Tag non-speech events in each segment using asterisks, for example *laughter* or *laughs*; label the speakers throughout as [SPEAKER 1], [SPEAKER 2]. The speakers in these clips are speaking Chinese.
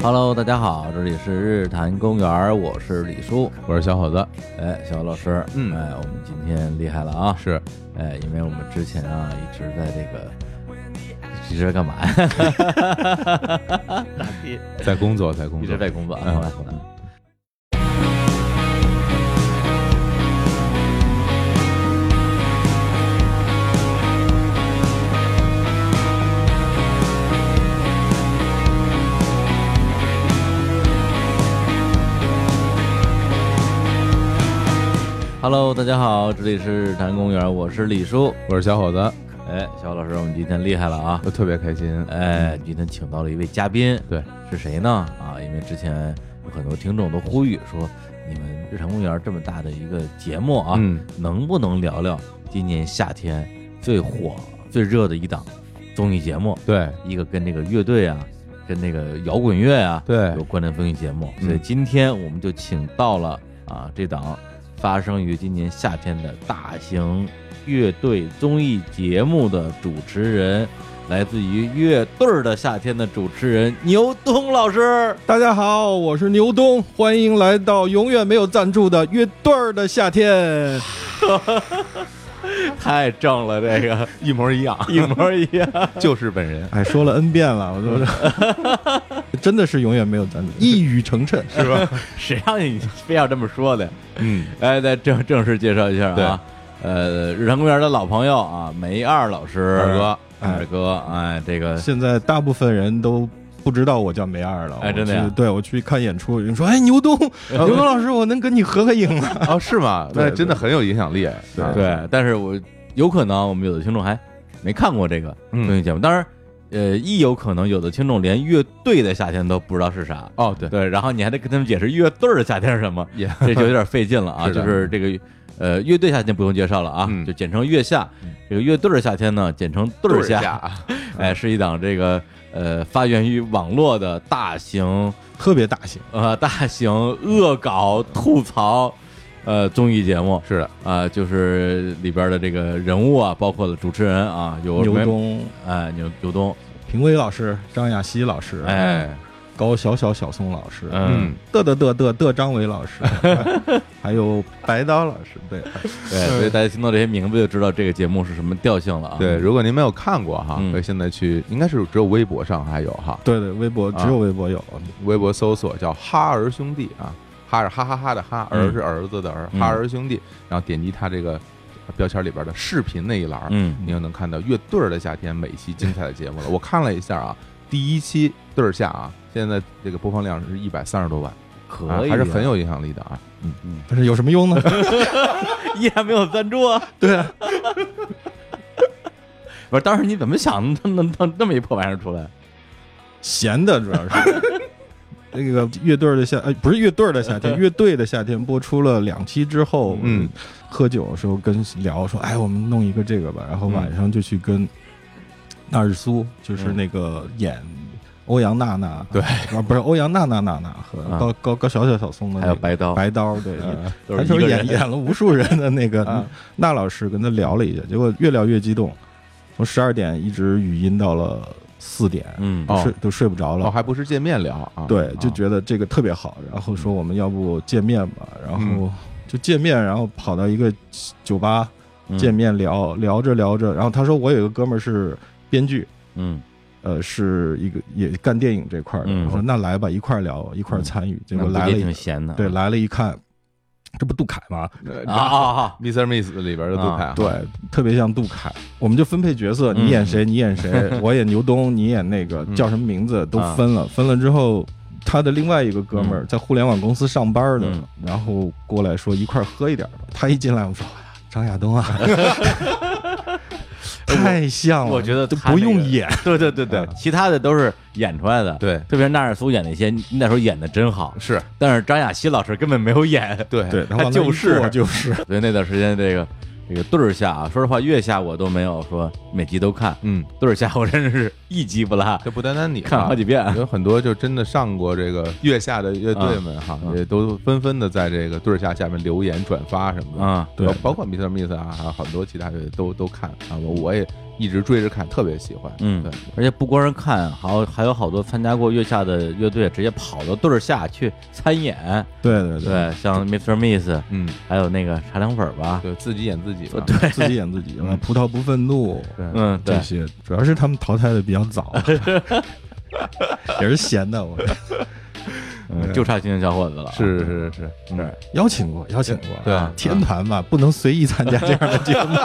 [SPEAKER 1] Hello，大家好，这里是日坛公园，我是李叔，
[SPEAKER 2] 我是小伙子，
[SPEAKER 1] 哎，小老师，
[SPEAKER 2] 嗯
[SPEAKER 1] 哎，我们今天厉害了啊，
[SPEAKER 2] 是
[SPEAKER 1] 哎，因为我们之前啊一直在这个一直在
[SPEAKER 2] *laughs*
[SPEAKER 1] 干嘛呀？傻逼，
[SPEAKER 2] 在工作，在工
[SPEAKER 1] 一
[SPEAKER 2] 作
[SPEAKER 1] 直，在工作，
[SPEAKER 2] 嗯
[SPEAKER 1] 好吧？Hello，大家好，这里是日坛公园，我是李叔。
[SPEAKER 2] 我是小伙子，
[SPEAKER 1] 哎，小老师，我们今天厉害了啊！
[SPEAKER 2] 我特别开心。
[SPEAKER 1] 哎，今天请到了一位嘉宾，
[SPEAKER 2] 对，
[SPEAKER 1] 是谁呢？啊，因为之前有很多听众都呼吁说，你们日常公园这么大的一个节目啊，
[SPEAKER 2] 嗯，
[SPEAKER 1] 能不能聊聊今年夏天最火、最热的一档综艺节目？
[SPEAKER 2] 对
[SPEAKER 1] 一个跟这个乐队啊，跟那个摇滚乐啊，
[SPEAKER 2] 对
[SPEAKER 1] 有，关联综艺节目。
[SPEAKER 2] 嗯
[SPEAKER 1] 所以今天我们就请到了啊这档发生于今年夏天的大型乐队综艺节目的主持人，来自于乐队儿的夏天的主持人牛东老师。
[SPEAKER 3] 大家好，我是牛东，欢迎来到永远没有赞助的乐队儿的夏天。
[SPEAKER 1] 太正了，这个
[SPEAKER 2] *laughs* 一模一样，
[SPEAKER 1] *laughs* 一模一样。
[SPEAKER 2] 就是本人，
[SPEAKER 3] *laughs* 哎，说了 n 遍了，我说这 *laughs* 真的是永远没有赞助，一语成谶。
[SPEAKER 2] 是吧？
[SPEAKER 1] *laughs* 谁让你非要这么说的？
[SPEAKER 2] 嗯，
[SPEAKER 1] 哎，再正正式介绍一下啊
[SPEAKER 2] 对。
[SPEAKER 1] 呃，日常公园的老朋友啊，梅二老师，
[SPEAKER 2] 二哥，
[SPEAKER 1] 二哥，哎，这个
[SPEAKER 3] 现在大部分人都不知道我叫梅二了。
[SPEAKER 1] 哎
[SPEAKER 3] 我
[SPEAKER 1] 真的呀
[SPEAKER 3] 去对我去看演出，有人说：“哎，牛 *laughs* 东，牛东老师，我能跟你合个影吗
[SPEAKER 2] 哦，是
[SPEAKER 1] *laughs*
[SPEAKER 2] 吗？
[SPEAKER 3] 对
[SPEAKER 2] 那
[SPEAKER 3] 对
[SPEAKER 2] 真的很有影响力，
[SPEAKER 3] 对
[SPEAKER 2] 啊
[SPEAKER 1] 对，但是我有可能我们有的听众还没看过这个综艺
[SPEAKER 2] 嗯，
[SPEAKER 1] 节目，当然，呃，亦有可能有的听众连乐队的夏天都不知道是啥。
[SPEAKER 2] 哦，对，
[SPEAKER 1] 对，然后你还得跟他们解释乐队的夏天是什
[SPEAKER 2] *laughs*
[SPEAKER 1] 么，
[SPEAKER 2] 也
[SPEAKER 1] 这就有点费劲了啊。
[SPEAKER 2] 是
[SPEAKER 1] 就
[SPEAKER 2] 的
[SPEAKER 1] 是这个呃，乐队夏天不用介绍了啊，
[SPEAKER 2] 嗯
[SPEAKER 1] 就简称乐夏。这个乐队的夏天呢，简称队儿
[SPEAKER 2] 对儿
[SPEAKER 1] 夏。
[SPEAKER 2] 下，
[SPEAKER 1] 哎，是一档这个呃发源于网络的大型？”
[SPEAKER 3] 特别大型，
[SPEAKER 1] 呃大型恶搞吐槽呃综艺节目。
[SPEAKER 2] 是的，
[SPEAKER 1] 啊，就是里边的这个人物啊，包括了主持人啊，有
[SPEAKER 3] 牛
[SPEAKER 1] 梅，
[SPEAKER 3] 东、
[SPEAKER 1] 哎，牛牛东，
[SPEAKER 3] 评委老师、张雅熙老师、
[SPEAKER 1] 哎，
[SPEAKER 3] 高小小小宋老师、
[SPEAKER 1] 嗯
[SPEAKER 2] 嗯，
[SPEAKER 3] 嘚嘚嘚嘚嘚张伟老师， *laughs* 还有白刀老师，对。
[SPEAKER 1] 对，所以大家听到这些名字就知道这个节目是什么调性了啊。
[SPEAKER 2] 对，如果您没有看过哈，
[SPEAKER 1] 嗯
[SPEAKER 2] 可以现在去，应该是只有微博上还有哈，
[SPEAKER 3] 对对，微博
[SPEAKER 2] 啊
[SPEAKER 3] 只有微博有，
[SPEAKER 2] 微博搜索叫“哈儿兄弟”啊，哈是哈哈哈的哈，
[SPEAKER 1] 嗯
[SPEAKER 2] 儿是儿子的儿，
[SPEAKER 1] 嗯
[SPEAKER 2] 哈儿兄弟。然后点击他这个标签里边的视频那一栏儿，
[SPEAKER 1] 嗯
[SPEAKER 2] 你就能看到乐队儿的夏天每期精彩的节目了。我看了一下啊，第一期队儿下啊，现在这个播放量是一百三十多万，
[SPEAKER 1] 可
[SPEAKER 2] 啊
[SPEAKER 1] 以啊，
[SPEAKER 2] 还是很有影响力的啊。
[SPEAKER 1] 嗯
[SPEAKER 3] 但是有什
[SPEAKER 2] *laughs*
[SPEAKER 3] 么用呢？
[SPEAKER 1] 依然没有赞助 *laughs* 啊。
[SPEAKER 3] 对啊，
[SPEAKER 1] 不是，当时你怎么想的，能弄那么一破玩意儿出来？
[SPEAKER 3] 闲的主
[SPEAKER 2] *laughs*
[SPEAKER 3] 要是。那个乐队的夏，呃，不是乐队的
[SPEAKER 2] *laughs*
[SPEAKER 3] 夏天，乐队的夏天播出了两期之后，
[SPEAKER 2] 嗯，
[SPEAKER 3] 喝酒的时候跟聊说，哎，我们弄一个这个吧，然后晚上就去跟纳日苏，就是那个演欧阳娜娜，
[SPEAKER 2] 嗯对
[SPEAKER 3] 啊，不是欧阳娜娜娜娜和
[SPEAKER 1] 啊
[SPEAKER 3] 高高高小小小松的
[SPEAKER 1] 还
[SPEAKER 3] 那
[SPEAKER 1] 有
[SPEAKER 3] 个
[SPEAKER 1] 白刀，
[SPEAKER 3] 白刀，对，
[SPEAKER 1] 哦嗯都
[SPEAKER 3] 他
[SPEAKER 1] 是
[SPEAKER 3] 就
[SPEAKER 1] 一
[SPEAKER 3] 是
[SPEAKER 1] 个
[SPEAKER 3] 演
[SPEAKER 1] 人。
[SPEAKER 3] 演了无数人的
[SPEAKER 1] *laughs*
[SPEAKER 3] 那
[SPEAKER 2] 啊
[SPEAKER 3] 个嗯那老师跟他聊了一下，结果越聊越激动，从十二点一直语音到了四点，
[SPEAKER 1] 嗯，
[SPEAKER 2] 哦
[SPEAKER 3] 睡都睡不着
[SPEAKER 2] 哦，
[SPEAKER 3] 了。
[SPEAKER 2] 还不是见面聊啊？
[SPEAKER 3] 对，就
[SPEAKER 2] 得
[SPEAKER 3] 觉得这个特别好，然
[SPEAKER 1] 哦
[SPEAKER 3] 后说我们要不见面吧，然后就见面，然后跑到一个酒吧
[SPEAKER 1] 嗯
[SPEAKER 3] 见，面聊聊着聊着，然后他说我有一个哥们儿是编剧，
[SPEAKER 1] 嗯
[SPEAKER 3] 呃，是一个也干电影这块儿的，
[SPEAKER 1] 嗯
[SPEAKER 3] 我说那来吧，一块儿聊，一块儿参与，结
[SPEAKER 1] 那
[SPEAKER 3] 果
[SPEAKER 1] 估计
[SPEAKER 3] 来了一
[SPEAKER 1] 挺闲的啊。
[SPEAKER 3] 对来了一看，这不杜凯吗？
[SPEAKER 2] *laughs*
[SPEAKER 1] 啊啊啊！
[SPEAKER 2] Mr. 呃 Miss 里边的啊杜凯，，
[SPEAKER 3] 对，特别像杜凯，我们就分配角色，
[SPEAKER 1] 嗯
[SPEAKER 3] 你演谁，你演谁，
[SPEAKER 1] *laughs*
[SPEAKER 3] 我演牛东，你演那个
[SPEAKER 1] 嗯
[SPEAKER 3] 叫什么名字，都
[SPEAKER 1] 啊
[SPEAKER 3] 分了。分了之后，他的另外一个哥们儿在互联网公司上班的
[SPEAKER 1] 嗯，
[SPEAKER 3] 然后过来说一块儿喝一点儿吧。他一进来，我说哎呀张
[SPEAKER 1] *laughs*
[SPEAKER 3] 亚东啊，太像了，
[SPEAKER 1] 我觉得
[SPEAKER 3] 都
[SPEAKER 1] 他
[SPEAKER 3] 不
[SPEAKER 1] 那
[SPEAKER 3] 用
[SPEAKER 1] 个 *laughs*
[SPEAKER 3] 演，
[SPEAKER 1] *laughs* 对对对对，其他的都是演出来的。，
[SPEAKER 2] 对，
[SPEAKER 1] 特别是纳尔苏演那些，那时候演的真
[SPEAKER 2] *laughs*
[SPEAKER 1] 好，
[SPEAKER 2] 是，
[SPEAKER 1] 但是张雅熙老师根本没有演。
[SPEAKER 2] 对，
[SPEAKER 3] 对，然
[SPEAKER 1] 他
[SPEAKER 3] 后往那一
[SPEAKER 1] 就是
[SPEAKER 3] 坐就是，
[SPEAKER 1] *laughs* 所以那段时间这个这个对儿下啊，说实话月下我都没有说每集都看，
[SPEAKER 2] 嗯，
[SPEAKER 1] 对儿下我真是一集不落，
[SPEAKER 2] 这不单单你啊
[SPEAKER 1] 看好几遍。
[SPEAKER 2] 有很多就真的上过这个月下的乐队们哈，
[SPEAKER 1] 嗯
[SPEAKER 2] 也都纷纷的在这个队儿下下面留言、转发什么的。
[SPEAKER 1] 啊，
[SPEAKER 3] 对
[SPEAKER 2] 包包括 Mr. Miss 啊，还有很多其他乐队都都看啊，我我也一直追着看，特别喜欢。
[SPEAKER 1] 嗯
[SPEAKER 2] 对，
[SPEAKER 1] 而且不光是看，还有还有好多参加过月下的乐队，直接跑到队儿下去参演。
[SPEAKER 3] 对对，
[SPEAKER 1] 对，像 Mr. Miss，
[SPEAKER 2] 嗯，
[SPEAKER 1] 还有那个茶凉粉儿吧。
[SPEAKER 2] 对自己演自己吧。
[SPEAKER 1] 对，
[SPEAKER 3] 自己演自己，然后
[SPEAKER 1] 嗯
[SPEAKER 3] 葡萄不愤怒，
[SPEAKER 2] 对
[SPEAKER 1] 嗯，对
[SPEAKER 3] 这，些主要是他们淘汰的比
[SPEAKER 1] *laughs*
[SPEAKER 3] 较早，也是闲的。我
[SPEAKER 1] 嗯就差青年小伙子了。
[SPEAKER 2] 是是是是，
[SPEAKER 1] 嗯
[SPEAKER 2] 是
[SPEAKER 3] 邀请过，邀请过，啊
[SPEAKER 2] 对
[SPEAKER 3] 天团吧，不能随意参加这样 *laughs* 的节目。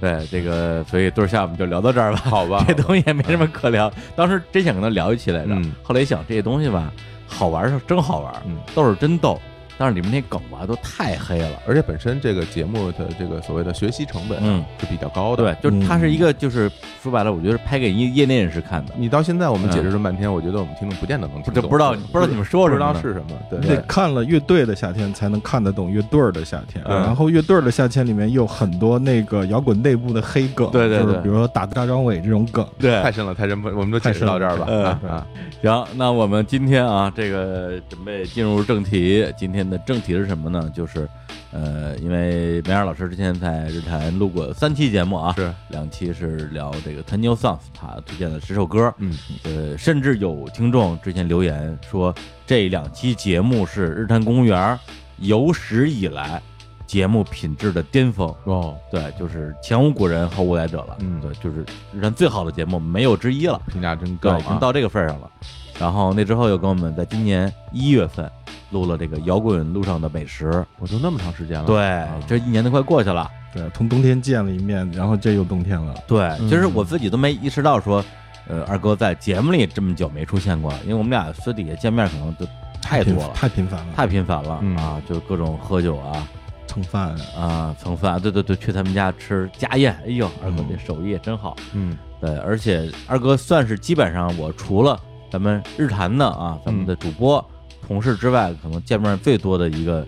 [SPEAKER 1] 对，这个，所以对下我们就聊到这儿吧。好吧，这东西也没什么可聊。当时真想跟他聊一期来着，
[SPEAKER 2] 嗯
[SPEAKER 1] 后来一想这些东西吧，好玩是真好玩，
[SPEAKER 2] 嗯
[SPEAKER 1] 逗是真逗，但是里面那梗吧都太黑了。
[SPEAKER 2] 而且本身这个节目的这个所谓的学习成本啊
[SPEAKER 1] 嗯
[SPEAKER 2] 是比较高的。
[SPEAKER 1] 对，，就是它是一个，就是说白了，我觉得是拍给业业内人士看的，
[SPEAKER 2] 你到现在我们
[SPEAKER 1] 嗯
[SPEAKER 2] 解释这么半天，我觉得我们听众不见得能
[SPEAKER 1] 不
[SPEAKER 2] 听
[SPEAKER 1] 知
[SPEAKER 2] 懂，
[SPEAKER 1] 嗯不知道不知道你们说
[SPEAKER 2] 嗯不
[SPEAKER 1] 什
[SPEAKER 2] 知
[SPEAKER 1] 么
[SPEAKER 2] 道
[SPEAKER 1] 呢，
[SPEAKER 2] 是什么。对
[SPEAKER 3] 你得看了乐队的夏天，才能看得懂乐队儿的夏天。
[SPEAKER 2] 嗯
[SPEAKER 3] 然后乐队儿的夏天里面有很多那个摇滚内部的黑梗，
[SPEAKER 1] 对对对
[SPEAKER 3] 就是比如说打大张伟这种梗。
[SPEAKER 1] 对
[SPEAKER 2] 太深了，太深，我们都解
[SPEAKER 3] 太
[SPEAKER 2] 释
[SPEAKER 3] 深
[SPEAKER 2] 到
[SPEAKER 3] 了
[SPEAKER 2] 这儿吧。
[SPEAKER 1] 嗯
[SPEAKER 2] 啊啊，
[SPEAKER 1] 行，那我们今天啊，这个准备进入正题。今天的正题是什么呢？就是，呃，因为梅尔老师之前在日坛录过三期节目啊，
[SPEAKER 2] 是
[SPEAKER 1] 两期是聊这个 Ten New Songs，他推荐的十首歌。
[SPEAKER 2] 嗯，
[SPEAKER 1] 呃，甚至有听众之前留言说，这两期节目是日坛公园有史以来节目品质的巅峰。
[SPEAKER 2] 哦，
[SPEAKER 1] 对，就是前无古人后无来者了。
[SPEAKER 2] 嗯
[SPEAKER 1] 对，就是日坛最好的节目没有之一了。
[SPEAKER 2] 评价真高
[SPEAKER 1] 对，
[SPEAKER 2] 啊，
[SPEAKER 1] 已经到这个份儿上了。然后那之后又跟我们在今年一月份录了这个摇滚路上的美食，
[SPEAKER 2] 我都那么长时间了。
[SPEAKER 1] 对
[SPEAKER 2] 啊，
[SPEAKER 1] 这一年都快过去了。
[SPEAKER 3] 对，从冬天见了一面，然后这又冬天了。
[SPEAKER 1] 对，
[SPEAKER 2] 嗯
[SPEAKER 1] 其实我自己都没意识到说，呃，二哥在节目里这么久没出现过，因为我们俩私底下见面可能就太多
[SPEAKER 3] 频
[SPEAKER 1] 了，
[SPEAKER 3] 太频繁了，
[SPEAKER 1] 太频繁了
[SPEAKER 2] 嗯
[SPEAKER 1] 啊，就各种喝酒啊
[SPEAKER 3] 蹭饭啊。
[SPEAKER 1] 啊蹭饭，对对对，去他们家吃家宴，哎呦，二哥
[SPEAKER 3] 嗯
[SPEAKER 1] 这手艺也真好。
[SPEAKER 2] 嗯，
[SPEAKER 1] 对，而且二哥算是基本上我除了咱们日坛的啊，咱们的主播、同事之外，可能见面最多的一个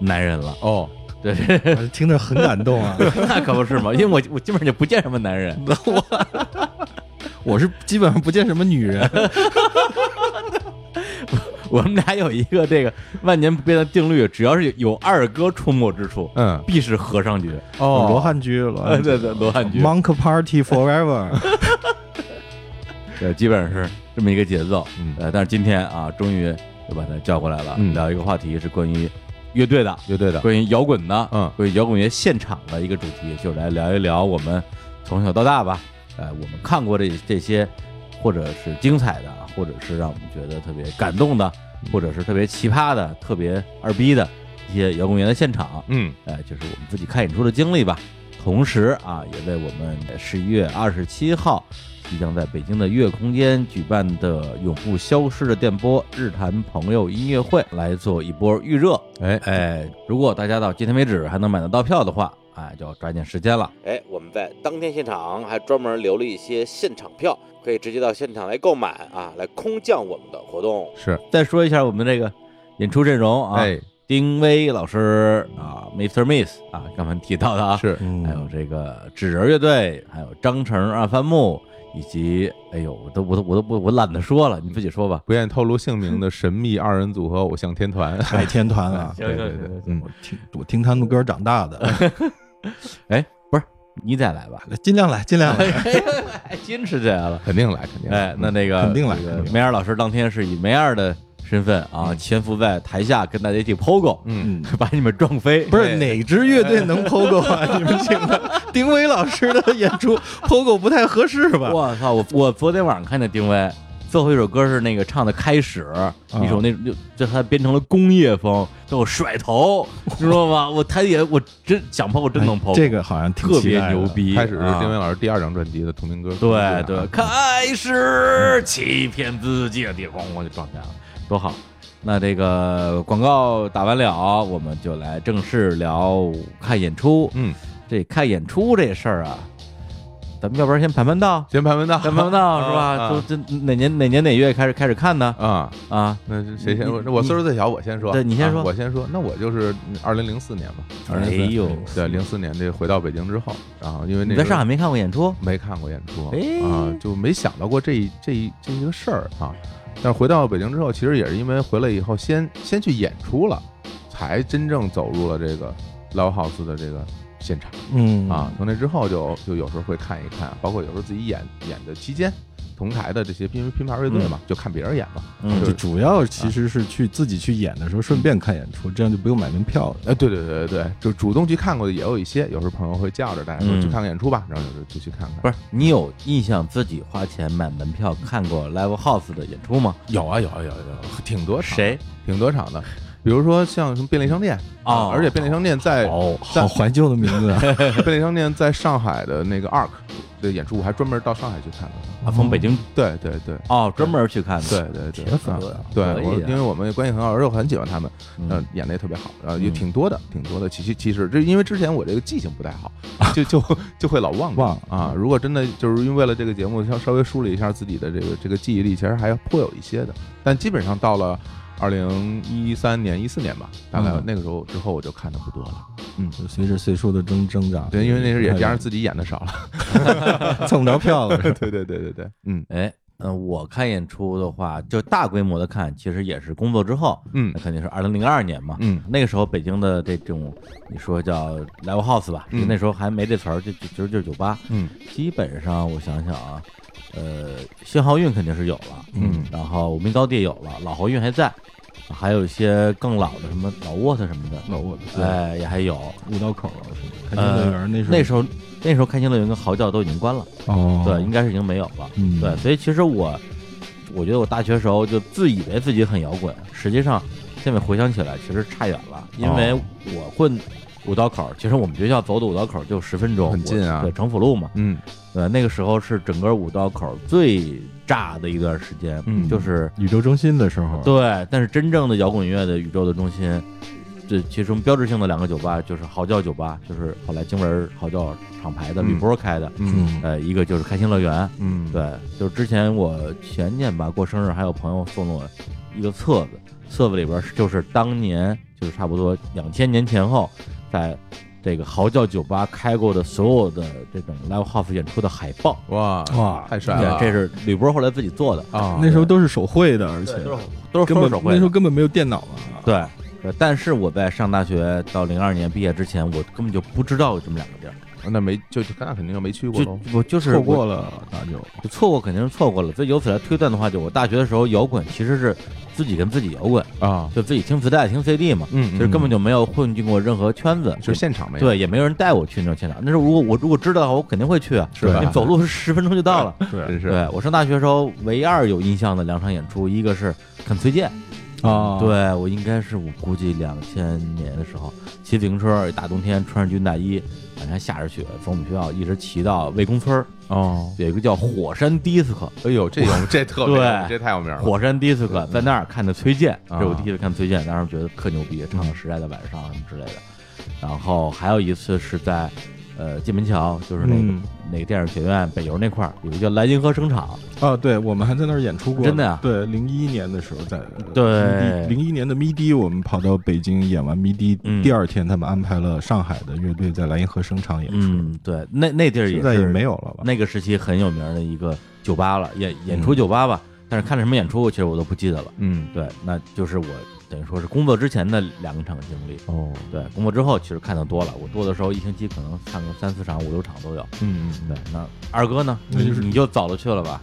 [SPEAKER 1] 男人了。
[SPEAKER 2] 哦，
[SPEAKER 1] 对， *laughs*
[SPEAKER 3] 我听着很感动啊！
[SPEAKER 1] 那可不是嘛，因为我我基本上就不见什么男 *laughs* 人。
[SPEAKER 3] *laughs* 我是基本上不见什么女 *laughs* 人，
[SPEAKER 1] 我们俩有一个这个万年不变的定律，只要是有二哥出没之处，
[SPEAKER 2] 嗯，
[SPEAKER 1] 必是和尚局。
[SPEAKER 2] 哦，
[SPEAKER 3] 罗汉居，罗
[SPEAKER 1] 呃，
[SPEAKER 3] *laughs* 汉居
[SPEAKER 1] 对对，罗汉局，
[SPEAKER 3] ，Monk Party *laughs* Forever，
[SPEAKER 1] 对，基本上是这么一个节奏。
[SPEAKER 2] 嗯
[SPEAKER 1] 呃，但是今天啊，终于就把他叫过来了，
[SPEAKER 2] 嗯
[SPEAKER 1] 聊一个话题是关于乐队的。
[SPEAKER 2] 乐队的，
[SPEAKER 1] 关于摇滚的，
[SPEAKER 2] 嗯
[SPEAKER 1] 关于摇滚乐现场的一个主题，就是来聊一聊我们从小到大吧，呃，我们看过这这些，或者是精彩的，啊或者是让我们觉得特别感动的，或者是特别奇葩的、特别二逼的一些摇滚乐的现场，
[SPEAKER 2] 嗯，
[SPEAKER 1] 呃，就是我们自己看演出的经历吧。同时啊，也为我们十一月二十七号即将在北京的月空间举办的“永不消失的电波”日坛朋友音乐会来做一波预热。
[SPEAKER 2] 哎，
[SPEAKER 1] 哎，如果大家到今天为止还能买得到票的话，哎，就要抓紧时间了。哎，我们在当天现场还专门留了一些现场票，可以直接到现场来购买啊，来空降我们的活动。
[SPEAKER 2] 是，
[SPEAKER 1] 再说一下我们这个演出阵容啊，
[SPEAKER 2] 哎，
[SPEAKER 1] 丁薇老师啊，Mr. Miss 啊，刚才提到的啊，
[SPEAKER 2] 是，
[SPEAKER 3] 嗯
[SPEAKER 1] 还有这个纸人乐队，还有张成二番木，以及哎呦，我都我都我都不我懒得说了，你自己说吧。
[SPEAKER 2] 不愿透露姓名的
[SPEAKER 1] *laughs*
[SPEAKER 2] 神秘二人组合偶像天团。
[SPEAKER 3] 海天团啊！
[SPEAKER 2] 行行行行
[SPEAKER 3] 我听我听他们歌长大 *laughs* 的，
[SPEAKER 1] 哎，不是你再来 *laughs* 吧，
[SPEAKER 3] 尽量来，尽量来。
[SPEAKER 1] 哎坚持起来了。
[SPEAKER 2] 肯定来，肯定来。嗯
[SPEAKER 1] 哎，那那个
[SPEAKER 3] 肯定来
[SPEAKER 1] 这个
[SPEAKER 3] 肯定来
[SPEAKER 1] 梅尔老师当天是以梅尔的身份啊，潜伏在台下跟大家一起 POGO，
[SPEAKER 2] 嗯，
[SPEAKER 3] 嗯，
[SPEAKER 1] *laughs* 把你们撞飞。
[SPEAKER 3] *laughs*
[SPEAKER 1] 哎
[SPEAKER 3] 不是哪支乐队能 POGO 啊？ *laughs* 你们请的丁薇老师的演出 POGO 不太合适吧？
[SPEAKER 1] 我操！我我昨天晚上看的丁薇，最后一首歌是那个唱的开始，
[SPEAKER 3] 嗯
[SPEAKER 1] 一首那就就他变成了工业风，叫我甩
[SPEAKER 3] *laughs*
[SPEAKER 1] 头，知道吗？我台底下我真想 POGO 真能 POGO，
[SPEAKER 3] 哎这个好像挺
[SPEAKER 1] 特
[SPEAKER 3] 期
[SPEAKER 1] 别
[SPEAKER 3] 待的
[SPEAKER 1] 牛。逼。
[SPEAKER 2] 嗯开始是
[SPEAKER 1] 啊
[SPEAKER 2] 丁薇老师第二张专辑的同名歌，
[SPEAKER 1] 对
[SPEAKER 2] 啊 *laughs*
[SPEAKER 1] 对，开始欺骗自己的地方，我就撞见了，多好！那这个广告打完了，我们就来正式聊看演出。
[SPEAKER 2] 嗯，
[SPEAKER 1] 这看演出这事儿啊，咱们要不然先盘盘
[SPEAKER 2] *laughs*
[SPEAKER 1] 道，
[SPEAKER 2] 先盘文道，
[SPEAKER 1] 盘盘
[SPEAKER 2] *laughs*
[SPEAKER 1] 道是吧？都
[SPEAKER 2] 啊
[SPEAKER 1] 这哪年哪年哪月开始开始看呢？
[SPEAKER 2] 啊啊，
[SPEAKER 1] 啊，
[SPEAKER 2] 那是谁先？
[SPEAKER 1] 你
[SPEAKER 2] 我我岁数最小，我先说。
[SPEAKER 1] 对你先
[SPEAKER 2] 啊
[SPEAKER 1] 说
[SPEAKER 2] 我先说。那我就是二零零四年吧，二
[SPEAKER 1] 哎
[SPEAKER 2] 零零四。
[SPEAKER 1] 呦，
[SPEAKER 2] 对，零四年这回到北京之后，然后因为那
[SPEAKER 1] 你
[SPEAKER 2] 个
[SPEAKER 1] 在上海没看过演出？
[SPEAKER 2] 没看过演出
[SPEAKER 1] 哎
[SPEAKER 2] 啊，就没想到过这一这一这一个事儿啊。但是回到北京之后，其实也是因为回来以后先先去演出了，才真正走入了这个 live house 的这个现场
[SPEAKER 3] 嗯
[SPEAKER 2] 啊。从那之后就就有时候会看一看，包括有时候自己演演的期间，同台的这些拼拼盘乐队嘛，就看别人演嘛。
[SPEAKER 1] 嗯
[SPEAKER 2] 就
[SPEAKER 3] 就是主要其实是去自己去演的时候顺便看演出，这样就不用买门票了。
[SPEAKER 2] 哎，对对对对对，就主动去看过的也有一些，有时候朋友会叫着大家说
[SPEAKER 1] 嗯
[SPEAKER 2] 去看看演出吧，然后有时候就去看看。
[SPEAKER 1] 不是你有印象自己花钱买门票看过 Live House 的演出吗？
[SPEAKER 2] 有啊有啊有啊有啊，挺多场的
[SPEAKER 1] 谁？
[SPEAKER 2] 挺多场的，比如说像什么便利商店啊
[SPEAKER 1] 哦
[SPEAKER 2] 而且便利商店在
[SPEAKER 1] 哦，
[SPEAKER 2] 但
[SPEAKER 1] *laughs*
[SPEAKER 3] 好怀旧的名字啊！
[SPEAKER 2] *laughs* 便利商店在上海的那个 ARK 的演出，我还专门到上海去看了。
[SPEAKER 1] 啊从北京
[SPEAKER 2] 对对对
[SPEAKER 1] 哦专门去看的，
[SPEAKER 2] 哦对对对，
[SPEAKER 3] 铁粉
[SPEAKER 2] 啊
[SPEAKER 3] 啊
[SPEAKER 2] 对
[SPEAKER 1] 可以
[SPEAKER 2] 我
[SPEAKER 1] 啊
[SPEAKER 2] 因为我们关系很好，而且我很喜欢他们，嗯
[SPEAKER 1] 嗯，，
[SPEAKER 2] 演的也特别好，然后也
[SPEAKER 1] 嗯
[SPEAKER 2] 挺多的，挺多的。其实其实这因为之前我这个记性不太好，就就就会老忘记
[SPEAKER 3] 忘嗯
[SPEAKER 2] 啊。如果真的就是因为为了这个节目，稍稍微梳理一下自己的这个这个记忆力，其实还颇有一些的。但基本上到了二零一三年、一四年吧，大概
[SPEAKER 1] 嗯
[SPEAKER 2] 那个时候之后，我就看的不多了。
[SPEAKER 3] 就随着岁数的增增长，
[SPEAKER 2] 对，因为那时候也加上
[SPEAKER 3] 自
[SPEAKER 2] 自己演的少
[SPEAKER 3] *laughs*
[SPEAKER 2] 了。
[SPEAKER 3] 蹭不着票 *laughs* 了。
[SPEAKER 2] *laughs* 对对对对对，嗯
[SPEAKER 1] 哎。嗯，我看演出的话，就大规模的看，其实也是工作之后，
[SPEAKER 2] 嗯
[SPEAKER 1] 那
[SPEAKER 3] 哎
[SPEAKER 1] 肯定是二零零二年嘛。
[SPEAKER 2] 嗯
[SPEAKER 1] 那个时候北京的这种，你说叫 live house 吧，
[SPEAKER 2] 嗯
[SPEAKER 1] 那时候还没这词儿，就就就就是酒吧。
[SPEAKER 2] 嗯
[SPEAKER 1] 基本上我想想啊，呃，新豪运肯定是有了，
[SPEAKER 2] 嗯
[SPEAKER 1] 然后武明高地也有了，老侯运还在，还有一些更老的什么老沃特什么的，
[SPEAKER 2] 嗯
[SPEAKER 3] 那我的天
[SPEAKER 1] 哎，也还有。
[SPEAKER 3] 五道口开心乐园嗯那时候
[SPEAKER 1] 那时候那时候开心乐园跟嚎叫都已经关了，
[SPEAKER 3] 候哦，
[SPEAKER 1] 对，应该是已经没有了。
[SPEAKER 3] 嗯
[SPEAKER 1] 对，所以其实我，我觉得我大学时候就自以为自己很摇滚，实际上现在回想起来，其实差远了，因为
[SPEAKER 2] 哦
[SPEAKER 1] 我混五道口，其实我们学校走的五道口就十分钟，
[SPEAKER 2] 很近啊
[SPEAKER 1] 我对，城府路嘛，
[SPEAKER 2] 嗯
[SPEAKER 1] 对，那个时候是整个五道口最炸的一段时间，
[SPEAKER 2] 嗯
[SPEAKER 1] 就是
[SPEAKER 3] 宇宙中心的时候，
[SPEAKER 1] 对，但是真正的摇滚乐的宇宙的中心。这其中标志性的两个酒吧就是嚎叫酒吧，就是后来经文嚎叫厂牌的
[SPEAKER 2] 嗯
[SPEAKER 1] 吕波开的，
[SPEAKER 2] 嗯
[SPEAKER 3] 嗯，
[SPEAKER 1] 呃，一个就是开心乐园，
[SPEAKER 2] 嗯，
[SPEAKER 1] 对，就是之前我前年吧过生日，还有朋友送了我一个册子，册子里边是就是当年就是差不多两千年前后，在这个嚎叫酒吧开过的所有的这种 live house 演出的海报。
[SPEAKER 2] 哇
[SPEAKER 3] 哇
[SPEAKER 2] 太帅了
[SPEAKER 1] 对，，这是吕波后来自己做的，
[SPEAKER 2] 啊
[SPEAKER 3] 那时候都是手绘的，而且
[SPEAKER 1] 对都是都是手
[SPEAKER 3] 根本
[SPEAKER 1] 手
[SPEAKER 3] 那
[SPEAKER 1] 绘
[SPEAKER 3] 时候
[SPEAKER 1] 的。
[SPEAKER 3] 根本没有电脑啊。
[SPEAKER 1] 对，对但是我在上大学到零二年毕业之前，我根本就不知道有这么两个地儿，
[SPEAKER 2] 那没就就那肯定就没去过喽
[SPEAKER 1] 就。我就是
[SPEAKER 3] 错
[SPEAKER 1] 我
[SPEAKER 3] 过了那就
[SPEAKER 1] 就错过肯定是错过了。所以由此来推断的话，就我大学的时候摇滚其实是自己跟自己摇滚，
[SPEAKER 2] 啊，
[SPEAKER 1] 就自己听磁带、听 CD 嘛，
[SPEAKER 2] 嗯，
[SPEAKER 1] 其
[SPEAKER 2] 嗯
[SPEAKER 1] 实根本就没有混进过任何圈子，
[SPEAKER 2] 就是现场没有。
[SPEAKER 1] 对，也没有人带我去那种现场。那时候如果我如果知道的话，我肯定会去啊，
[SPEAKER 2] 是吧
[SPEAKER 1] 你走路十分钟就到了。
[SPEAKER 3] 对
[SPEAKER 2] 真是
[SPEAKER 1] 对我上大学时候唯二有印象的两场演出，一个是肯崔健，
[SPEAKER 2] 哦
[SPEAKER 3] 啊，
[SPEAKER 1] 对我应该是我估计两千年的时候，骑自行车，大冬天穿着军大衣，晚上下着雪，从我们学校一直骑到魏公村儿，
[SPEAKER 2] 哦，
[SPEAKER 1] 有一个叫火山迪斯科，
[SPEAKER 2] 哎呦，这有这特别有，
[SPEAKER 1] 对
[SPEAKER 2] 这太有名了。
[SPEAKER 1] 火山迪斯科，在那儿看的崔健，这
[SPEAKER 2] 啊
[SPEAKER 1] 是我第一次看崔健，当时觉得特牛逼，唱《时代的晚上》什么之类的。然后还有一次是在呃金门桥，就是那个、
[SPEAKER 3] 嗯
[SPEAKER 1] 那个电影学院北邮那块儿，有一个叫莱茵河声场，
[SPEAKER 3] 啊，对，我们还在那儿演出过，
[SPEAKER 1] 真的呀
[SPEAKER 3] 对，零一年的时候在
[SPEAKER 1] 对
[SPEAKER 3] 零一年的 MIDI，我们跑到北京演完 MIDI，、
[SPEAKER 1] 嗯
[SPEAKER 3] 第二天他们安排了上海的乐队在莱茵河声场演出，
[SPEAKER 1] 嗯，对，那那地儿也
[SPEAKER 3] 现在也
[SPEAKER 1] 是
[SPEAKER 3] 没有了吧？
[SPEAKER 1] 那个时期很有名的一个酒吧了，演演出酒吧吧，
[SPEAKER 3] 嗯
[SPEAKER 1] 但是看了什么演出，其实我都不记得了。
[SPEAKER 2] 嗯，
[SPEAKER 1] 对，那就是我等于说是工作之前的两场经历。
[SPEAKER 2] 哦，
[SPEAKER 1] 对，工作之后其实看的多了，我多的时候一星期可能看个三四场、五六场都有。
[SPEAKER 2] 嗯
[SPEAKER 1] 对，那二哥呢？
[SPEAKER 3] 那
[SPEAKER 1] 你
[SPEAKER 3] 就是
[SPEAKER 1] 你就早了去了吧？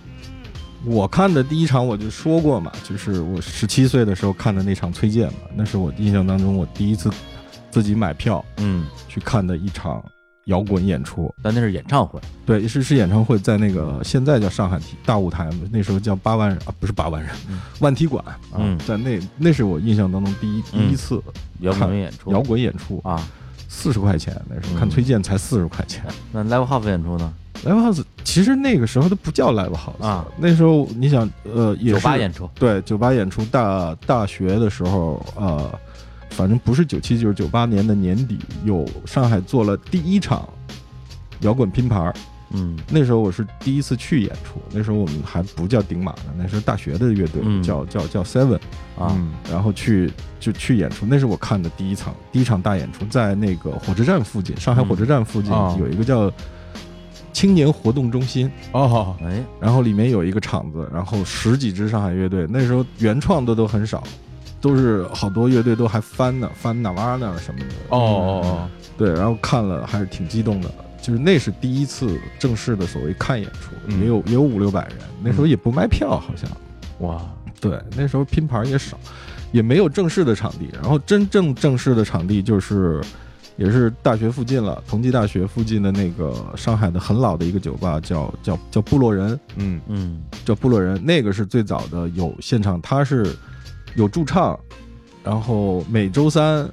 [SPEAKER 3] 我看的第一场我就说过嘛，就是我十七岁的时候看的那场崔健嘛，那是我印象当中我第一次自己买票
[SPEAKER 1] 嗯，
[SPEAKER 3] 去看的一场摇滚演出。
[SPEAKER 1] 但那是演唱会，
[SPEAKER 3] 对，是是演唱会，在那个现在叫上海体大舞台嘛，那时候叫八万人啊，不是八万人
[SPEAKER 1] 嗯，
[SPEAKER 3] 万体馆啊
[SPEAKER 1] 嗯，
[SPEAKER 3] 在那那是我印象当中第一
[SPEAKER 1] 嗯
[SPEAKER 3] 第一次
[SPEAKER 1] 摇滚演
[SPEAKER 3] *laughs*
[SPEAKER 1] 出，
[SPEAKER 3] 摇滚演出，
[SPEAKER 1] 啊。
[SPEAKER 3] 四十块钱那时
[SPEAKER 1] 嗯
[SPEAKER 3] 候看崔健才四十块钱。
[SPEAKER 1] 那 live house 演出呢？
[SPEAKER 3] Live House 其实那个时候都不叫 Live House
[SPEAKER 1] 啊，
[SPEAKER 3] 那时候你想呃也
[SPEAKER 1] 酒
[SPEAKER 3] 是
[SPEAKER 1] 吧演出，
[SPEAKER 3] 对，九八演出大大学的时候，呃，反正不是九七就是九八年的年底，有上海做了第一场摇滚拼盘儿。
[SPEAKER 1] 嗯
[SPEAKER 3] 那时候我是第一次去演出，那时候我们还不叫顶马呢，那时候大学的乐队
[SPEAKER 1] 嗯
[SPEAKER 3] 叫、叫叫 Seven，
[SPEAKER 1] 啊，
[SPEAKER 2] 嗯
[SPEAKER 3] 然后去就去演出，那是我看的第一场第一场大演出，在那个火车站附近，上海火车站附近、
[SPEAKER 2] 嗯哦
[SPEAKER 3] 有一个叫青年活动中心，
[SPEAKER 2] 哦，
[SPEAKER 1] 哎，
[SPEAKER 3] 然后里面有一个场子，然后十几支上海乐队，那时候原创的都很少，都是好多乐队都还翻呢，翻哪哇呢什么的。
[SPEAKER 2] 哦哦哦，
[SPEAKER 3] 对，然后看了还是挺激动的，就是那是第一次正式的所谓看演出，
[SPEAKER 2] 嗯
[SPEAKER 3] 也有也有五六百人，那时候也不卖票，好像
[SPEAKER 2] 哇，
[SPEAKER 3] 对，那时候拼盘也少，也没有正式的场地，然后真正正式的场地就是。也是大学附近了，同济大学附近的那个上海的很老的一个酒吧，叫叫叫部落人，
[SPEAKER 2] 嗯
[SPEAKER 1] 嗯
[SPEAKER 3] 叫部落人，那个是最早的有现场，它是有驻唱，然后每周三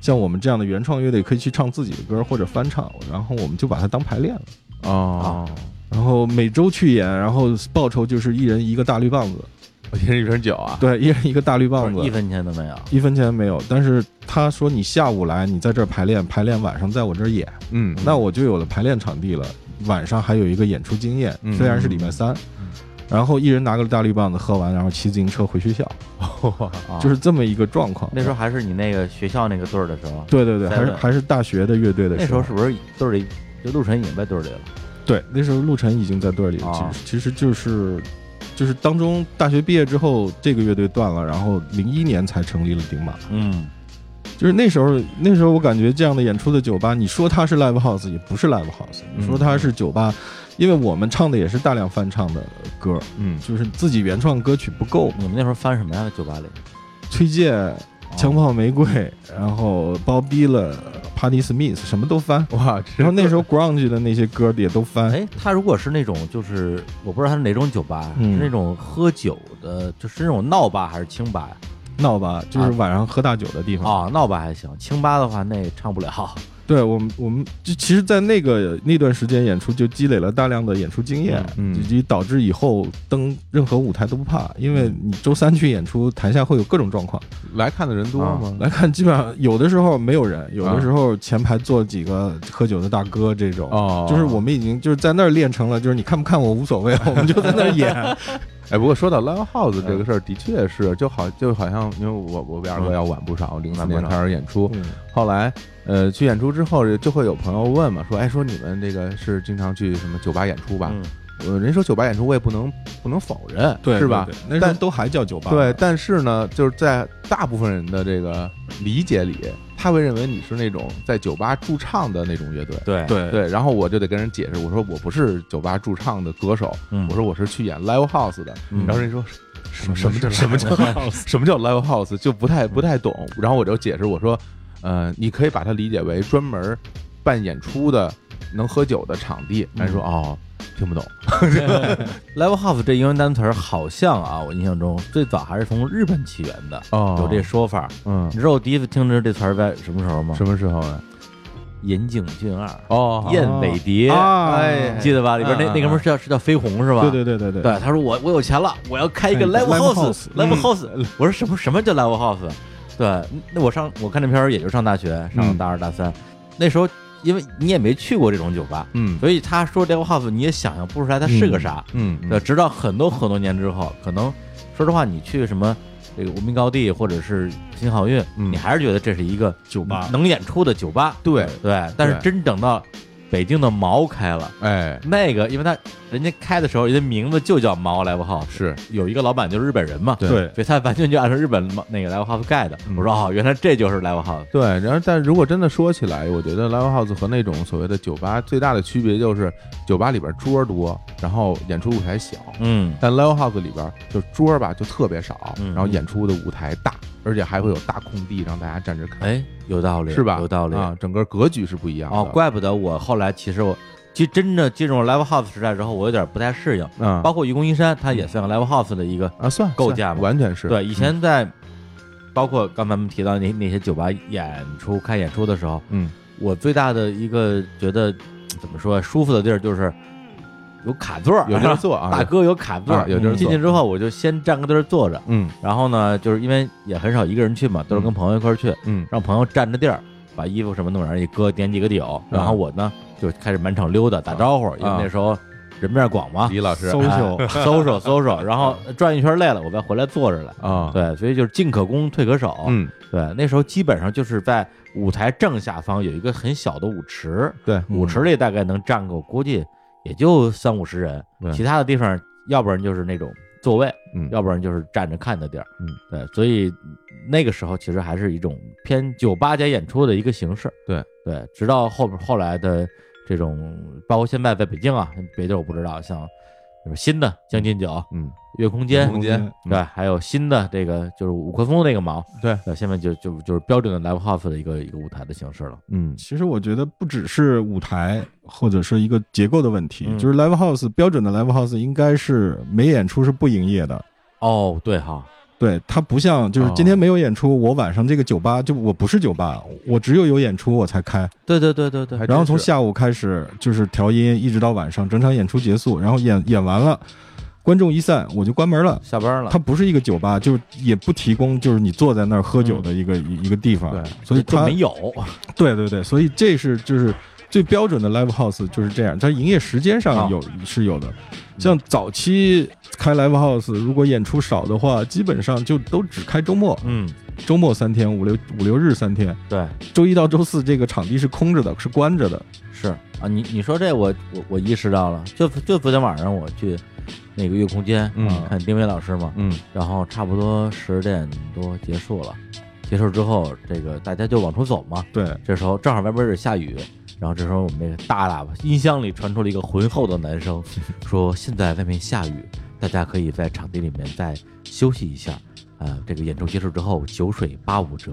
[SPEAKER 3] 像我们这样的原创乐队可以去唱自己的歌或者翻唱，然后我们就把它当排练了。
[SPEAKER 1] 啊
[SPEAKER 2] 哦，
[SPEAKER 3] 然后每周去演，然后报酬就是一人一个大绿棒子，
[SPEAKER 2] 我一人一瓶酒啊，
[SPEAKER 3] 对，一人一个大绿棒
[SPEAKER 1] 不是一
[SPEAKER 3] 子，
[SPEAKER 1] 分钱都没有。啊
[SPEAKER 3] 一分钱没有。但是他说你下午来，你在这儿排练，排练晚上在我这儿演，
[SPEAKER 2] 嗯，
[SPEAKER 3] 那我就有了排练场地了，晚上还有一个演出经验，
[SPEAKER 2] 嗯
[SPEAKER 3] 虽然是礼拜三
[SPEAKER 2] 嗯，
[SPEAKER 3] 然后一人拿个大绿棒子喝完，然后骑自行车回学校。
[SPEAKER 1] 啊
[SPEAKER 3] 就是这么一个状况。
[SPEAKER 1] 那时候还是你那个学校那个队儿的时候，
[SPEAKER 3] 对对对，还是
[SPEAKER 1] Seven
[SPEAKER 3] 还是大学的乐队的
[SPEAKER 1] 那时
[SPEAKER 3] 时候
[SPEAKER 1] 候，是不是队儿里就陆晨已经在队儿里了？
[SPEAKER 3] 对，那时候陆晨已经在队里
[SPEAKER 1] 啊
[SPEAKER 3] 了。其实其实就是就是当中大学毕业之后，这个乐队断了，然后零一年才成立了顶马。
[SPEAKER 1] 嗯，
[SPEAKER 3] 就是那时候那时候我感觉这样的演出的酒吧，你说它是 live house 也不是 live house，你说它是酒吧，因为我们唱的也是大量翻唱的歌，
[SPEAKER 2] 嗯
[SPEAKER 3] 就是自己原创歌曲不够，
[SPEAKER 1] 你们那时候翻什么呀？在酒吧里？哦
[SPEAKER 3] 崔健。枪炮玫瑰，然后包逼了 Patti Smith，什么都翻，
[SPEAKER 2] 哇，这
[SPEAKER 3] 然后那时候 grunge 的那些歌也都翻，
[SPEAKER 1] 哎，他如果是那种，就是我不知道他是哪种酒吧，
[SPEAKER 3] 嗯
[SPEAKER 1] 是那种喝酒的，就是那种闹吧还是清吧呀？
[SPEAKER 3] 闹吧，就是晚上喝大酒的
[SPEAKER 2] 嗯
[SPEAKER 3] 地方。
[SPEAKER 1] 啊，闹吧还行，清吧的话那唱不了。
[SPEAKER 3] 对我们，我们就其实，在那个那段时间演出就积累了大量的演出经验，
[SPEAKER 2] 嗯嗯
[SPEAKER 3] 以及导致以后登任何舞台都不怕，因为你周三去演出，台下会有各种状况。
[SPEAKER 2] 来看的人多吗？
[SPEAKER 3] 来看，基本上有的时候没有人，有的时候前排坐几个喝酒的大哥这种。
[SPEAKER 2] 哦，
[SPEAKER 3] 就是我们已经就是在那儿练成了，就是你看不看我无所 *laughs* 谓，我们就在那儿演。
[SPEAKER 2] 哎，不过说到 live house 这个事儿，的确是，就好就好像，因为我我比二哥要晚不少，零四
[SPEAKER 1] 晚不
[SPEAKER 2] 年
[SPEAKER 1] 少
[SPEAKER 2] 开始演
[SPEAKER 3] 嗯
[SPEAKER 2] 出，后来呃去演出之后，就会有朋友问嘛，说哎说你们这个是经常去什么酒吧演出吧？
[SPEAKER 1] 嗯，
[SPEAKER 2] 呃，人说酒吧演出，我也不能不能否认，
[SPEAKER 3] 对，
[SPEAKER 2] 是吧
[SPEAKER 3] 对？？对那时候
[SPEAKER 2] 但
[SPEAKER 3] 都还叫酒吧。
[SPEAKER 2] 对，但是呢，就是在大部分人的这个理解里，他会认为你是那种在酒吧驻唱的那种乐队。
[SPEAKER 1] 对，
[SPEAKER 3] 对
[SPEAKER 2] 对，然后我就得跟人解释，我说我不是酒吧驻唱的歌手，
[SPEAKER 1] 嗯
[SPEAKER 2] 我说我是去演 live house 的。
[SPEAKER 1] 嗯
[SPEAKER 2] 然后人说什么
[SPEAKER 3] 什
[SPEAKER 2] 什
[SPEAKER 3] 么
[SPEAKER 2] 么什么叫什么叫 live house 就不
[SPEAKER 1] 嗯
[SPEAKER 2] 太不太懂。然后我就解释我说，呃，你可以把它理解为专门办演出的能喝酒的场地。
[SPEAKER 1] 嗯
[SPEAKER 2] 人说哦，听不懂。
[SPEAKER 1] live house 这英文单词儿好像啊，我印象中最早还是从日本起源的，
[SPEAKER 2] 哦
[SPEAKER 1] 有这说法。
[SPEAKER 2] 嗯
[SPEAKER 1] 你，知道我第一次听着这词儿在什么时候吗？
[SPEAKER 2] 什么时候啊？
[SPEAKER 1] 岩井俊二
[SPEAKER 2] 哦
[SPEAKER 1] 《燕尾蝶》
[SPEAKER 3] 啊，
[SPEAKER 2] 哎
[SPEAKER 1] 记得吧？里边那
[SPEAKER 2] 嗯嗯
[SPEAKER 1] 那哥们儿是叫是叫飞鸿是吧？
[SPEAKER 3] 对对对对对
[SPEAKER 1] 对，他说我我有钱了，我要开一个
[SPEAKER 3] 开一
[SPEAKER 1] live
[SPEAKER 3] 个 live
[SPEAKER 1] house，live house。我说什么什么叫 live house？对，那我上我看那片儿也就上大学，上
[SPEAKER 2] 嗯
[SPEAKER 1] 大二大三，那时候因为你也没去过这种酒吧，
[SPEAKER 2] 嗯
[SPEAKER 1] 所以他说 live house 你也想象不出来它是个啥。
[SPEAKER 2] 嗯，
[SPEAKER 1] 对，直到很多很多年之后，可能说实话，你去什么这个无名高地或者是新好运，
[SPEAKER 2] 嗯
[SPEAKER 1] 你还是觉得这是一个
[SPEAKER 3] 酒吧
[SPEAKER 1] 能演出的酒吧。
[SPEAKER 2] 对
[SPEAKER 1] 对，但是
[SPEAKER 2] 对
[SPEAKER 1] 真等到北京的毛开了。
[SPEAKER 2] 哎，
[SPEAKER 1] 那个，因为他人家开的时候，人家名字就叫毛 live house，
[SPEAKER 2] 是
[SPEAKER 1] 有一个老板就是日本人嘛，
[SPEAKER 2] 对
[SPEAKER 3] 对
[SPEAKER 1] 所以他完全就按照日本毛那个 live house 盖的。
[SPEAKER 2] 嗯
[SPEAKER 1] 我说哦，原来这就是 live house，
[SPEAKER 2] 对。然后，但如果真的说起来，我觉得 live house 和那种所谓的酒吧最大的区别就是，酒吧里边桌多，然后演出舞台小。
[SPEAKER 1] 嗯
[SPEAKER 2] 但 live house 里边就是桌吧就特别少，
[SPEAKER 1] 嗯
[SPEAKER 2] 然后演出的舞台大，而且还会有大空地让大家站着看，
[SPEAKER 1] 哎，有道理，
[SPEAKER 2] 是吧？
[SPEAKER 1] 有道理
[SPEAKER 2] 啊，整个格局是不一样的。
[SPEAKER 1] 哦，怪不得我后来其实我其实真的进入 live house 时代之后，我有点不太适应。
[SPEAKER 2] 嗯
[SPEAKER 1] 包括愚公移山，它也算个 live house 的一个。
[SPEAKER 2] 啊，算
[SPEAKER 1] 构架
[SPEAKER 2] 算
[SPEAKER 1] 嘛
[SPEAKER 2] 完全是
[SPEAKER 1] 对，以前在包括刚才咱们提到那那些酒吧演出看演出的时候，
[SPEAKER 2] 嗯
[SPEAKER 1] 我最大的一个觉得怎么说舒服的地儿就是嗯有卡座儿，
[SPEAKER 2] 有地儿坐
[SPEAKER 1] *laughs*
[SPEAKER 2] 啊，
[SPEAKER 1] 大哥有卡座儿，嗯
[SPEAKER 2] 啊有地儿坐
[SPEAKER 1] 进去之后，我就先占个地儿坐着，
[SPEAKER 2] 嗯
[SPEAKER 1] 然后呢，就是因为也很少一个人去嘛，都是跟朋友一块儿去，
[SPEAKER 2] 嗯
[SPEAKER 1] 让朋友占着地儿，把衣服什么弄上一搁，点几个酒，然后我呢就开始满场溜达打招呼，因为那时候人面广嘛，
[SPEAKER 2] 李老师
[SPEAKER 3] 搜
[SPEAKER 1] 哎嗯啊 *laughs* 搜嗯手搜手，然后转一圈累了，我再回来坐着来。
[SPEAKER 2] 啊，，
[SPEAKER 1] 对，所以就是进可攻，退可守。
[SPEAKER 2] 嗯
[SPEAKER 1] 对，那时候基本上就是在舞台正下方有一个很小的舞池，
[SPEAKER 2] 对，
[SPEAKER 1] 舞池里大概能站个，我估计也就三五十人
[SPEAKER 2] 对，
[SPEAKER 1] 其他的地方要不然就是那种座位，
[SPEAKER 2] 嗯
[SPEAKER 1] 要不然就是站着看的地儿，
[SPEAKER 2] 嗯，
[SPEAKER 1] 对，所以那个时候其实还是一种偏酒吧加演出的一个形式，
[SPEAKER 2] 对
[SPEAKER 1] 对，直到后后来的这种，包括现在在北京啊，别地儿我不知道，像比如新的将进酒、
[SPEAKER 2] 嗯，
[SPEAKER 1] 月空间，
[SPEAKER 2] 空间
[SPEAKER 1] 对，还有新的这个就是五棵松那个毛，
[SPEAKER 2] 对，
[SPEAKER 1] 那现在就就就是标准的 live house 的一个一个舞台的形式了，
[SPEAKER 2] 嗯
[SPEAKER 3] 其实我觉得不只是舞台或者是一个结构的问题，
[SPEAKER 1] 嗯
[SPEAKER 3] 就是 live house 标准的 live house 应该是没演出是不营业的。
[SPEAKER 1] 哦，对哈，
[SPEAKER 3] 对，它不像就是今天没有演出，我晚上这个酒吧就我不是酒吧，我只有有演出我才开。
[SPEAKER 1] 对对对对对
[SPEAKER 2] 还真
[SPEAKER 3] 然后从
[SPEAKER 2] 是
[SPEAKER 3] 下午开始就是调音，一直到晚上整场演出结束，然后演演完了，观众一散我就关门了。
[SPEAKER 1] 下班了，
[SPEAKER 3] 它不是一个酒吧，就是也不提供就是你坐在那儿喝酒的一个、一一个地方，
[SPEAKER 2] 对
[SPEAKER 3] 所以
[SPEAKER 1] 就
[SPEAKER 3] 它
[SPEAKER 1] 没有，
[SPEAKER 3] 对对对，所以这是就是最标准的 live house 就是这样，它营业时间
[SPEAKER 1] 啊
[SPEAKER 3] 上有、是有的。像早期开 live house，如果演出少的话，基本上就都只开周末，
[SPEAKER 1] 嗯，
[SPEAKER 3] 周末三天，五六五六日三天，
[SPEAKER 1] 对。
[SPEAKER 3] 周一到周四这个场地是空着的，是关着的。
[SPEAKER 1] 是啊，你你说这我我我意识到了，就就昨天晚上我去那个月空间、
[SPEAKER 2] 嗯
[SPEAKER 1] 啊看丁伟老师嘛，
[SPEAKER 2] 嗯
[SPEAKER 1] 然后差不多十点多结束了，结束之后这个大家就往出走嘛，
[SPEAKER 3] 对，
[SPEAKER 1] 这时候正好外边儿也下雨，然后这时候我们那个大喇叭音箱里传出了一个浑厚的男声，说现在外面下雨，大家可以在场地里面再休息一下。呃，这个演出结束之后，酒水八五折。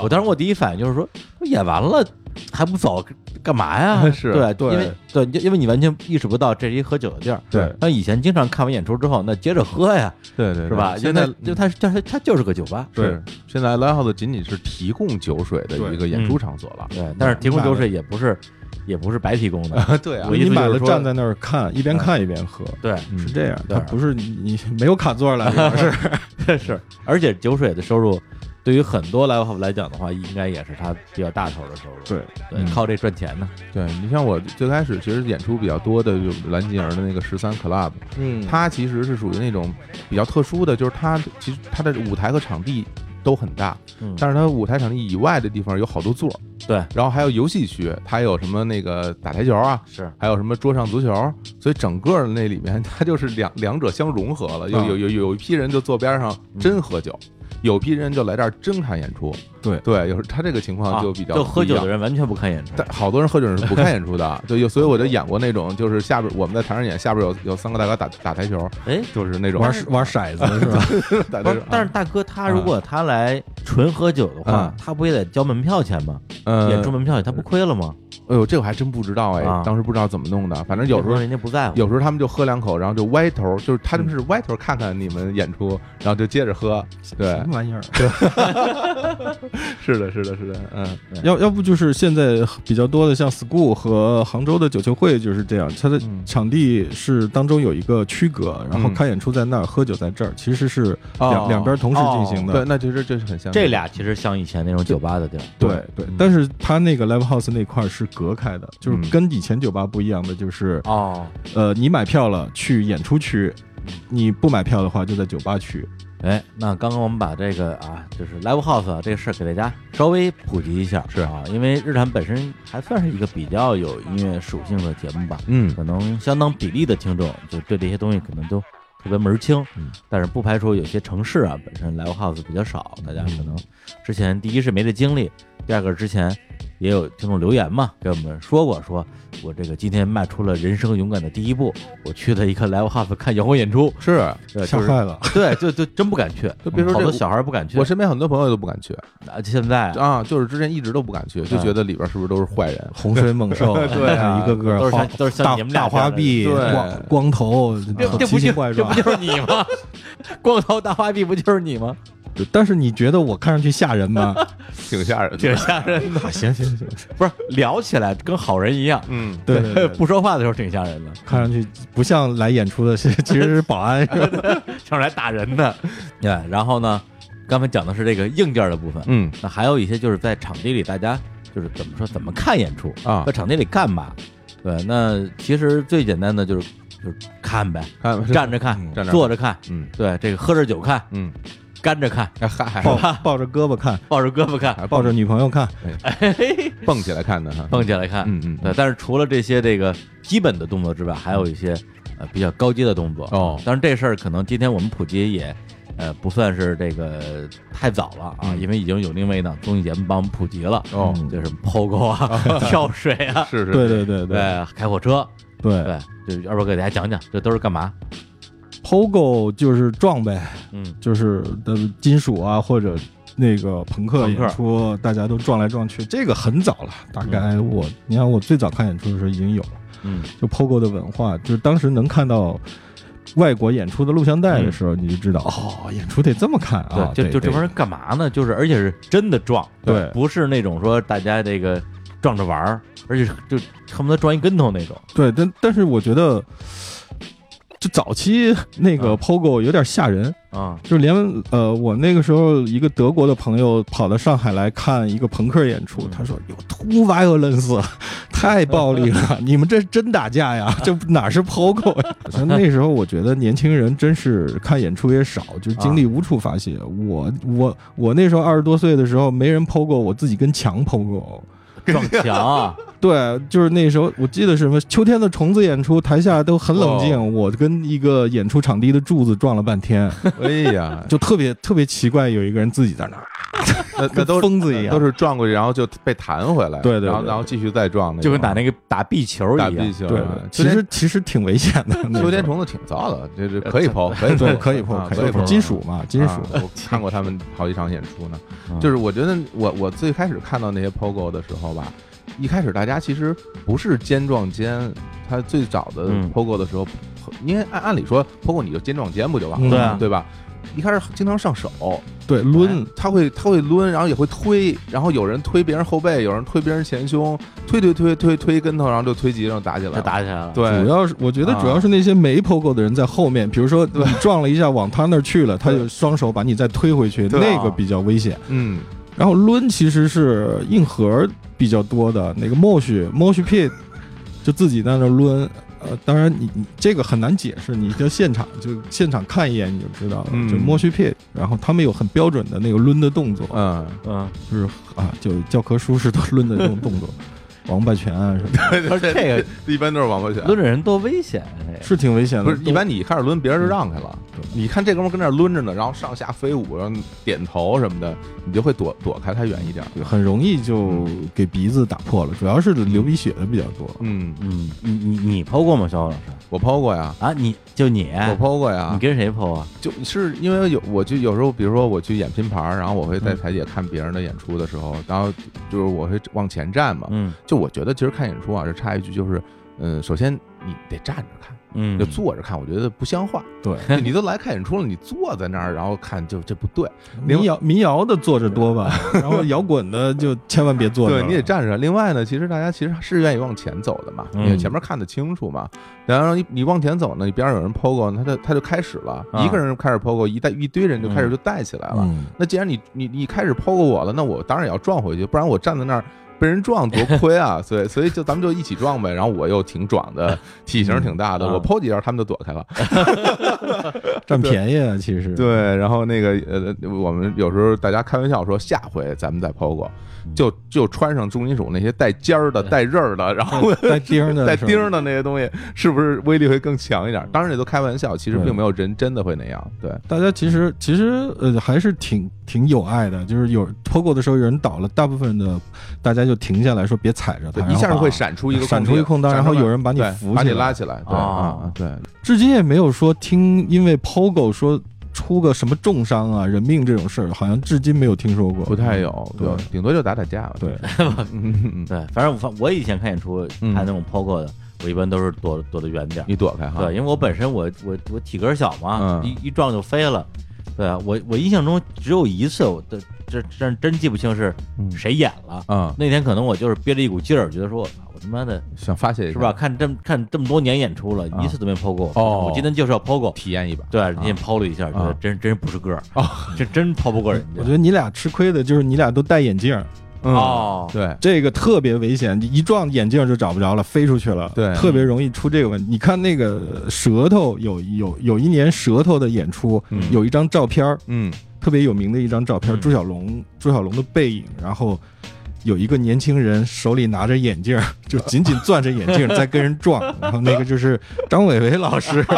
[SPEAKER 1] 我当时我第一反应就是说，我演完了还不走，干嘛呀？
[SPEAKER 2] 是
[SPEAKER 1] 对
[SPEAKER 3] 对
[SPEAKER 1] 因为对，因为你完全意识不到这是一喝酒的地儿。
[SPEAKER 3] 对
[SPEAKER 1] 那以前经常看完演出之后，那接着喝呀，
[SPEAKER 2] 对对，
[SPEAKER 1] 是吧？
[SPEAKER 2] 现在
[SPEAKER 1] 就它就它它就是个酒吧。
[SPEAKER 3] 对
[SPEAKER 2] 是现在 live house 仅仅是提供酒水的一个演出场所嗯了。
[SPEAKER 1] 嗯对，但是提供酒水也不是也不是白提供的。
[SPEAKER 2] *laughs* 对啊
[SPEAKER 1] 我，意
[SPEAKER 3] 你
[SPEAKER 1] 思就是
[SPEAKER 3] 买了
[SPEAKER 1] 说
[SPEAKER 3] 站在那儿看，一边看一边喝。
[SPEAKER 1] 对，
[SPEAKER 2] *laughs* 嗯
[SPEAKER 3] 是这样，
[SPEAKER 1] 对
[SPEAKER 3] 它不是你你没有卡座了，主要是
[SPEAKER 1] 是，而且酒水的收入对于很多 live house 来讲的话，应该也是他比较大头的收入。
[SPEAKER 3] 对
[SPEAKER 1] 对，
[SPEAKER 2] 嗯
[SPEAKER 1] 靠这赚钱呢。
[SPEAKER 2] 对你像我最开始其实演出比较多的，就蓝吉儿的那个十三 club，
[SPEAKER 1] 嗯
[SPEAKER 2] 它其实是属于那种比较特殊的，就是它其实它的舞台和场地都很大，但是它舞台场地以外的地方有好多座，
[SPEAKER 1] 嗯对，
[SPEAKER 2] 然后还有游戏区，它有什么那个打台球啊，
[SPEAKER 1] 是
[SPEAKER 2] 还有什么桌上足球，所以整个那里面它就是两两者相融合了，有
[SPEAKER 1] 嗯
[SPEAKER 2] 有有有一批人就坐边上真喝酒，有批人就来这儿真看演出，
[SPEAKER 3] 对
[SPEAKER 2] 对，有时他这个情
[SPEAKER 1] 啊
[SPEAKER 2] 况就比较
[SPEAKER 1] 就喝酒的
[SPEAKER 2] 人。
[SPEAKER 1] 人完全不看演出。
[SPEAKER 2] 但好多人喝酒人是不看演出的， *laughs* 对，有所以我就演过那种，就是下边我们在台上演，下边有有三个大哥打打台球，
[SPEAKER 1] 哎，
[SPEAKER 2] 就是那种
[SPEAKER 3] 玩玩骰子是吧？
[SPEAKER 2] *laughs* 打
[SPEAKER 1] 不
[SPEAKER 2] 台
[SPEAKER 1] 是
[SPEAKER 2] 球，，
[SPEAKER 1] 但是大哥他如果他来纯喝酒的话
[SPEAKER 2] 啊，
[SPEAKER 1] 他不也得交门票钱吗？
[SPEAKER 2] 呃
[SPEAKER 1] 演出门票钱他不亏了吗？
[SPEAKER 2] 哎呦，这我还真不知道哎
[SPEAKER 1] 啊，
[SPEAKER 2] 当时不知道怎么弄的，反正有时候
[SPEAKER 1] 人家不在乎。
[SPEAKER 2] 有时候他们就喝两口，然后就歪头，就是他们是歪头看看你们演出，然后就接着喝。对
[SPEAKER 3] 什，么玩意儿？
[SPEAKER 2] *laughs*
[SPEAKER 3] *laughs*
[SPEAKER 2] 是的，是的，是的，嗯，
[SPEAKER 3] 要要不就是现在比较多的像 school 和杭州的九球会就是这样，它的
[SPEAKER 2] 嗯
[SPEAKER 3] 场地是当中有一个区隔，然后
[SPEAKER 2] 嗯
[SPEAKER 3] 看演出在那儿，喝酒在这儿，其实是两、
[SPEAKER 2] 哦
[SPEAKER 3] 两边同时进行的。
[SPEAKER 2] 对，那其实这是很像
[SPEAKER 1] 这俩其实像以前那种酒吧的地儿。
[SPEAKER 3] 对对
[SPEAKER 2] 嗯
[SPEAKER 3] 但是它那个 live house 那块儿是隔开的，就
[SPEAKER 2] 嗯
[SPEAKER 3] 是跟以前酒吧不一样的，就是、
[SPEAKER 1] 哦，
[SPEAKER 3] 呃，你买票了去演出区，你不买票的话就在酒吧区。
[SPEAKER 1] 哎，那刚刚我们把这个啊，就是 live house 啊这个事儿给大家稍微普及一下，
[SPEAKER 2] 是
[SPEAKER 1] 啊，因为日坛本身还算是一个比较有音乐属性的节目吧，
[SPEAKER 2] 嗯
[SPEAKER 1] 可能相当比例的听众就对这些东西可能都特别门儿清，
[SPEAKER 2] 嗯
[SPEAKER 1] 但是不排除有些城市啊本身 live house 比较少，大家
[SPEAKER 2] 嗯
[SPEAKER 1] 可能之前第一是没这经历，第二个之前也有听众留言嘛，给我们说过，说我这个今天迈出了人生勇敢的第一步，我去了一个 live house 看摇滚演出，
[SPEAKER 2] 是。
[SPEAKER 1] 对，
[SPEAKER 3] 吓
[SPEAKER 1] 就是
[SPEAKER 3] 坏 *laughs* 了，
[SPEAKER 1] *laughs* 对，就就真不敢去，
[SPEAKER 2] 就别说
[SPEAKER 1] 好
[SPEAKER 2] 这
[SPEAKER 1] 多
[SPEAKER 2] 我
[SPEAKER 1] 小孩儿不敢去。
[SPEAKER 2] 我身边很多朋友都不敢去
[SPEAKER 1] 啊现在
[SPEAKER 2] 啊，就是之前一直都不敢去，
[SPEAKER 1] 啊
[SPEAKER 2] 就觉得里边是不是都是坏人？
[SPEAKER 3] 洪水猛 *laughs* 兽，
[SPEAKER 2] 对啊
[SPEAKER 3] 一个个
[SPEAKER 1] 都是
[SPEAKER 3] 花
[SPEAKER 1] 像都是像
[SPEAKER 3] 大
[SPEAKER 1] 你们俩
[SPEAKER 3] 大
[SPEAKER 1] 这样
[SPEAKER 3] 花
[SPEAKER 1] 的
[SPEAKER 3] 臂、
[SPEAKER 2] 对
[SPEAKER 3] 光光头，
[SPEAKER 1] 这这不
[SPEAKER 3] 奇
[SPEAKER 1] 就
[SPEAKER 3] 形怪
[SPEAKER 1] 这
[SPEAKER 3] 状
[SPEAKER 1] 不。就是你吗？ *laughs* 光头大花臂不就是你吗？
[SPEAKER 3] 但是你觉得我看上去吓人 *laughs* 吗？
[SPEAKER 2] 挺吓人的。
[SPEAKER 1] 挺吓人的，
[SPEAKER 3] 啊，行行行，
[SPEAKER 1] 不是聊起来跟好人一样，
[SPEAKER 2] 嗯，
[SPEAKER 3] 对对对
[SPEAKER 1] 不说话的时候挺吓人的，
[SPEAKER 3] 看上去不像来演出的，是其实是保 *laughs* 安。是吧
[SPEAKER 1] 上来打人的。对，然后呢，刚才讲的是这个硬件的部分，
[SPEAKER 2] 嗯
[SPEAKER 1] 那还有一些就是在场地里大家就是怎么说怎么看演出，
[SPEAKER 2] 啊
[SPEAKER 1] 在，场地里干嘛？对，那其实最简单的就是就是看呗，
[SPEAKER 2] 看 *laughs*
[SPEAKER 1] 站着看
[SPEAKER 2] 嗯，站着看
[SPEAKER 1] 坐着看，
[SPEAKER 2] 嗯
[SPEAKER 1] 对，这个喝着酒看，
[SPEAKER 2] *laughs* 嗯，
[SPEAKER 1] 干着看，
[SPEAKER 2] 哎嗨，
[SPEAKER 3] 抱抱着胳膊看，
[SPEAKER 1] 抱着胳膊看，
[SPEAKER 2] 还
[SPEAKER 3] 抱着女朋友看，
[SPEAKER 2] 蹦起来看的哈，
[SPEAKER 1] 蹦起来看。
[SPEAKER 2] 嗯嗯，
[SPEAKER 1] 对，但是除了这些这个基本的动作之外，还有一些呃比较高阶的动作。
[SPEAKER 2] 哦
[SPEAKER 1] 当然这事儿可能今天我们普及也。呃，不算是这个太早了啊，因为已经有另外一档综艺节目帮我们普及了，
[SPEAKER 2] 哦
[SPEAKER 1] 嗯就是 POGO 啊、 *laughs* 跳水
[SPEAKER 2] *laughs*
[SPEAKER 1] 啊、
[SPEAKER 2] 是是，
[SPEAKER 3] 对对对对
[SPEAKER 1] 对，开火车，
[SPEAKER 3] 对
[SPEAKER 1] 对，就二伯给大家讲讲这都是干嘛？
[SPEAKER 3] ，POGO 就是撞呗，
[SPEAKER 1] 嗯，
[SPEAKER 3] 就是的金属啊，或者那个朋克
[SPEAKER 1] 朋克
[SPEAKER 3] 演出，大家都撞来撞去，这个很早了，大概我，你看我最早看演出的时候已经有了，
[SPEAKER 1] 嗯
[SPEAKER 3] 就 POGO 的文化，就是当时能看到。外国演出的录像带的时候，你就知道哦，演出得这么看啊！
[SPEAKER 1] 嗯对，就
[SPEAKER 3] 得
[SPEAKER 1] 就这
[SPEAKER 3] 得
[SPEAKER 1] 帮人干嘛呢？就是而且是真的撞，
[SPEAKER 3] 对
[SPEAKER 1] 不是那种说大家这个撞着玩儿，而且就恨不得撞一跟头那种。
[SPEAKER 3] 对，但但是我觉得，就早期
[SPEAKER 1] 嗯
[SPEAKER 3] 那个 POGO 有点吓人，
[SPEAKER 1] 啊，
[SPEAKER 3] 就连呃，我那个时候一个德国的朋友跑到上海来看一个朋克演出
[SPEAKER 1] 嗯，
[SPEAKER 3] 他说有 too violence，太 *laughs* 暴力 *laughs* 了，你们这是真打架 *laughs* 呀，这哪是 POGO 呀？所以 *laughs* 那时候我觉得年轻人真是看演出也少，就精力无处发泄。我我我那时候二十多岁的时候，没人 POGO，我自己跟墙 POGO。
[SPEAKER 1] *laughs* 撞墙啊，
[SPEAKER 3] 对，就是那时候，我记得是什么秋天的虫子演出，台下都很冷静，
[SPEAKER 2] 哦
[SPEAKER 3] 我跟一个演出场地的柱子撞了半天，
[SPEAKER 2] 哎呀，
[SPEAKER 3] 就特别特别奇怪，有一个人自己在那儿，
[SPEAKER 2] 那那
[SPEAKER 3] 跟
[SPEAKER 2] 都
[SPEAKER 3] 疯子一样
[SPEAKER 2] 都是撞过去，然后就被弹回来，
[SPEAKER 3] 对对对
[SPEAKER 2] 然后然后继续再撞那种，
[SPEAKER 1] 就跟打那个打壁球一
[SPEAKER 2] 打
[SPEAKER 1] 样。
[SPEAKER 2] 壁球，
[SPEAKER 3] 对
[SPEAKER 2] 啊，
[SPEAKER 3] 其实其实挺危险的，那时候
[SPEAKER 2] *laughs* 秋天虫子挺糟的，这这可以剖，可以
[SPEAKER 3] 对
[SPEAKER 2] 剖，
[SPEAKER 3] 可以碰
[SPEAKER 2] 啊，
[SPEAKER 3] 可以
[SPEAKER 2] 剖
[SPEAKER 3] 碰，金属嘛，金属，
[SPEAKER 2] 啊我看过他们好几场演出呢。
[SPEAKER 1] 嗯
[SPEAKER 2] 就是我觉得我我最开始看到那些 POGO 的时候吧，一开始大家其实不是肩撞肩，他最早的
[SPEAKER 1] 嗯
[SPEAKER 2] POGO 的时候，因为按按理说 POGO 你就肩撞肩不就完了吗，
[SPEAKER 3] 嗯对啊
[SPEAKER 2] 对吧？一开始经常上手
[SPEAKER 3] 对抡
[SPEAKER 2] 哎，他会他会抡，然后也会推，然后有人推别人后背，有人推别人前胸，推推推推推一跟头，然后就推急，然后打起来
[SPEAKER 1] 就
[SPEAKER 2] 了。
[SPEAKER 1] 打起来了。
[SPEAKER 2] 对，
[SPEAKER 3] 主要是我觉得
[SPEAKER 2] 啊
[SPEAKER 3] 主要是那些没 POGO 的人在后面，比如说你撞了一下往他那儿去了，他
[SPEAKER 2] 对
[SPEAKER 3] 就双手把你再推回去，
[SPEAKER 2] 对啊
[SPEAKER 3] 那个比较危险。
[SPEAKER 2] 嗯，
[SPEAKER 3] 然后抡其实是硬核比较多的，那个 mosh mosh pit 就自己在那抡。呃，当然你你这个很难解释，你就现场就现场看一眼你就知道了，
[SPEAKER 2] 嗯
[SPEAKER 3] 就 mosh pit。然后他们有很标准的那个抡的动作，
[SPEAKER 2] 嗯，
[SPEAKER 1] 嗯，
[SPEAKER 3] 就是啊，就教科书式的抡的那种
[SPEAKER 2] *laughs*
[SPEAKER 3] 动作，王八拳啊什么的，
[SPEAKER 1] 不是这个
[SPEAKER 2] 一般都是王八拳。
[SPEAKER 1] 抡着人多危险啊！这个
[SPEAKER 3] 是挺危险的。
[SPEAKER 2] 不是，一
[SPEAKER 3] 都
[SPEAKER 2] 般你开始抡，别人就让开了
[SPEAKER 3] 对。
[SPEAKER 2] 你看这哥们儿跟那儿抡着呢，然后上下飞舞，然后点头什么的，你就会躲躲开他远一点。
[SPEAKER 3] 很容易就给鼻子打破了，主要是流鼻血的比较多。
[SPEAKER 2] 嗯，
[SPEAKER 1] 嗯，你你你剖过吗，肖老师？
[SPEAKER 2] 我抛过呀，
[SPEAKER 1] 啊，你就你，
[SPEAKER 2] 我抛过呀
[SPEAKER 1] 你，跟谁剖啊？
[SPEAKER 2] 就是因为有我就有时候，比如说我去演拼盘儿，然后我会在台姐看别人的演出的时候，然后就是我会往前站嘛。
[SPEAKER 1] 嗯
[SPEAKER 2] 就我觉得其实看演出啊，这插一句就是，嗯，首先你得站着看，
[SPEAKER 1] 嗯，*laughs*
[SPEAKER 2] 就坐着看，我觉得不像话。
[SPEAKER 3] 对，
[SPEAKER 2] 就你都来看演出了，你坐在那儿然后看，就这不对。另
[SPEAKER 3] 民谣民谣的坐着多
[SPEAKER 2] *laughs*
[SPEAKER 3] 吧，然后摇滚的就千万别坐着了。
[SPEAKER 2] 对，你得站着。另外呢，其实大家其实是愿意往前走的嘛，
[SPEAKER 1] 嗯
[SPEAKER 2] 因为前面看得清楚嘛。然后你你往前走呢，你边上有人 POGO，他就他就开始了，
[SPEAKER 1] 啊
[SPEAKER 2] 一个人开始 POGO，一带一堆人就开始
[SPEAKER 1] 嗯
[SPEAKER 2] 就带起来了。
[SPEAKER 3] 嗯，
[SPEAKER 2] 那既然你你你开始 POGO 我了，那我当然也要撞回去，不然我站在那儿。被人撞多亏啊，所以所以就咱们就一起撞呗。然后我又挺壮
[SPEAKER 1] *laughs*
[SPEAKER 2] 的，体型挺大的，
[SPEAKER 1] 嗯啊
[SPEAKER 2] 我 PO 几下他们就躲开了。
[SPEAKER 3] 占便宜啊，其实。
[SPEAKER 2] 对，然后那个呃，我们有时候大家开玩笑说，下回咱们再 POGO，就就穿上重金属那些带尖儿的、带刃儿的，然
[SPEAKER 3] *laughs*
[SPEAKER 2] 后 *laughs*
[SPEAKER 3] 带钉儿的，嗯
[SPEAKER 2] 带钉儿的那些东西，是不是威力会更强一点？当然这都开玩笑，其实
[SPEAKER 3] 对
[SPEAKER 2] 并没有人真的会那样。对，
[SPEAKER 3] 大家其实其实呃还是挺挺有爱的，就是有脱过的时候有人倒了，大部分的大家就停下来说别踩着
[SPEAKER 2] 对
[SPEAKER 3] 他，
[SPEAKER 2] 一下
[SPEAKER 3] 然
[SPEAKER 2] 就
[SPEAKER 3] 后
[SPEAKER 2] 会闪出一个
[SPEAKER 3] 闪出一空当，
[SPEAKER 2] 闪
[SPEAKER 3] 然
[SPEAKER 2] 出
[SPEAKER 3] 后
[SPEAKER 2] 来
[SPEAKER 3] 有人把你
[SPEAKER 2] 对
[SPEAKER 3] 扶
[SPEAKER 2] 把
[SPEAKER 3] 起
[SPEAKER 2] 你
[SPEAKER 3] 来。
[SPEAKER 2] 拉起来。对
[SPEAKER 1] 哦
[SPEAKER 2] 啊，对，
[SPEAKER 3] 至今也没有说听因为 POGO 说出个什么重伤啊、人命这种事儿，好像至今没有听说过。
[SPEAKER 2] 不太有，
[SPEAKER 3] 对
[SPEAKER 2] 对，顶多就打打架吧。
[SPEAKER 3] 对，
[SPEAKER 2] 嗯， *laughs* 嗯嗯
[SPEAKER 1] 对，反正我我以前看演出
[SPEAKER 2] 嗯
[SPEAKER 1] 看那种剖过的，我一般都是躲躲得远点儿。
[SPEAKER 2] 你躲开哈。
[SPEAKER 1] 对，因为我本身我我我体格小嘛，
[SPEAKER 2] 嗯
[SPEAKER 1] 一一撞就飞了。对啊，我我印象中只有一次，我的这这真记不清是
[SPEAKER 2] 嗯
[SPEAKER 1] 谁演了。
[SPEAKER 2] 啊，
[SPEAKER 1] 那天可能我就是憋着一股劲儿，觉得说我操，我他妈的
[SPEAKER 2] 想发泄一下
[SPEAKER 1] 是吧？？看这么看这么多年演出了，
[SPEAKER 2] 啊
[SPEAKER 1] 一次都没抛过。
[SPEAKER 2] 哦
[SPEAKER 1] 我今天就是要抛过。
[SPEAKER 2] 体验一把。
[SPEAKER 1] 对，人家抛了一下，觉得
[SPEAKER 2] 啊
[SPEAKER 1] 真真不是个儿
[SPEAKER 2] 哦，
[SPEAKER 1] *laughs* 真真抛不过人
[SPEAKER 3] 我觉
[SPEAKER 1] 家。
[SPEAKER 3] 得你俩吃亏的就是你俩都戴眼镜，
[SPEAKER 2] 嗯，
[SPEAKER 1] 哦
[SPEAKER 2] 对，
[SPEAKER 3] 这个特别危险，你一撞眼镜就找不着了，飞出去了，
[SPEAKER 2] 对
[SPEAKER 3] 特别容易出这个问题。你看那个舌头有有有一年舌头的演出，
[SPEAKER 2] 嗯
[SPEAKER 3] 有一张照片儿
[SPEAKER 2] 嗯
[SPEAKER 3] 特别有名的一张照片，
[SPEAKER 1] 嗯
[SPEAKER 3] 朱小龙朱小龙的背影，然后有一个年轻人手里拿着眼镜儿， *laughs* 就紧紧攥着眼镜儿在跟人撞，然后那个就是张伟伟老师，
[SPEAKER 1] *laughs*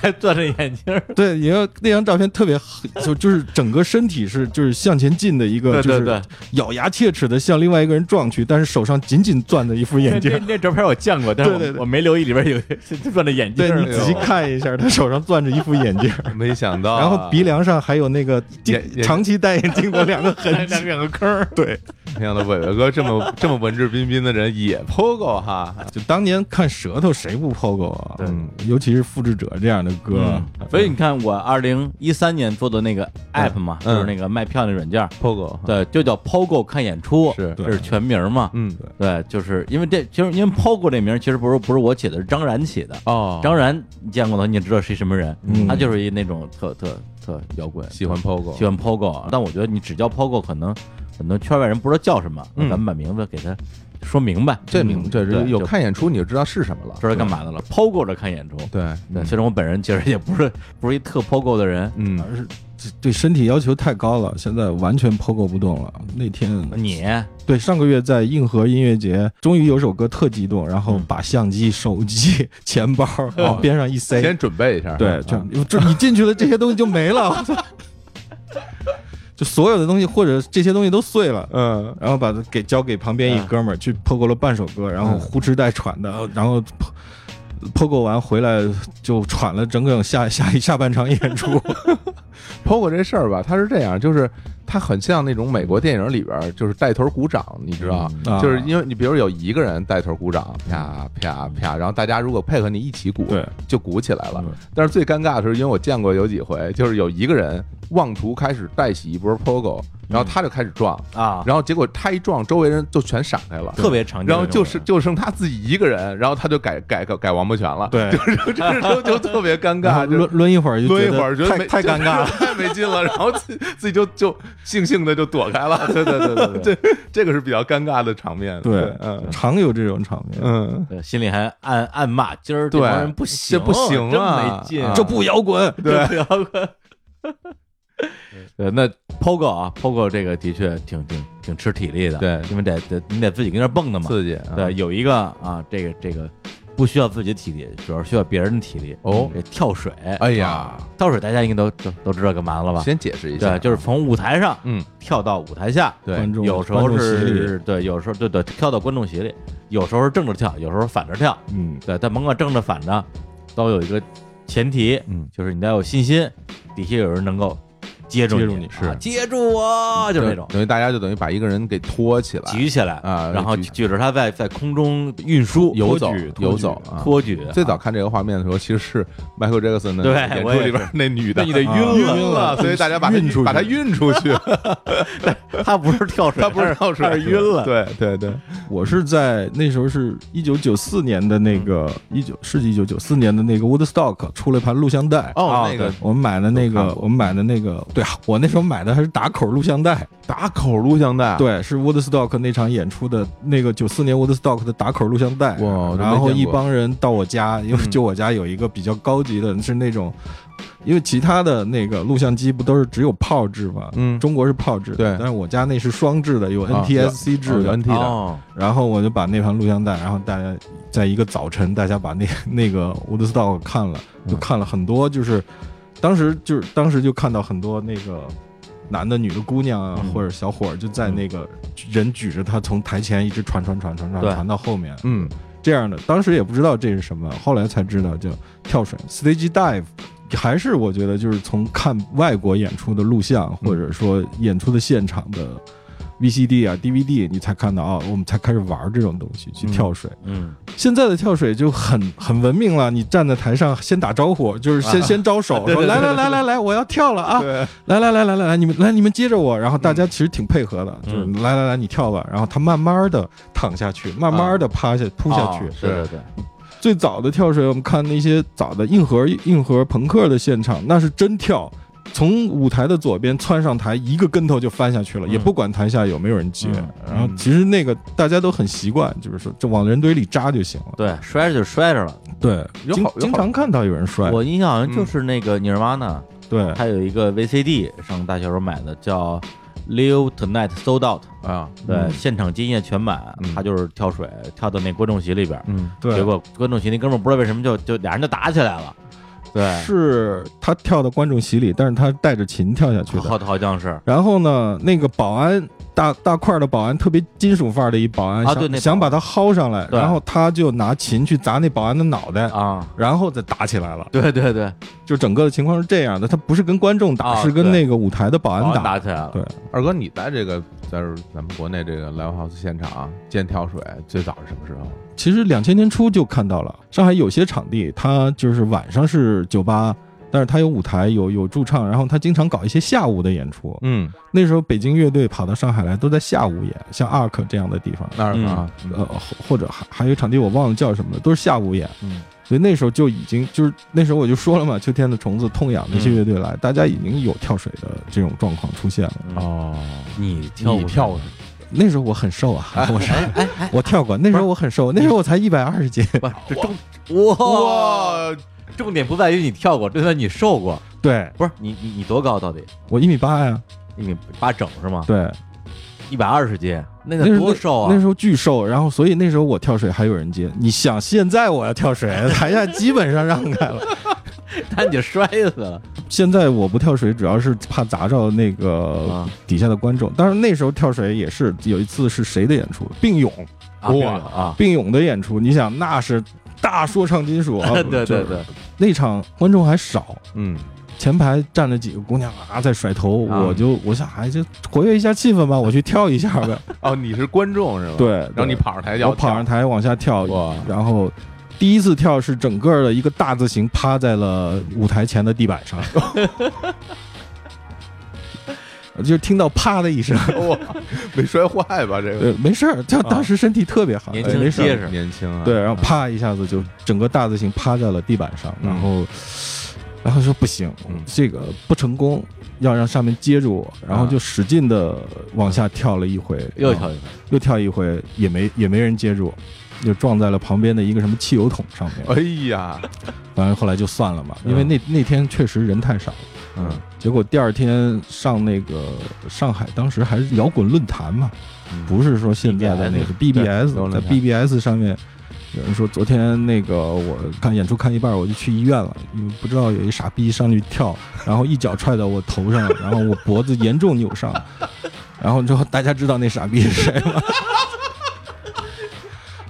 [SPEAKER 1] 还攥着眼镜
[SPEAKER 3] *laughs*
[SPEAKER 1] 儿，
[SPEAKER 3] 对，也要那张照片特别黑就就是整个身体是就是向前进的一个，
[SPEAKER 1] 对
[SPEAKER 3] 就
[SPEAKER 1] 对
[SPEAKER 3] 是
[SPEAKER 1] 对，
[SPEAKER 3] 咬牙切齿的向另外一个人撞去，但是手上紧紧攥着一副眼镜
[SPEAKER 1] 那
[SPEAKER 3] 儿。
[SPEAKER 1] 那照片我见过，但是我
[SPEAKER 3] 对对对
[SPEAKER 1] 我没留意里边有攥着眼镜
[SPEAKER 3] *laughs* 对
[SPEAKER 1] 儿
[SPEAKER 3] 你
[SPEAKER 1] 那
[SPEAKER 3] 仔细
[SPEAKER 1] 种
[SPEAKER 3] 看一下，他手上攥着一副眼镜儿，
[SPEAKER 2] 没想到啊，
[SPEAKER 3] *laughs* 然后鼻梁上还有那个
[SPEAKER 2] 眼
[SPEAKER 3] 镜
[SPEAKER 2] 眼
[SPEAKER 3] 长期戴眼镜的两个
[SPEAKER 1] *laughs*
[SPEAKER 3] 痕 *laughs* 迹。
[SPEAKER 1] 两个坑儿，
[SPEAKER 3] 对，
[SPEAKER 2] 没想到伟伟哥这么这么文质彬彬的人也 POGO 哈，
[SPEAKER 3] 就当年看舌头谁不 POGO 啊？
[SPEAKER 1] 对
[SPEAKER 3] 嗯，尤其是复制者这样的歌，
[SPEAKER 1] 所以你看，我二零一三年做的那个 app 嘛，
[SPEAKER 2] 嗯
[SPEAKER 1] 就是那个卖票那软件儿，
[SPEAKER 2] POGO
[SPEAKER 3] 嗯
[SPEAKER 2] 哈
[SPEAKER 1] 对，就叫 POGO 看演出，
[SPEAKER 2] 是
[SPEAKER 1] 这是全名嘛？
[SPEAKER 2] 嗯
[SPEAKER 1] 对，就是因为这，其实因为 POGO 这名儿其实不是不是我起的，是张然起的。
[SPEAKER 2] 哦，
[SPEAKER 1] 张然，你见过他，你也知道是什么人，
[SPEAKER 3] 嗯
[SPEAKER 1] 他就是一那种特特特摇滚，
[SPEAKER 2] 喜欢 POGO，
[SPEAKER 1] 喜欢 POGO，但我觉得你只叫 POGO，可能很多圈外人不知道叫什么，
[SPEAKER 2] 嗯
[SPEAKER 1] 咱们把名字给他说明白，
[SPEAKER 2] 这名
[SPEAKER 1] 嗯
[SPEAKER 2] 这
[SPEAKER 1] 对
[SPEAKER 2] 是有
[SPEAKER 1] 就
[SPEAKER 2] 看演出你就知道是什么了，
[SPEAKER 1] 知道干嘛的了，POGO 着看演出。
[SPEAKER 2] 对？嗯
[SPEAKER 1] 对，
[SPEAKER 2] 对，
[SPEAKER 1] 虽然我本人其实也不是不是一特 POGO 的人，
[SPEAKER 2] 嗯，
[SPEAKER 3] 而是这对身体要求太高了，现在完全 POGO 不动了。那天
[SPEAKER 1] 你
[SPEAKER 3] 对上个月在硬核音乐节，终于有首歌特激动，然后
[SPEAKER 1] 嗯
[SPEAKER 3] 把相机、手机、钱 *laughs* 包往边上一塞，
[SPEAKER 2] 先准备一下，
[SPEAKER 3] 对，
[SPEAKER 2] 啊
[SPEAKER 3] 就就你进去了，这些东西就没了。 *laughs* 我操！就所有的东西或者这些东西都碎了，
[SPEAKER 2] 嗯，
[SPEAKER 3] 然后把它给交给旁边一哥们儿去 POGO 了半首歌，然后
[SPEAKER 2] 嗯
[SPEAKER 3] 呼哧带喘的，然后 POGO 完回来就喘了整整下下一下半场演
[SPEAKER 2] *laughs*
[SPEAKER 3] 出。
[SPEAKER 2] POGO 这事儿吧，它是这样，就是它很像那种美国电影里边儿，就是带头鼓掌，你
[SPEAKER 1] 嗯
[SPEAKER 2] 知道。
[SPEAKER 3] 啊
[SPEAKER 2] 就是因为你，比如有一个人带头鼓掌，啪啪啪，然后大家如果配合你一起鼓，
[SPEAKER 3] 对，
[SPEAKER 2] 就鼓起来了
[SPEAKER 3] 嗯。
[SPEAKER 2] 但是最尴尬的是，因为我见过有几回，就是有一个人妄图开始带起一波 POGO，
[SPEAKER 1] 嗯
[SPEAKER 2] 然后他就开始撞，
[SPEAKER 1] 啊，
[SPEAKER 2] 然后结果他一撞，周围人就全闪开了，
[SPEAKER 1] 特别常见这种人。
[SPEAKER 2] 然后就是就剩他自己一个人，然后他就改改改改王八拳了，
[SPEAKER 3] 对
[SPEAKER 2] 就是就是就就特别尴
[SPEAKER 3] 然后
[SPEAKER 1] *laughs*
[SPEAKER 2] 尬，就
[SPEAKER 3] 抡抡一会儿就
[SPEAKER 2] 抡一
[SPEAKER 3] 得
[SPEAKER 2] 会儿觉得
[SPEAKER 3] 太
[SPEAKER 2] 没
[SPEAKER 3] 太尴尬了。，
[SPEAKER 2] *laughs* 太没劲了，然后自自己就就悻悻的就躲开了，对对对对， *laughs* 这这个是比较尴尬的场面，
[SPEAKER 3] 对，
[SPEAKER 2] 嗯
[SPEAKER 3] 常有这种场面。
[SPEAKER 2] 嗯，
[SPEAKER 1] 对心里还暗暗骂，今儿这
[SPEAKER 2] 对
[SPEAKER 1] 帮人不行，
[SPEAKER 2] 这不行
[SPEAKER 1] 真
[SPEAKER 2] 啊
[SPEAKER 1] 没劲
[SPEAKER 2] 啊，
[SPEAKER 3] 这不摇滚，
[SPEAKER 2] 对 *laughs*
[SPEAKER 1] 这不摇滚。 *laughs* 对，那 POGO 啊，POGO 这个的确挺挺挺吃体力的，
[SPEAKER 2] 对
[SPEAKER 1] 因为得得你得自己跟那儿蹦的嘛。
[SPEAKER 2] *laughs* 刺激，
[SPEAKER 1] 对，，有一个啊，这个这个不需要自己的体力，主要需要别人的体力。
[SPEAKER 2] 哦
[SPEAKER 1] 这跳水，
[SPEAKER 2] 哎呀
[SPEAKER 1] 啊，跳水大家应该都都都知道干嘛了吧？
[SPEAKER 2] 先解释一下，
[SPEAKER 1] 对，就是从舞台上
[SPEAKER 2] 嗯，
[SPEAKER 1] 跳到舞台下，
[SPEAKER 2] 啊对，
[SPEAKER 3] 观众
[SPEAKER 1] 有时候
[SPEAKER 3] 观众席里
[SPEAKER 1] 是对，有时候对对跳到观众席里，有时候是正着跳，有时候反着跳，
[SPEAKER 3] 嗯，
[SPEAKER 1] 对，但甭管正着反着，都有一个前提，
[SPEAKER 2] 嗯，
[SPEAKER 1] 就是你得有信心，底下有人能够接住
[SPEAKER 3] 接
[SPEAKER 1] 你，
[SPEAKER 3] 住你
[SPEAKER 1] 啊接住
[SPEAKER 2] 嗯
[SPEAKER 1] 我，就是那种
[SPEAKER 2] 等于大家就等于把一个人给拖起来，
[SPEAKER 1] 举起来
[SPEAKER 2] 啊
[SPEAKER 1] 然后
[SPEAKER 2] 举
[SPEAKER 1] 举着它在在空中运输、
[SPEAKER 2] 游走
[SPEAKER 1] 托举、
[SPEAKER 2] 游走啊
[SPEAKER 1] 托举。
[SPEAKER 2] 最
[SPEAKER 1] *laughs*
[SPEAKER 2] 早看这个画面的时候，其实是 Michael Jackson 的
[SPEAKER 1] 对
[SPEAKER 2] 演
[SPEAKER 1] 我
[SPEAKER 2] 出
[SPEAKER 1] 也
[SPEAKER 2] 里边那女的
[SPEAKER 1] 那女的
[SPEAKER 3] 晕了
[SPEAKER 2] 啊晕了，所以大家把她
[SPEAKER 3] 晕出去
[SPEAKER 2] 把她晕出去，
[SPEAKER 1] 他不是跳
[SPEAKER 2] *laughs*
[SPEAKER 1] 水，
[SPEAKER 2] 她不是跳水，
[SPEAKER 1] 她 *laughs* 是晕了。
[SPEAKER 2] 对对对，
[SPEAKER 3] 我是在那时候是一九九四年的那个
[SPEAKER 2] 嗯
[SPEAKER 3] 一九是一九九四年的那个 Woodstock 出了一盘录像带，
[SPEAKER 2] 哦，那个
[SPEAKER 3] 我们买的那
[SPEAKER 2] 都看
[SPEAKER 3] 个
[SPEAKER 2] 过
[SPEAKER 3] 我们买的那个对啊，我那时候买的还是打口录像带，
[SPEAKER 2] 打口啊录像带，，
[SPEAKER 3] 对，是 Woodstock 那场演出的那个九四年 Woodstock 的打口录像带。
[SPEAKER 2] 哇我都没
[SPEAKER 3] 然后
[SPEAKER 2] 见
[SPEAKER 3] 一
[SPEAKER 2] 过
[SPEAKER 3] 帮人到我家，因为
[SPEAKER 2] 嗯
[SPEAKER 3] 就我家有一个比较高级的，是那种，因为其他的那个录像机不都是只有泡制嘛，
[SPEAKER 2] 嗯
[SPEAKER 3] 中国是泡制的，
[SPEAKER 2] 对
[SPEAKER 3] 但是我家那是双制的，有
[SPEAKER 2] 啊
[SPEAKER 3] NTSC 制的。
[SPEAKER 2] 有 NT 的
[SPEAKER 1] 哦，
[SPEAKER 3] 然后我就把那盘录像带，然后大家在一个早晨，大家把那那个 Woodstock 看了，就
[SPEAKER 2] 嗯
[SPEAKER 3] 看了很多，就是当时就是当时就看到很多那个男的、女的、姑娘啊，
[SPEAKER 1] 嗯
[SPEAKER 3] 或者小伙儿，就在那个人举着他从台前一直传传传传传
[SPEAKER 1] 对
[SPEAKER 3] 传到后面
[SPEAKER 2] 嗯，
[SPEAKER 3] 这样的，当时也不知道这是什么，后来才知道叫跳水 stage dive。还是我觉得就是从看外国演出的录像，或者说演出的现场的 VCD 啊、DVD，你才看到啊，我们才开始玩这种东西，去
[SPEAKER 2] 嗯
[SPEAKER 3] 跳水。
[SPEAKER 1] 嗯，
[SPEAKER 3] 现在的跳水就很很文明了，你站在台上先打招呼，就是
[SPEAKER 1] 啊
[SPEAKER 3] 先、先招手，
[SPEAKER 2] 对
[SPEAKER 3] 说
[SPEAKER 2] 对对
[SPEAKER 3] 来来来来来，我要跳了啊！
[SPEAKER 2] 对，
[SPEAKER 3] 来来来来来来，你们来你们接着我，然后大家其实挺配合的，
[SPEAKER 1] 嗯
[SPEAKER 3] 就是来来来你跳吧，然后他慢慢的躺下去，慢慢的趴下、扑下去
[SPEAKER 1] 哦。对对对，
[SPEAKER 3] 最早的跳水，我们看那些早的硬核硬核朋克的现场，那是真跳。从舞台的左边窜上台，一个跟头就翻下去了，
[SPEAKER 1] 嗯
[SPEAKER 3] 也不管台下有没有人接。
[SPEAKER 1] 嗯
[SPEAKER 3] 然后其实那个大家都很习惯，就是说就往人堆里扎就行了。
[SPEAKER 1] 对，摔着就摔着了。
[SPEAKER 3] 对，
[SPEAKER 2] 有
[SPEAKER 3] 经
[SPEAKER 2] 好有
[SPEAKER 3] 经
[SPEAKER 2] 好
[SPEAKER 3] 常看到有人摔。
[SPEAKER 2] 嗯
[SPEAKER 1] 我印象好像就是那个尼尔玛呢，
[SPEAKER 3] 对，
[SPEAKER 1] 他有一个 VCD，上大学时候买的，叫《Live Tonight Sold Out》，
[SPEAKER 2] 啊，
[SPEAKER 1] 对，
[SPEAKER 3] 嗯
[SPEAKER 1] 现场今夜全满，
[SPEAKER 2] 嗯
[SPEAKER 1] 他就是跳水跳到那观众席里边儿，
[SPEAKER 2] 嗯
[SPEAKER 1] 结
[SPEAKER 3] 对，
[SPEAKER 1] 果观众席那哥们儿不知道为什么就就俩人就打起来了，对，
[SPEAKER 3] 是他跳到观众席里，但是他带着琴跳下去的。
[SPEAKER 1] 好好像是
[SPEAKER 3] 然后呢，那个保安大大块儿的保安，特别金属范儿的一保安，
[SPEAKER 1] 啊对那保
[SPEAKER 3] 想
[SPEAKER 1] 安
[SPEAKER 3] 想把他薅上来，
[SPEAKER 1] 对
[SPEAKER 3] 然后他就拿琴去砸那保安的脑袋，
[SPEAKER 1] 啊，
[SPEAKER 3] 然后再打起来了。
[SPEAKER 1] 对对对，
[SPEAKER 3] 就整个的情况是这样的，他不是跟观众打，
[SPEAKER 1] 啊
[SPEAKER 3] 是跟
[SPEAKER 1] 对
[SPEAKER 3] 那个舞台的保安
[SPEAKER 1] 好像
[SPEAKER 3] 打。
[SPEAKER 1] 打起来了，
[SPEAKER 3] 对
[SPEAKER 2] 二哥，你在这个在咱们国内这个 live house 现场见跳水最早是什么时候？
[SPEAKER 3] 其实两千年初就看到了，上海有些场地，它就是晚上是酒吧，但是它有舞台，有有驻唱，然后它经常搞一些下午的演出。
[SPEAKER 2] 嗯，
[SPEAKER 3] 那时候北京乐队跑到上海来，都在下午演，像 ARK 这样的地方，
[SPEAKER 2] 那儿
[SPEAKER 1] 嗯
[SPEAKER 2] 啊，
[SPEAKER 3] 呃，或或者还还有一场地我忘了叫什么了，都是下午演。
[SPEAKER 2] 嗯，
[SPEAKER 3] 所以那时候就已经就是那时候我就说了嘛，秋天的虫子、痛痒那
[SPEAKER 1] 嗯
[SPEAKER 3] 些乐队来，大家已经有跳水的这种状况出现了。
[SPEAKER 1] 嗯，
[SPEAKER 2] 哦，
[SPEAKER 1] 你跳
[SPEAKER 2] 你
[SPEAKER 1] 舞
[SPEAKER 2] 跳过去，
[SPEAKER 3] 那时候我很瘦啊， *laughs* 我是
[SPEAKER 1] 哎哎哎，
[SPEAKER 3] 我跳过，那时候我很瘦，那时候我才一百
[SPEAKER 1] *laughs*
[SPEAKER 3] 二十斤。
[SPEAKER 1] 不是这重哇，
[SPEAKER 2] 哇，
[SPEAKER 1] 重点不在于你跳过，就在于你瘦过，
[SPEAKER 3] 对
[SPEAKER 1] 不是你你你多高到底？
[SPEAKER 3] 我一米八呀，
[SPEAKER 1] 一米八整是吗？
[SPEAKER 3] 对，
[SPEAKER 1] 一百二十斤，那
[SPEAKER 3] 那时
[SPEAKER 1] 得
[SPEAKER 3] 候
[SPEAKER 1] 多瘦啊！
[SPEAKER 3] 那时候巨瘦，然后所以那时候我跳水还有人接。你想，现在我要跳水，台下基本上让开了。
[SPEAKER 1] *laughs* 那你就摔死了
[SPEAKER 3] 现在我不跳水，主要是怕砸着那个
[SPEAKER 1] 啊
[SPEAKER 3] 底下的观众。当然那时候跳水也是有一次是谁的演出？并勇，
[SPEAKER 1] 啊！对
[SPEAKER 2] 哇
[SPEAKER 1] 啊！
[SPEAKER 3] 并勇的演出，你想那是大说唱金属 *laughs* 啊！
[SPEAKER 1] 对 *laughs* 对
[SPEAKER 3] 就是
[SPEAKER 1] 对，
[SPEAKER 3] 那场观众还少，
[SPEAKER 2] 嗯，
[SPEAKER 3] 前排站着几个姑娘啊，在甩头，
[SPEAKER 1] 啊
[SPEAKER 3] 我就我想，哎，就活跃一下气氛 *laughs* 吧，我去跳一下呗。
[SPEAKER 2] 哦，你是观众是吧？，
[SPEAKER 3] *laughs* 对，
[SPEAKER 2] 然后你
[SPEAKER 3] 对
[SPEAKER 2] 跑上台要
[SPEAKER 3] 我跑上台往下跳，
[SPEAKER 2] 哇，
[SPEAKER 3] 然后第一次跳是整个的一个大字形趴在了舞台前的地板上， *laughs* 我就听到啪的一声，
[SPEAKER 2] 哇，没摔坏吧？这个
[SPEAKER 3] 对，呃没事儿，就当时身体特别好，
[SPEAKER 1] 啊年
[SPEAKER 3] 哎
[SPEAKER 1] 轻
[SPEAKER 3] 没事
[SPEAKER 1] 结
[SPEAKER 3] 儿，
[SPEAKER 1] 实
[SPEAKER 2] 年轻啊，
[SPEAKER 3] 对，然后啪一下子就整个大字形趴在了地板上，
[SPEAKER 2] 嗯
[SPEAKER 3] 然后。然后说不行
[SPEAKER 2] 嗯，
[SPEAKER 3] 这个不成功，要让上面接住我，然后就使劲的往下跳了一回，
[SPEAKER 1] 啊又
[SPEAKER 3] 然后
[SPEAKER 1] 跳一
[SPEAKER 3] 又跳一回，也没也没人接住，就撞在了旁边的一个什么汽油桶上
[SPEAKER 1] 哦
[SPEAKER 3] 面。
[SPEAKER 2] 哎呀，
[SPEAKER 3] 反正后来就算了嘛，因
[SPEAKER 1] 嗯
[SPEAKER 3] 为那那天确实人太少。
[SPEAKER 2] 嗯，
[SPEAKER 3] 结果第二天上那个上海，当时还是摇滚论坛嘛，
[SPEAKER 2] 嗯
[SPEAKER 3] 不是说现在的那个
[SPEAKER 2] 摇
[SPEAKER 3] BBS，
[SPEAKER 2] 滚
[SPEAKER 3] 在
[SPEAKER 2] 论坛
[SPEAKER 3] BBS 上面有人说昨天那个我看演出看一半我就去医院了，因为不知道有一傻逼上去跳，然后一脚踹到我头上，然后我脖子严重扭伤， *laughs* 然后之后大家知道那傻逼是谁吗？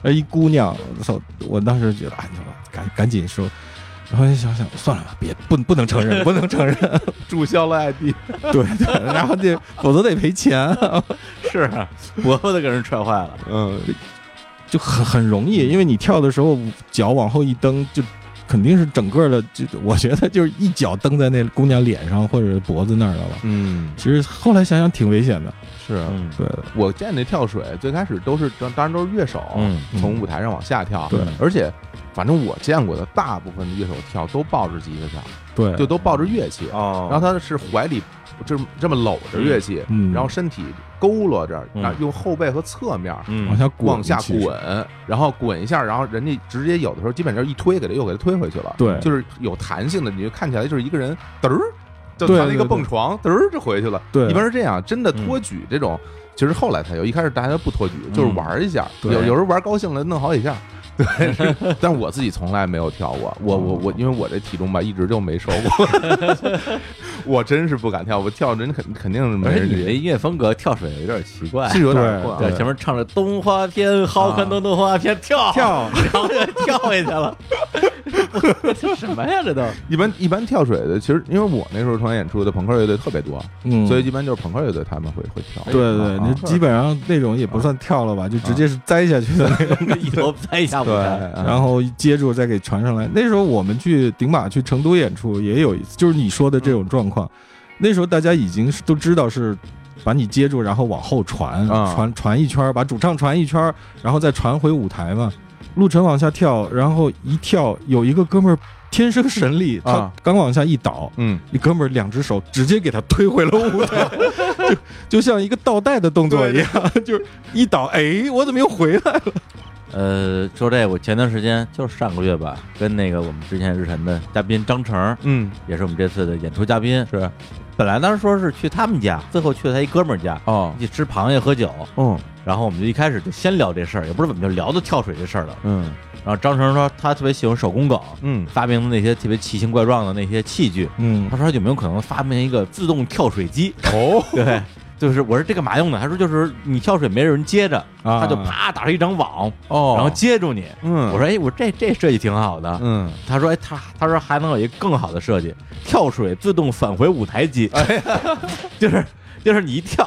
[SPEAKER 3] 哎，一姑娘，我操！我当时觉得，哎，你说赶赶紧说，然后一想想，算了吧，别不不能承认，不能承认，
[SPEAKER 2] 注销了 ID，
[SPEAKER 3] 对对，然后得否则得赔钱，
[SPEAKER 1] 个，是啊脖子给人踹坏了，
[SPEAKER 2] 嗯，
[SPEAKER 3] 就很很容易，因为你跳的时候脚往后一蹬，就肯定是整个的，就我觉得就是一脚蹬在那姑娘脸上或者脖子那儿了吧。
[SPEAKER 2] 嗯，
[SPEAKER 3] 其实后来想想挺危险的，
[SPEAKER 2] 是
[SPEAKER 1] 嗯
[SPEAKER 3] 对，
[SPEAKER 2] 我见那跳水最开始都是当当然都是乐手，
[SPEAKER 1] 嗯
[SPEAKER 2] 从舞台上往下跳，
[SPEAKER 3] 对
[SPEAKER 2] 而且反正我见过的大部分的乐手跳都抱着吉他跳，
[SPEAKER 3] 对，
[SPEAKER 2] 就都抱着乐器，
[SPEAKER 1] 哦
[SPEAKER 2] 然后他是怀里就是这么搂着乐器，
[SPEAKER 3] 嗯，
[SPEAKER 2] 然后身体佝偻着，
[SPEAKER 1] 嗯
[SPEAKER 2] 然后用后背和侧面。
[SPEAKER 1] 嗯
[SPEAKER 3] 往下滚，
[SPEAKER 2] 往下
[SPEAKER 3] 其实，
[SPEAKER 2] 滚，然后滚一下，然后人家直接有的时候基本就是一推给他，又给他推回去了。
[SPEAKER 3] 对
[SPEAKER 2] 就是有弹性的，你就看起来就是一个人嘚儿，就
[SPEAKER 3] 对
[SPEAKER 2] 弹了一个
[SPEAKER 3] 对对
[SPEAKER 2] 蹦床，嘚儿就回去了。
[SPEAKER 3] 对
[SPEAKER 2] 一般是这样，真的
[SPEAKER 1] 嗯
[SPEAKER 2] 托举这种，其实后来才有，一开始大家都不托举，就是玩一下，有
[SPEAKER 3] 嗯对
[SPEAKER 2] 有时候玩高兴了弄好几下。对， *laughs* 但是我自己从来没有跳过，我我
[SPEAKER 3] 哦
[SPEAKER 2] 我，因为我这体重吧，一直就没瘦过， *laughs* 我真是不敢跳，我跳人肯肯定是没
[SPEAKER 1] 而且
[SPEAKER 2] 人
[SPEAKER 1] 你的
[SPEAKER 2] 接，
[SPEAKER 1] 音乐风格跳水有点奇怪，
[SPEAKER 2] 是有啊点
[SPEAKER 3] 对
[SPEAKER 2] 过啊
[SPEAKER 1] 对，前面唱着《动画片好看的动画片》，跳
[SPEAKER 3] 跳，
[SPEAKER 1] 然后就跳下去
[SPEAKER 2] *laughs*
[SPEAKER 1] 了，这什么呀？这都
[SPEAKER 2] 一般一般跳水的，其实因为我那时候团演出的朋克乐队特别多，
[SPEAKER 3] 嗯，
[SPEAKER 2] 所以一般就是朋克乐队他们会会跳。
[SPEAKER 3] 对对，
[SPEAKER 2] 啊
[SPEAKER 3] 那基本上那种也不算跳了吧，就直接是栽
[SPEAKER 2] *laughs*
[SPEAKER 3] 下去的那种。
[SPEAKER 1] 一头栽下舞
[SPEAKER 2] 对，
[SPEAKER 1] 台，
[SPEAKER 2] 然
[SPEAKER 3] 然后接住再给传上来。那时候我们去顶马去成都演出，也有一次就是你说的这种状况。那时候大家已经是都知道是把你接住，然后往后传，
[SPEAKER 2] 啊
[SPEAKER 3] 传传一圈儿，把主唱传一圈儿，然后再传回舞台嘛。陆晨往下跳，然后一跳，有一个哥们儿天生神力，他
[SPEAKER 2] 啊
[SPEAKER 3] 刚往下一倒，
[SPEAKER 2] 嗯，
[SPEAKER 3] 一哥们儿两只手直接给他推回了舞台， *laughs* 就就像一个倒带的动作一样，就是一倒，哎，我怎么又回来了？
[SPEAKER 1] 呃，说这我前段时间就是上个月吧，跟那个我们之前日晨的嘉宾张成，
[SPEAKER 2] 嗯，
[SPEAKER 1] 也是我们这次的演出嘉宾，
[SPEAKER 2] 是
[SPEAKER 1] 本来当时说是去他们家，最后去了他一哥们儿家，
[SPEAKER 2] 哦，
[SPEAKER 1] 一起吃螃蟹喝酒，
[SPEAKER 3] 哦
[SPEAKER 2] 嗯
[SPEAKER 1] 然后我们就一开始就先聊这事儿，也不知道怎么就聊到跳水这事儿了。
[SPEAKER 2] 嗯
[SPEAKER 1] 然后张成说他特别喜欢手工梗，
[SPEAKER 2] 嗯
[SPEAKER 1] 发明的那些特别奇形怪状的那些器具，
[SPEAKER 3] 嗯
[SPEAKER 1] 他说他有没有可能发明一个自动跳水机？
[SPEAKER 2] 哦，
[SPEAKER 1] *laughs* 对，就是我说这干嘛用的？他说就是你跳水没人接着，
[SPEAKER 3] 啊
[SPEAKER 1] 他就啪打上一张网，
[SPEAKER 2] 哦，
[SPEAKER 1] 然后接住你。
[SPEAKER 2] 嗯，
[SPEAKER 1] 我说哎，我这这设计挺好的。
[SPEAKER 2] 嗯，
[SPEAKER 1] 他说哎，他他说还能有一个更好的设计，跳水自动返回舞台机，
[SPEAKER 2] 哎
[SPEAKER 1] *laughs* 就是就是你一跳，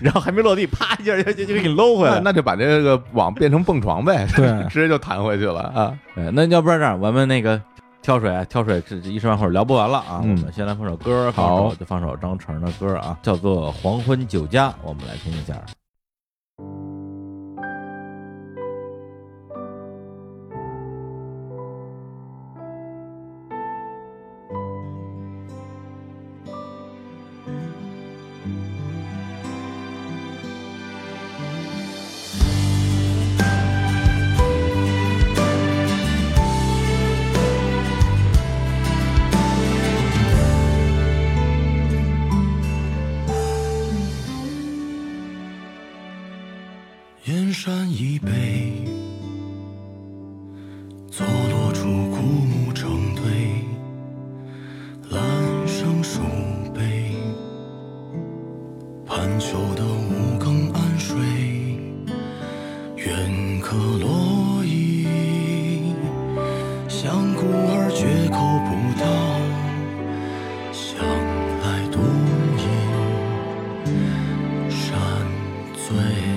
[SPEAKER 1] 然后还没落地，啪一下就就就给你搂回
[SPEAKER 2] 那
[SPEAKER 1] 来。
[SPEAKER 2] 那就把这个网变成蹦床呗，
[SPEAKER 3] 对
[SPEAKER 2] *laughs* 直接就弹回去了啊，
[SPEAKER 1] 哎那要不然这样，我们那个跳水啊，跳水这这一时半会儿聊不完了啊，
[SPEAKER 2] 嗯
[SPEAKER 1] 我们先来放首歌，放
[SPEAKER 2] 好
[SPEAKER 1] 首就放首张成的歌啊，叫做《黄昏酒家》，我们来听一下。
[SPEAKER 4] 燕山以北，坐落出古木成堆，兰生树碑，盘虬的五更安睡，远客落衣，相顾而绝口不道，向来独饮。山醉。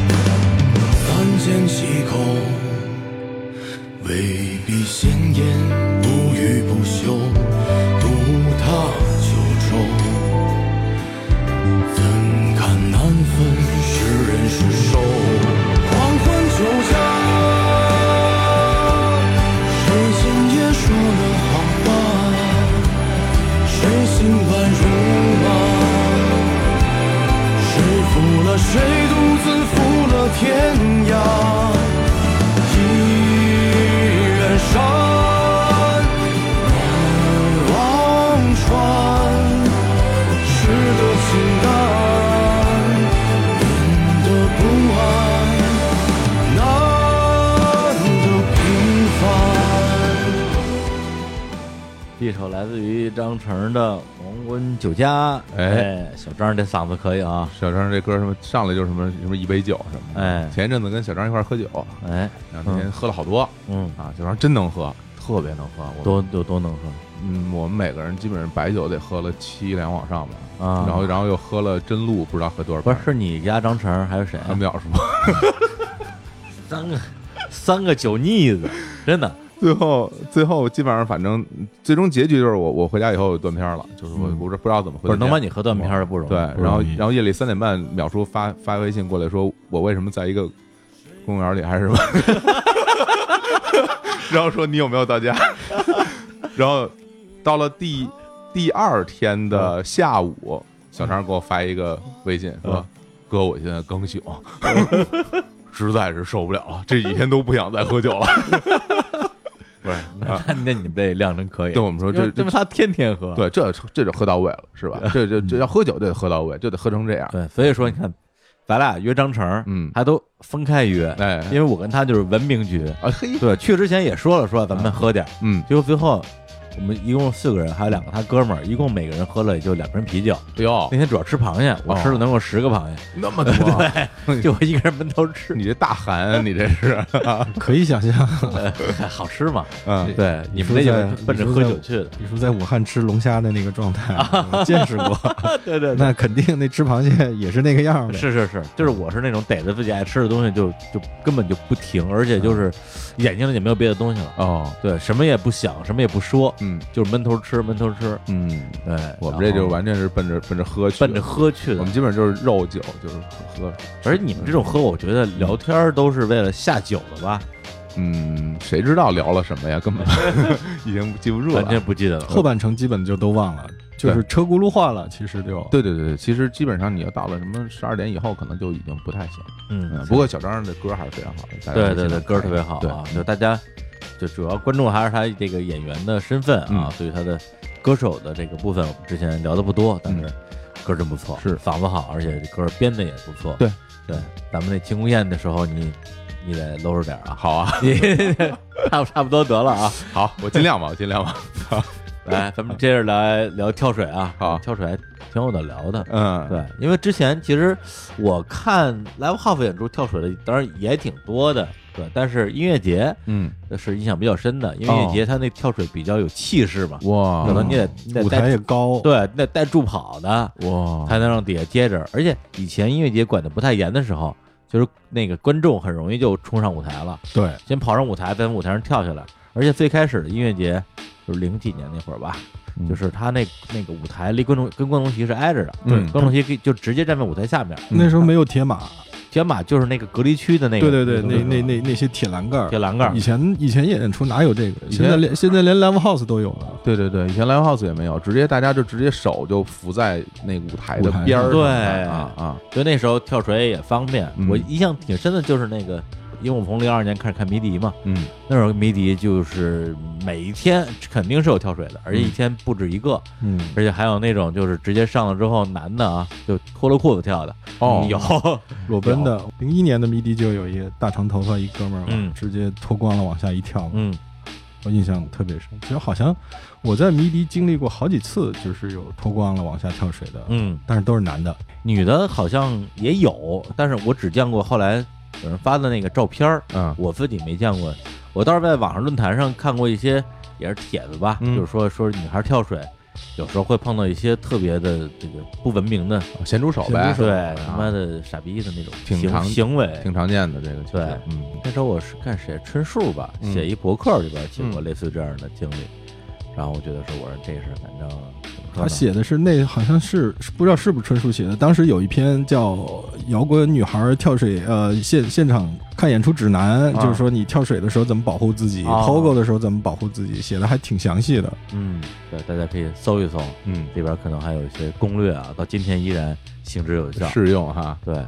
[SPEAKER 4] 三缄其口，未必闲言不语不休，独踏九州。怎堪难分是人是兽？黄昏酒家，谁今夜说了好话？谁心乱如麻？谁负了谁，独自赴了天涯。一远山，难忘川，吃得清淡，变得不安，难得平凡。
[SPEAKER 1] 一首来自于张成的《黄昏酒家》，
[SPEAKER 2] 哎
[SPEAKER 1] 哎，小张这嗓子可以啊，
[SPEAKER 2] 小张这歌什么上来就是什么什么一杯酒什么的，
[SPEAKER 1] 哎
[SPEAKER 2] 前一阵子跟小张一块儿喝酒，
[SPEAKER 1] 哎，
[SPEAKER 2] 然后那天喝了好多
[SPEAKER 1] 嗯，
[SPEAKER 2] 啊，小张真能喝，特别能喝，我
[SPEAKER 1] 多有多能喝
[SPEAKER 2] 嗯，我们每个人基本上白酒得喝了七两往上吧，
[SPEAKER 1] 啊！
[SPEAKER 2] 然后然后又喝了真露，不知道喝多少
[SPEAKER 1] 不
[SPEAKER 2] 瓶
[SPEAKER 1] 是
[SPEAKER 2] 儿，
[SPEAKER 1] 是你家张成还有谁啊？
[SPEAKER 2] 他们淼叔。
[SPEAKER 1] 三个三个酒腻子，真的，
[SPEAKER 2] *laughs* 最后，最后基本上，反正最终结局就是我我回家以后断片儿了，就是我不知嗯不知道怎么回
[SPEAKER 1] 不
[SPEAKER 2] 的
[SPEAKER 1] 是
[SPEAKER 2] 片。
[SPEAKER 1] 能把你喝断片儿的不容易。
[SPEAKER 2] 对，然后
[SPEAKER 3] 容易
[SPEAKER 2] 然后夜里三点半，淼叔发发微信过来说，我为什么在一个公园里还是什么， *laughs* 然后说你有没有到家， *laughs* 然后到了第第二天
[SPEAKER 1] 嗯
[SPEAKER 2] 的下午，小张给我发一个微信
[SPEAKER 1] 嗯
[SPEAKER 2] 说，哥，我现在刚醒， *laughs* 实在是受不了了，这几天都不想再喝酒
[SPEAKER 1] *laughs*
[SPEAKER 2] 了。不是，啊
[SPEAKER 1] 那那你们这量真可以。
[SPEAKER 2] 对我们说
[SPEAKER 1] 因为
[SPEAKER 2] 这
[SPEAKER 1] 这嗯不他天天喝。
[SPEAKER 2] 对，这这就喝到位了，是吧？这这这要喝酒就得喝到位，就得喝成这样。
[SPEAKER 1] 对所以说你看，咱俩约张成，
[SPEAKER 2] 啊嗯
[SPEAKER 1] 还都分开约，
[SPEAKER 2] 哎，
[SPEAKER 1] 因为我跟他就是文明局。
[SPEAKER 2] 啊嘿，
[SPEAKER 1] 对，去之前也说了说咱们喝点儿，
[SPEAKER 2] 嗯，
[SPEAKER 1] 结果最后我们一共四个人，还有两个他哥们儿，一共每个人喝了也就两瓶啤酒。
[SPEAKER 2] 哟
[SPEAKER 1] 那，天主要吃螃蟹，我吃了能有十个螃蟹，
[SPEAKER 2] 哦那么
[SPEAKER 1] *laughs*
[SPEAKER 2] 多，
[SPEAKER 1] 就我一个人闷头吃，
[SPEAKER 2] *laughs* 你这大
[SPEAKER 1] 啊
[SPEAKER 2] 寒，你这是，
[SPEAKER 3] 可以想象，
[SPEAKER 1] 好吃嘛？
[SPEAKER 2] 嗯，
[SPEAKER 1] 对，你们
[SPEAKER 3] 你
[SPEAKER 1] 那
[SPEAKER 3] 说
[SPEAKER 1] 就
[SPEAKER 3] 在
[SPEAKER 1] 是奔着喝酒去的，
[SPEAKER 3] 你啊说在武汉吃龙虾的那个状态，
[SPEAKER 1] 啊
[SPEAKER 3] 我见
[SPEAKER 1] *laughs*
[SPEAKER 3] 识过，
[SPEAKER 1] 对对
[SPEAKER 3] 那肯定那吃螃蟹也是那个样儿的。
[SPEAKER 1] 是是是，就是我是那种逮着自己爱吃的东西就就根本就不停，而且就是眼睛里也没有别的东西了，
[SPEAKER 2] *laughs* 哦，
[SPEAKER 1] 对，什么也不想，什么也不说，
[SPEAKER 2] 嗯
[SPEAKER 1] 就是闷头吃，闷头吃。
[SPEAKER 2] 嗯，
[SPEAKER 1] 对，
[SPEAKER 2] 我们
[SPEAKER 1] 然
[SPEAKER 2] 这就
[SPEAKER 1] 后
[SPEAKER 2] 完全是奔着奔着喝去的，
[SPEAKER 1] 奔着喝去
[SPEAKER 2] 我
[SPEAKER 1] 的
[SPEAKER 2] 们。基本就是肉酒，就是喝。
[SPEAKER 1] 而你们这种喝，我觉得聊天儿都是为了下酒的吧？
[SPEAKER 2] 嗯，谁知道聊了什么呀？
[SPEAKER 1] *laughs*
[SPEAKER 2] 根本已经记不住
[SPEAKER 1] 完全
[SPEAKER 2] 了。
[SPEAKER 1] 不记得了。
[SPEAKER 3] 后半程基本就都忘了，就是车轱辘话了，其实就
[SPEAKER 2] 对对对对，其实基本上你要到了什么十二点以后，可能就已经不太行。
[SPEAKER 1] 嗯
[SPEAKER 2] 嗯，，不过小张的歌还是非常好的，大家
[SPEAKER 1] 对
[SPEAKER 2] 可以
[SPEAKER 1] 对
[SPEAKER 2] 现
[SPEAKER 1] 对，
[SPEAKER 2] 在
[SPEAKER 1] 歌儿
[SPEAKER 2] 看
[SPEAKER 1] 特
[SPEAKER 2] 一
[SPEAKER 1] 别
[SPEAKER 2] 下
[SPEAKER 1] 好
[SPEAKER 2] 对
[SPEAKER 1] 啊，就大家就主要关注还是他这个演员的身份啊
[SPEAKER 2] 嗯，
[SPEAKER 1] 对于他的歌手的这个部分，我们之前聊的不多，但是歌儿真不错，
[SPEAKER 2] 嗯是
[SPEAKER 1] 嗓子好，而且这歌儿编的也不错。
[SPEAKER 2] 对
[SPEAKER 1] 对，咱们那庆功宴的时候，你你得搂着点
[SPEAKER 2] *laughs*
[SPEAKER 1] 儿啊，
[SPEAKER 2] 好啊，
[SPEAKER 1] 你 *laughs* 差不差不多得了啊。
[SPEAKER 2] 好，我尽量吧，我尽量吧。
[SPEAKER 1] 来，咱们接着来聊跳水啊，
[SPEAKER 2] 好
[SPEAKER 1] 跳水还挺有的聊的。
[SPEAKER 2] 嗯，
[SPEAKER 1] 对，因为之前其实我看 Live House 演出跳水的，当然也挺多的，对，但是音乐节
[SPEAKER 2] 嗯，
[SPEAKER 1] 是印象比较深的，因为音乐
[SPEAKER 2] 哦
[SPEAKER 1] 节它那跳水比较有气势嘛，
[SPEAKER 2] 哇，
[SPEAKER 1] 可能你得你得
[SPEAKER 3] 嗯舞台
[SPEAKER 1] 带
[SPEAKER 3] 也高，
[SPEAKER 1] 对，你得带助跑的，
[SPEAKER 2] 哇，
[SPEAKER 1] 才能让底下接着。而且以前音乐节管的不太严的时候，就是那个观众很容易就冲上舞台了，
[SPEAKER 3] 对
[SPEAKER 1] 先跑上舞台，再从舞台上跳下来。而且最开始的音乐节就是零几年那会儿吧，
[SPEAKER 2] 嗯
[SPEAKER 1] 就是他那那个舞台离观众跟观众席是挨着的，
[SPEAKER 2] 嗯
[SPEAKER 1] 观众席可以就直接站在舞台下面，
[SPEAKER 3] 那时候没有铁马，
[SPEAKER 1] 天马就是那个隔离区的嗯那
[SPEAKER 3] 对
[SPEAKER 1] 个，
[SPEAKER 3] 对对，那
[SPEAKER 1] 那
[SPEAKER 3] 那那那些嗯铁栏杆儿
[SPEAKER 1] 铁，栏杆儿嗯
[SPEAKER 3] 以，前以前演出哪有这个？
[SPEAKER 2] 以
[SPEAKER 3] 现
[SPEAKER 2] 前
[SPEAKER 3] 在连现在连 live house 都有了，
[SPEAKER 2] 对对对，以前 live house 也没有，直接大家就直接手就扶在那个舞台的
[SPEAKER 3] 舞台
[SPEAKER 2] 边儿上
[SPEAKER 1] 对
[SPEAKER 2] 啊啊，
[SPEAKER 1] 所以那时候跳水也方便。
[SPEAKER 2] 嗯
[SPEAKER 1] 我印象挺深的就是那个，因为我从零二年开始看迷笛嘛，
[SPEAKER 2] 嗯
[SPEAKER 1] 那时候迷笛就是每一天肯定是有跳水的，而且一天不止一个，
[SPEAKER 3] 嗯，
[SPEAKER 1] 而且还有那种就是直接上了之后男的啊就脱了裤子跳的，
[SPEAKER 2] 哦，
[SPEAKER 3] *laughs*
[SPEAKER 1] 有，
[SPEAKER 3] 裸奔的，零一年的迷笛就有一个大长头发一哥们儿嘛，
[SPEAKER 1] 嗯
[SPEAKER 3] 直接脱光了往下一跳嘛，
[SPEAKER 1] 嗯
[SPEAKER 3] 我印象特别深。其实好像我在迷笛经历过好几次，就是有脱光了往下跳水的，
[SPEAKER 1] 嗯，
[SPEAKER 3] 但是都是男的，
[SPEAKER 1] 女的好像也有，但是我只见过后来有人发的那个照片儿，
[SPEAKER 2] 嗯
[SPEAKER 1] 我自己没见过。我倒是在网上论坛上看过一些也是帖子吧，
[SPEAKER 2] 嗯
[SPEAKER 1] 就是说说女孩跳水，有时候会碰到一些特别的这个不文明的，
[SPEAKER 2] 咸猪手呗，
[SPEAKER 3] 咸猪手
[SPEAKER 1] 对他妈
[SPEAKER 2] 啊
[SPEAKER 1] 的傻逼的那种
[SPEAKER 2] 挺
[SPEAKER 1] 行
[SPEAKER 2] 常
[SPEAKER 1] 行为。
[SPEAKER 2] 挺常见的这个，其实
[SPEAKER 1] 对
[SPEAKER 2] 嗯
[SPEAKER 1] 那时候我是看谁春树吧，
[SPEAKER 2] 嗯
[SPEAKER 1] 写一博客里边写过类似这样的经历，然后我觉得说我说这事儿反正怎么说
[SPEAKER 3] 他
[SPEAKER 1] 呢
[SPEAKER 3] 写的是那好像是不知道是不是春树写的，当时有一篇叫《摇滚女孩跳水呃现现场看演出指南》，
[SPEAKER 2] 啊
[SPEAKER 3] 就是说你跳水的时候怎么保护自己、
[SPEAKER 1] 啊
[SPEAKER 3] p o g o 的时候怎么保护自己，写的还挺详细的。
[SPEAKER 1] 嗯，对，大家可以搜一搜，
[SPEAKER 2] 嗯，
[SPEAKER 1] 里边可能还有一些攻略啊，到今天依然行之
[SPEAKER 3] 啊
[SPEAKER 1] 有效。
[SPEAKER 2] 适用哈，
[SPEAKER 1] 对，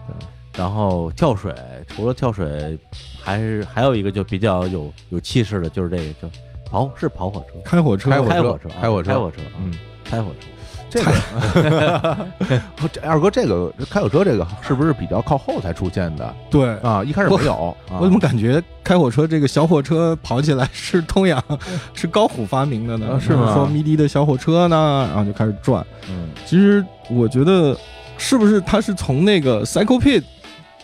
[SPEAKER 1] 然后跳水，除了跳水，还是还有一个就比较有有气势的，就是这个叫跑是跑火车，
[SPEAKER 3] 开火车，
[SPEAKER 2] 开火
[SPEAKER 1] 开
[SPEAKER 2] 车
[SPEAKER 1] 车，
[SPEAKER 2] 开
[SPEAKER 1] 开
[SPEAKER 2] 火车
[SPEAKER 1] 开火车，啊
[SPEAKER 2] 嗯，
[SPEAKER 1] 开火车。
[SPEAKER 2] 这个 *laughs* 不这二哥这个这开火车这个是不是比较靠后才出现的
[SPEAKER 3] 对。
[SPEAKER 2] 啊？一开始没有，啊
[SPEAKER 3] 我怎么感觉开火车这个小火车跑起来是东阳， *laughs* 是高虎发明的
[SPEAKER 2] 啊
[SPEAKER 3] 呢？
[SPEAKER 2] 是吗
[SPEAKER 3] 说迷笛的小火车呢，然后就开始转。
[SPEAKER 1] 嗯，
[SPEAKER 3] 其实我觉得，是不是他是从那个 Psycho Pit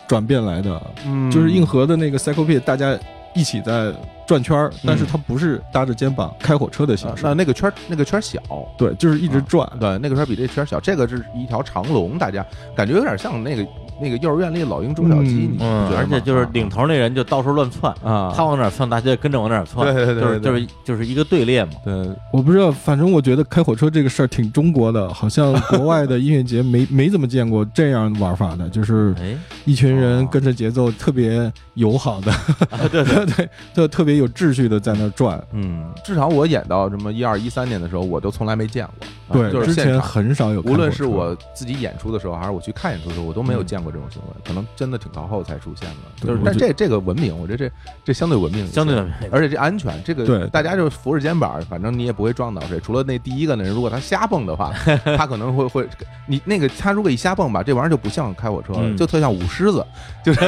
[SPEAKER 3] 转变来的？
[SPEAKER 2] 嗯
[SPEAKER 3] 就是硬核的那个 Psycho Pit，大家一起在转圈儿，但是它不是搭着肩膀开火车
[SPEAKER 2] 嗯
[SPEAKER 3] 的
[SPEAKER 2] 啊
[SPEAKER 3] 形式
[SPEAKER 2] 那，那个圈啊儿那个圈儿小，
[SPEAKER 3] 对，就是一直转。
[SPEAKER 2] 对，那个圈儿比这圈儿小，这个是一条长龙，大家感觉有点像那个那个幼儿园里老鹰捉小鸡，你
[SPEAKER 3] 嗯
[SPEAKER 2] 不觉
[SPEAKER 1] 嗯，
[SPEAKER 2] 得
[SPEAKER 1] 而且
[SPEAKER 2] 吗
[SPEAKER 1] 就是领头那人就到处乱窜，
[SPEAKER 2] 啊，
[SPEAKER 1] 他往哪儿窜，大家就跟着往哪儿窜，
[SPEAKER 2] 对对对
[SPEAKER 1] 就是就
[SPEAKER 2] 对
[SPEAKER 1] 是就是一个队列嘛。
[SPEAKER 2] 对
[SPEAKER 3] 我不知道，反正我觉得开火车这个事儿挺中国的，
[SPEAKER 2] *laughs*
[SPEAKER 3] 好像国外的音乐节没没怎么见过这样玩法的，就是
[SPEAKER 1] 哎，
[SPEAKER 3] 一群人
[SPEAKER 2] 哦
[SPEAKER 3] 跟着节奏特别友好的，
[SPEAKER 1] *laughs* 啊对对，
[SPEAKER 3] *laughs* 对，就特别有秩序的在那儿转。
[SPEAKER 2] 嗯，至少我演到什么一二一三年的时候，我都从来没见过，啊
[SPEAKER 3] 对，
[SPEAKER 2] 就是
[SPEAKER 3] 之
[SPEAKER 2] 现
[SPEAKER 3] 前
[SPEAKER 2] 场。
[SPEAKER 3] 很少有开火
[SPEAKER 1] 嗯
[SPEAKER 2] 无
[SPEAKER 3] 车。
[SPEAKER 2] 论是我自己演出的时候，还是我去看演出的时候，我都没有见过过这种行为，可能真的挺靠后才出现的。
[SPEAKER 3] 对
[SPEAKER 2] 就是，
[SPEAKER 3] 我
[SPEAKER 2] 但
[SPEAKER 3] 觉
[SPEAKER 2] 这这个文明，我觉得这这相对文明一些，
[SPEAKER 1] 相对文明
[SPEAKER 2] 而且这安全，这个
[SPEAKER 3] 对
[SPEAKER 2] 大家就是扶着肩膀，反正你也不会撞到谁。除了那第一个呢，如果他瞎蹦的 *laughs* 话，他可能会会你那个他如果一瞎蹦吧，这玩意儿就不像开火车了，
[SPEAKER 1] 嗯
[SPEAKER 2] 就特像舞狮子，就是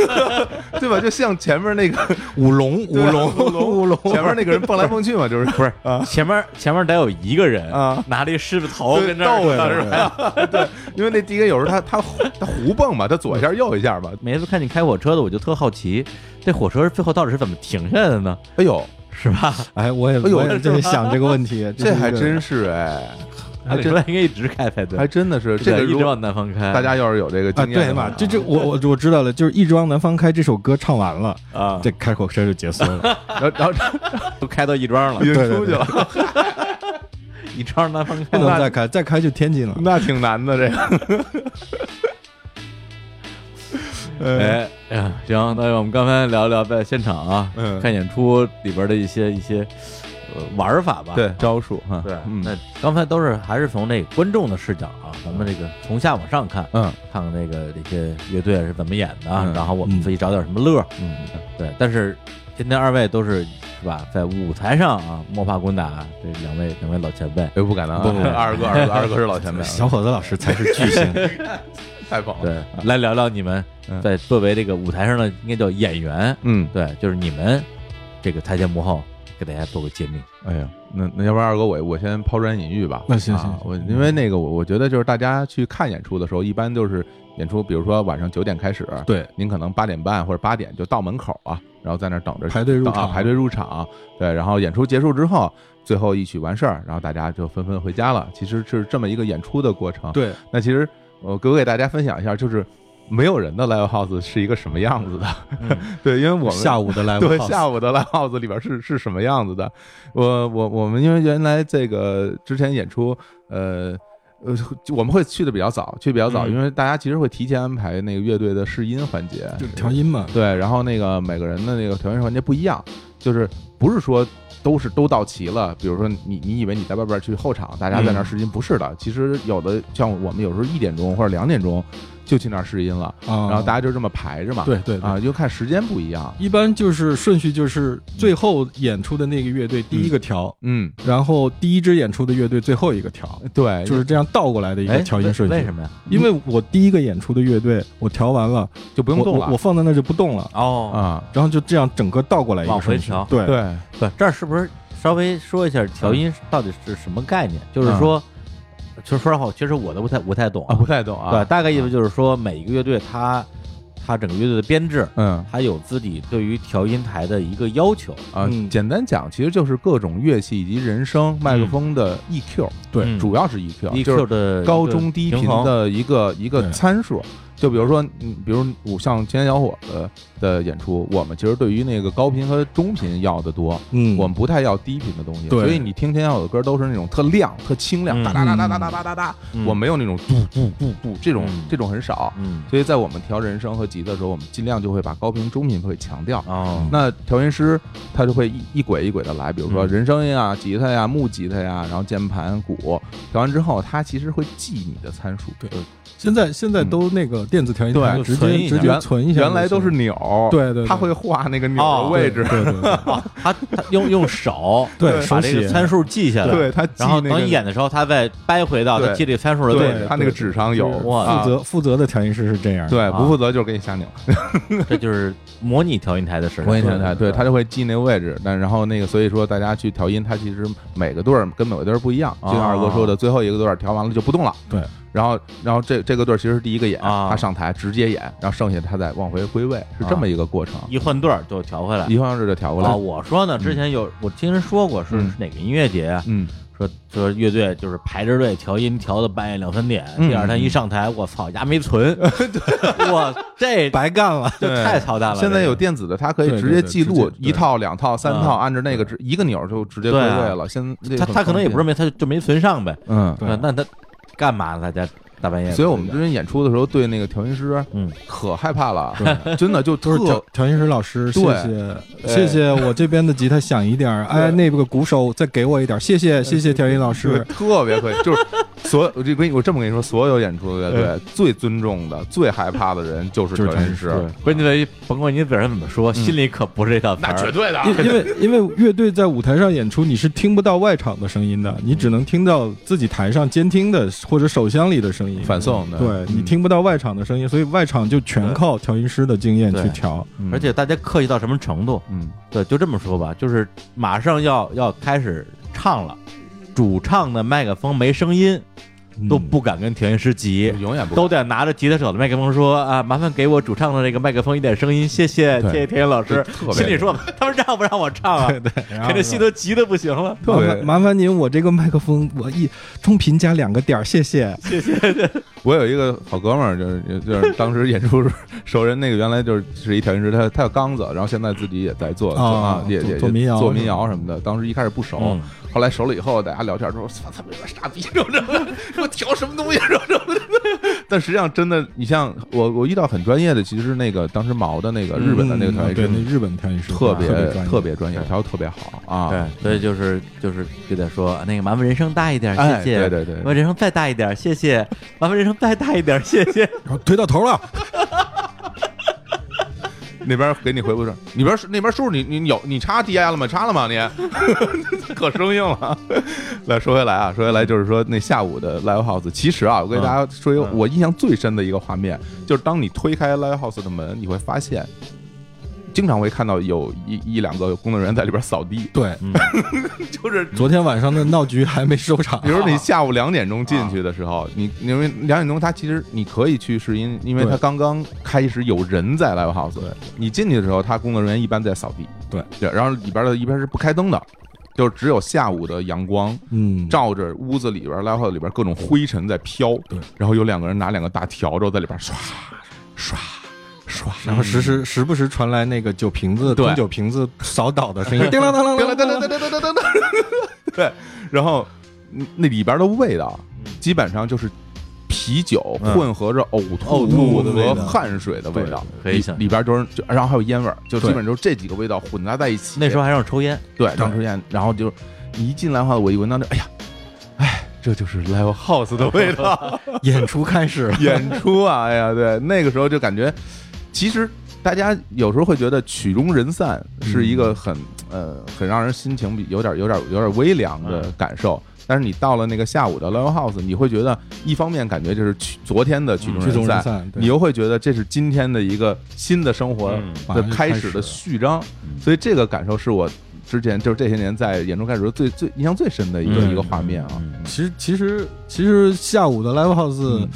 [SPEAKER 2] *laughs* 对吧？就像前面那个 *laughs* 舞龙舞龙 *laughs* 舞龙，前面那个人蹦来蹦去嘛，就是啊不是
[SPEAKER 1] 前面前面得有一个人
[SPEAKER 2] 啊
[SPEAKER 1] 拿着一狮子头
[SPEAKER 2] 对
[SPEAKER 1] 跟这儿
[SPEAKER 2] 逗
[SPEAKER 1] 呢
[SPEAKER 2] 他是吧？ *laughs* 对，因为那第一个有时候他他他胡蹦嘛，他左一下右一下嘛。
[SPEAKER 1] 每次看你开火车的，我就特好奇，这火车最后到底是怎么停下来的呢？
[SPEAKER 2] 哎呦，
[SPEAKER 1] 是吧？
[SPEAKER 3] 哎，我也
[SPEAKER 2] 哎呦
[SPEAKER 3] 我也在想这个问题，
[SPEAKER 2] 这还
[SPEAKER 3] 是一
[SPEAKER 2] 真
[SPEAKER 3] 个啊
[SPEAKER 2] 是哎，还
[SPEAKER 1] 按理
[SPEAKER 2] 真
[SPEAKER 1] 说应该一直开才对
[SPEAKER 2] 还，真的是这个
[SPEAKER 1] 对一
[SPEAKER 2] 如
[SPEAKER 1] 直
[SPEAKER 2] 果
[SPEAKER 1] 往南方开。
[SPEAKER 2] 大家要是有这个
[SPEAKER 3] 啊，
[SPEAKER 2] 经验
[SPEAKER 3] 对
[SPEAKER 2] 的话
[SPEAKER 3] 嘛？这这我我我知道了，就是《一直往南方开》这首歌唱完了，
[SPEAKER 1] 啊，
[SPEAKER 3] 这开口车就结束
[SPEAKER 2] *laughs*
[SPEAKER 3] 了。
[SPEAKER 2] 然后然后
[SPEAKER 1] 都开到亦庄了
[SPEAKER 2] 已，经
[SPEAKER 3] 对对
[SPEAKER 2] 出去了，
[SPEAKER 1] 亦庄南方
[SPEAKER 3] 不
[SPEAKER 1] 开。
[SPEAKER 3] 能再开，再开就天津了。
[SPEAKER 2] 那挺难的这个。 *laughs*
[SPEAKER 1] 哎，哎呀，行，那我们刚才聊一聊在现场啊，
[SPEAKER 2] 嗯
[SPEAKER 1] 看演出里边的一些一些呃玩儿法吧，
[SPEAKER 2] 对招数哈，
[SPEAKER 1] 对，
[SPEAKER 2] 嗯
[SPEAKER 1] 那刚才都是还是从这个观众的视角啊，咱们这个从下往上看，
[SPEAKER 2] 嗯，
[SPEAKER 1] 看看这个这些乐队是怎么演的啊，
[SPEAKER 2] 嗯
[SPEAKER 1] 然后我们自己找点什么乐，嗯，对。但是今天二位都是是吧，在舞台上啊，摸爬滚打，这两位两位老前辈，
[SPEAKER 2] 哎不敢当 *laughs*
[SPEAKER 3] 不不不
[SPEAKER 2] 啊，二哥二哥二哥是老前辈了，
[SPEAKER 3] 小伙子老师才是
[SPEAKER 2] *laughs*
[SPEAKER 3] 巨星，
[SPEAKER 2] 太棒了，
[SPEAKER 1] 对，来聊聊你们
[SPEAKER 2] 嗯
[SPEAKER 1] 在作为这个舞台上的应该叫演员，
[SPEAKER 2] 嗯，
[SPEAKER 1] 对，就是你们这个台前幕后给大家做个揭秘，
[SPEAKER 2] 哎呀，那那要不然二哥我我先抛砖引玉吧。
[SPEAKER 3] 那行
[SPEAKER 2] 啊
[SPEAKER 3] 行行
[SPEAKER 2] 我因为那个我我觉得就是大家去看演出的时候，一般都是演出，比如说晚上九点开始，
[SPEAKER 3] 对，
[SPEAKER 2] 您可能八点半或者八点就到门口啊，然后在那儿等着
[SPEAKER 3] 排队入
[SPEAKER 2] 等啊
[SPEAKER 3] 场，
[SPEAKER 2] 排队入场，对，然后演出结束之后，最后一曲完事儿，然后大家就纷纷回家了。其实是这么一个演出的过程。，
[SPEAKER 3] 对，
[SPEAKER 2] 那其实我给我给大家分享一下，就是没有人的 live house 是一个什么样子的。 *laughs* 对，因为我们
[SPEAKER 3] 嗯下午的
[SPEAKER 2] *laughs*
[SPEAKER 3] live
[SPEAKER 2] 对
[SPEAKER 3] house
[SPEAKER 2] 下午的 live house 里边是是什么样子的？我我我们因为原来这个之前演出，呃呃，就我们会去的比较早，去比较早，
[SPEAKER 1] 嗯
[SPEAKER 2] 因为大家其实会提前安排那个乐队的试音环节，
[SPEAKER 3] 就调音嘛，
[SPEAKER 2] 对，然后那个每个人的那个调音环节不一样，就是不是说都是都到齐了。比如说你你以为你在外边去后场，大家在那儿试音，不是的。其实有的像我们有时候一点钟或者两点钟就去那儿试音了，
[SPEAKER 3] 啊，
[SPEAKER 2] 然后大家就这么排着嘛。
[SPEAKER 3] 对对对
[SPEAKER 2] 啊，就看时间不一样。
[SPEAKER 3] 一般就是顺序就是最后演出的那个乐队第一个调，
[SPEAKER 2] 嗯，哎
[SPEAKER 3] 然后第一支演出的乐队最后一个调，
[SPEAKER 2] 对，
[SPEAKER 3] 就是这样倒过来的一个
[SPEAKER 1] 哎，
[SPEAKER 3] 调音顺序。
[SPEAKER 1] 为为什？么呀？
[SPEAKER 3] 因为我第一个演出的乐队我调完了，
[SPEAKER 2] 就不
[SPEAKER 3] 不
[SPEAKER 2] 用动
[SPEAKER 3] 我我
[SPEAKER 2] 了
[SPEAKER 3] 放在那儿就不动了，
[SPEAKER 1] 哦
[SPEAKER 2] 啊。
[SPEAKER 3] 然后就这样整个倒过来一个
[SPEAKER 1] 往回
[SPEAKER 3] 顺序
[SPEAKER 1] 调
[SPEAKER 3] 对
[SPEAKER 2] 对，
[SPEAKER 1] 不，这儿是不是稍微说一下调音到底是什么概念？就是说，其实说实话，其实我都不太不太懂
[SPEAKER 2] 啊，不太懂
[SPEAKER 1] 对，
[SPEAKER 2] 啊。
[SPEAKER 1] 大概意思就是说，每一个乐队它它整个乐队的编制，
[SPEAKER 2] 嗯
[SPEAKER 1] 它有自己对于调音台的一个要求。
[SPEAKER 2] 啊，
[SPEAKER 3] 嗯
[SPEAKER 2] 简单讲，其实就是各种乐器以及人声、麦克风的 EQ，
[SPEAKER 1] 嗯
[SPEAKER 2] 主要是 EQ，就是
[SPEAKER 1] EQ 的一个
[SPEAKER 2] 高中低频
[SPEAKER 1] 平衡，
[SPEAKER 2] 的一个一个
[SPEAKER 3] 对
[SPEAKER 2] 参数。就比如说，嗯，比如我像青年小伙子的演出，我们其实对于那个高频和中频要的多，
[SPEAKER 3] 嗯，
[SPEAKER 2] 我们不太要低频的东西。
[SPEAKER 3] 对
[SPEAKER 2] 所以你听青年小伙的歌都是那种特亮、特清亮，
[SPEAKER 1] 嗯
[SPEAKER 2] 哒哒哒哒哒哒哒哒哒，
[SPEAKER 1] 嗯
[SPEAKER 2] 我没有那种嘟嘟嘟嘟这种
[SPEAKER 1] 嗯
[SPEAKER 2] 这种很少。
[SPEAKER 1] 嗯
[SPEAKER 2] 所以在我们调人声和吉的时候，我们尽量就会把高频、中频会强调。
[SPEAKER 1] 哦
[SPEAKER 2] 那调音师他就会一一轨一轨的来，比如说
[SPEAKER 1] 嗯
[SPEAKER 2] 人声音啊、吉他呀、木吉他呀，然后键盘、鼓，调完之后，他其实会记你的参数。
[SPEAKER 3] 对现在现在都那个电子调音台
[SPEAKER 2] 对
[SPEAKER 3] 直
[SPEAKER 1] 嗯存一
[SPEAKER 3] 接
[SPEAKER 1] 下
[SPEAKER 3] 直接
[SPEAKER 2] 原
[SPEAKER 3] 存一下就行，
[SPEAKER 2] 原来都是钮儿，
[SPEAKER 3] 对对对
[SPEAKER 2] 他会画那个钮儿
[SPEAKER 1] 哦
[SPEAKER 2] 的位置，
[SPEAKER 3] 对对 *laughs* 对对
[SPEAKER 1] 他他用用手
[SPEAKER 3] 对
[SPEAKER 1] 把
[SPEAKER 3] 手
[SPEAKER 1] 这个
[SPEAKER 3] 写
[SPEAKER 1] 参数记下来，
[SPEAKER 2] 对他记
[SPEAKER 1] 然后
[SPEAKER 2] 那个
[SPEAKER 1] 等演的时候，他再掰回到
[SPEAKER 2] 对
[SPEAKER 1] 他记这个参数的位
[SPEAKER 2] 对
[SPEAKER 1] 置。
[SPEAKER 2] 他那个纸上有
[SPEAKER 3] 就是
[SPEAKER 1] 哇
[SPEAKER 3] 负责负责的调音师是这样，，
[SPEAKER 2] 对，
[SPEAKER 1] 啊
[SPEAKER 2] 不负责就是给你瞎拧。
[SPEAKER 1] *laughs* 这就是模拟调音台的事儿。
[SPEAKER 2] 我也想起来，对他就会记那个位置，但然后那个，所以说大家去调音，它其实每个队儿跟每个队儿不一样，就像
[SPEAKER 1] 哦
[SPEAKER 2] 二哥说的，最后一个队儿调完了就不动了，
[SPEAKER 3] 对，
[SPEAKER 2] 然后然后这这个队儿其实是第一个演，
[SPEAKER 1] 啊
[SPEAKER 2] 他上台直接演，然后剩下他再往回归位，是这么一个过程，
[SPEAKER 1] 一换队儿就调回来。
[SPEAKER 2] 一方式就调过
[SPEAKER 1] 啊，
[SPEAKER 2] 来，
[SPEAKER 1] 我说呢，之前有我听人说过是
[SPEAKER 2] 嗯
[SPEAKER 1] 是哪个音乐节啊，
[SPEAKER 2] 嗯，
[SPEAKER 1] 说说乐队就是排着队调音调到半夜两三点，
[SPEAKER 2] 嗯
[SPEAKER 1] 第二天一上台，我操，牙没存，
[SPEAKER 2] *laughs*
[SPEAKER 1] 我这
[SPEAKER 3] 白干了。
[SPEAKER 1] 就太操蛋了。
[SPEAKER 2] 现在有
[SPEAKER 1] 这
[SPEAKER 2] 电子的，它可以
[SPEAKER 3] 对
[SPEAKER 2] 直
[SPEAKER 3] 对
[SPEAKER 2] 接
[SPEAKER 3] 对
[SPEAKER 2] 记
[SPEAKER 3] 直
[SPEAKER 2] 录
[SPEAKER 3] 接
[SPEAKER 2] 一套、两套、三套，
[SPEAKER 1] 啊
[SPEAKER 2] 按照那个直一个钮儿就直接归
[SPEAKER 1] 对
[SPEAKER 2] 位
[SPEAKER 1] 啊
[SPEAKER 2] 了。现在这
[SPEAKER 1] 个他
[SPEAKER 2] 很
[SPEAKER 1] 他可能也
[SPEAKER 2] 方便
[SPEAKER 1] 不认为他就没存上呗，
[SPEAKER 2] 嗯，
[SPEAKER 3] 对
[SPEAKER 1] 那那他干嘛呢？大家大半夜的。
[SPEAKER 2] 所以我们之前演出的时候，对那个调音师
[SPEAKER 1] 嗯，
[SPEAKER 2] 可害怕了，真的就
[SPEAKER 3] 都是
[SPEAKER 2] 特
[SPEAKER 3] 调调音师老师，谢谢
[SPEAKER 2] 对
[SPEAKER 3] 谢谢，我这边的吉他响一点儿，哎，那个鼓手再给我一点儿，谢谢谢谢调音老
[SPEAKER 2] 对
[SPEAKER 3] 师，
[SPEAKER 2] 特别可以，就是所有我这跟你我这么跟你说，所有演出的乐队最尊重的、最害怕的人就是
[SPEAKER 3] 就是
[SPEAKER 2] 调
[SPEAKER 3] 调
[SPEAKER 2] 音
[SPEAKER 3] 音
[SPEAKER 2] 师
[SPEAKER 3] 师，
[SPEAKER 1] 关键在于，甭管你嘴上怎么说，心里可不是这套词
[SPEAKER 2] 嗯那
[SPEAKER 1] 儿
[SPEAKER 2] 绝对的。
[SPEAKER 3] 因因为因为乐队在舞台上演出，你是听不到外场的声音的，你只能听到自己台上监听的或者手箱里的声音。
[SPEAKER 2] 反送的，
[SPEAKER 3] 对你
[SPEAKER 2] 嗯
[SPEAKER 3] 听不到外场的声音，所以外场就全靠调音师的经验去
[SPEAKER 1] 对
[SPEAKER 3] 调。
[SPEAKER 2] 嗯
[SPEAKER 1] 而且大家客气到什么程度？
[SPEAKER 2] 嗯，
[SPEAKER 1] 对，就这么说吧，就是马上要要开始唱了，主唱的麦克风没声音，
[SPEAKER 3] 嗯
[SPEAKER 1] 都不敢跟调音师急，
[SPEAKER 2] 永远不
[SPEAKER 1] 都得拿着吉他手的麦克风说啊，麻烦给我主唱的这个麦克风一点声音，谢谢
[SPEAKER 2] 对
[SPEAKER 1] 谢谢田野老师
[SPEAKER 2] 特。别
[SPEAKER 1] 心里说他们让不让我
[SPEAKER 2] *laughs*
[SPEAKER 1] 唱啊？给这戏都急的不行了。
[SPEAKER 2] 特
[SPEAKER 3] 麻
[SPEAKER 2] 别
[SPEAKER 3] 烦麻烦您，我这个麦克风我一中频加两个点儿，谢谢。
[SPEAKER 2] 我有一个好哥们儿，就是就是当时演出时候 *laughs* 熟人，那个原来就是是一调音师，他他叫刚子，然后现在自己也在做
[SPEAKER 3] 啊
[SPEAKER 2] 啊，也
[SPEAKER 3] 做
[SPEAKER 2] 也
[SPEAKER 3] 做民谣
[SPEAKER 2] 做民谣什么的。当时一开始不熟
[SPEAKER 1] 嗯，
[SPEAKER 2] 后来熟了以后，大家聊天说：“我操，他们有点傻逼， *laughs* 什么什么什么调什么东西， *laughs* 什么什么。”但实际上，真的，你像我，我遇到很专业的，其实那个当时毛的那个日本的那个调音
[SPEAKER 3] 嗯对，
[SPEAKER 2] 师
[SPEAKER 3] 那，日本调音师
[SPEAKER 2] 特别
[SPEAKER 3] 专业
[SPEAKER 2] 特别专业，
[SPEAKER 1] 对
[SPEAKER 2] 调的特别好啊。
[SPEAKER 1] 对，所以就是就是给他说啊那个麻烦人声大一点，
[SPEAKER 2] 哎
[SPEAKER 1] 谢谢。
[SPEAKER 2] 对对对
[SPEAKER 1] 麻烦人声再大一点，谢谢。麻烦人声再大一点， *laughs* 谢谢。
[SPEAKER 3] 然后推到头了，
[SPEAKER 2] 那边给你回复是，那边那边叔叔，你你你有你插 DI 了吗？插了吗？你 *laughs* 可生硬了。来说回来啊，说回来就是说那下午的 Live House，其实啊，我跟大家说一个
[SPEAKER 1] 嗯
[SPEAKER 2] 我印象最深的一个画面，就是当你推开 Live House 的门，你会发现。经常会看到有一一两个工作人员在里边扫地，
[SPEAKER 3] 对， *laughs*
[SPEAKER 2] 就是
[SPEAKER 3] 昨天晚上的闹剧还没收场
[SPEAKER 2] 比。如你下
[SPEAKER 3] 啊
[SPEAKER 2] 午两点钟进去的时候，你你因为两点钟它其实你可以去试音，因为它
[SPEAKER 3] 对
[SPEAKER 2] 刚刚开始有人在 live house，你进去的时候，它工作人员一般在扫地，
[SPEAKER 3] 对
[SPEAKER 2] 对，然后里边的一边是不开灯的，就只有下午的阳光
[SPEAKER 3] 嗯，
[SPEAKER 2] 照着屋子里边 live house 里边各种灰尘在飘，
[SPEAKER 3] 对，
[SPEAKER 2] 然后有两个人拿两个大笤帚在里边刷刷刷，
[SPEAKER 3] 然后时时时不时传来那个酒瓶子、
[SPEAKER 2] 对
[SPEAKER 3] 空酒瓶子扫倒的声音，叮当当当
[SPEAKER 2] 噔
[SPEAKER 3] 当
[SPEAKER 2] 噔
[SPEAKER 3] 当。
[SPEAKER 2] 噔噔噔噔噔噔， *laughs* 对，然后嗯那里边的味道基本上就是啤酒
[SPEAKER 1] 嗯
[SPEAKER 2] 混合着呕吐
[SPEAKER 3] 呕吐的
[SPEAKER 2] 和
[SPEAKER 3] 味道
[SPEAKER 2] 汗水的味道，
[SPEAKER 1] 对可以
[SPEAKER 2] 里
[SPEAKER 1] 想象
[SPEAKER 2] 里边都是，就然后还有烟味儿，就基
[SPEAKER 3] 对
[SPEAKER 2] 本就是这几个味道混杂在一起。
[SPEAKER 1] 那时候还让我抽烟，
[SPEAKER 2] 对张出现，然后就你一进来的话，我一闻到那，哎呀，哎，这就是 live house 的味道。
[SPEAKER 3] 演出开始了，
[SPEAKER 2] *laughs* 演出啊，哎呀，对，那个时候就感觉，其实大家有时候会觉得曲终人散是一个很、呃很让人心情比有点有点有点微凉的感受。但是你到了那个下午的 Live House，你会觉得一方面感觉这是曲昨天的曲终
[SPEAKER 3] 曲终
[SPEAKER 2] 散，
[SPEAKER 3] 人散对
[SPEAKER 2] 你又会觉得这是今天的一个新的生活
[SPEAKER 1] 嗯
[SPEAKER 2] 的开始的序章，所以这个感受是我之前就是这些年在演出开始的时候最最印象最深的一个、
[SPEAKER 1] 嗯
[SPEAKER 2] 一个画面啊，
[SPEAKER 1] 嗯
[SPEAKER 3] 其实其实其实下午的 live house、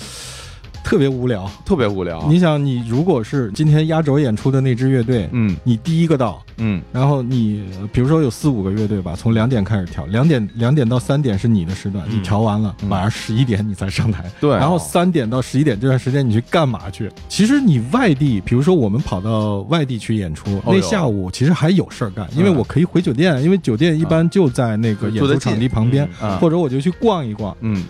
[SPEAKER 3] 特别无聊。
[SPEAKER 2] 特别无聊。
[SPEAKER 3] 你想，你如果是今天压轴演出的那支乐队，
[SPEAKER 2] 嗯
[SPEAKER 3] 你第一个到，
[SPEAKER 2] 嗯，
[SPEAKER 3] 然后你呃比如说有四五个乐队吧，从两点开始调，两点两点到三点是你的时段，
[SPEAKER 1] 嗯
[SPEAKER 3] 你调完了，晚上十一点你才上台。
[SPEAKER 2] 对哦
[SPEAKER 3] 然后三点到十一点这段时间你去干嘛去？其实你外地，比如说我们跑到外地去演出，
[SPEAKER 2] 哦哟嗯
[SPEAKER 3] 那下午其实还有事儿干，因为我可以回酒店，因为酒
[SPEAKER 2] 啊
[SPEAKER 3] 店一般就在那个演
[SPEAKER 2] 就
[SPEAKER 3] 出
[SPEAKER 2] 在近
[SPEAKER 3] 场地旁边，
[SPEAKER 2] 嗯嗯
[SPEAKER 3] 或者我就去逛一逛。
[SPEAKER 2] 嗯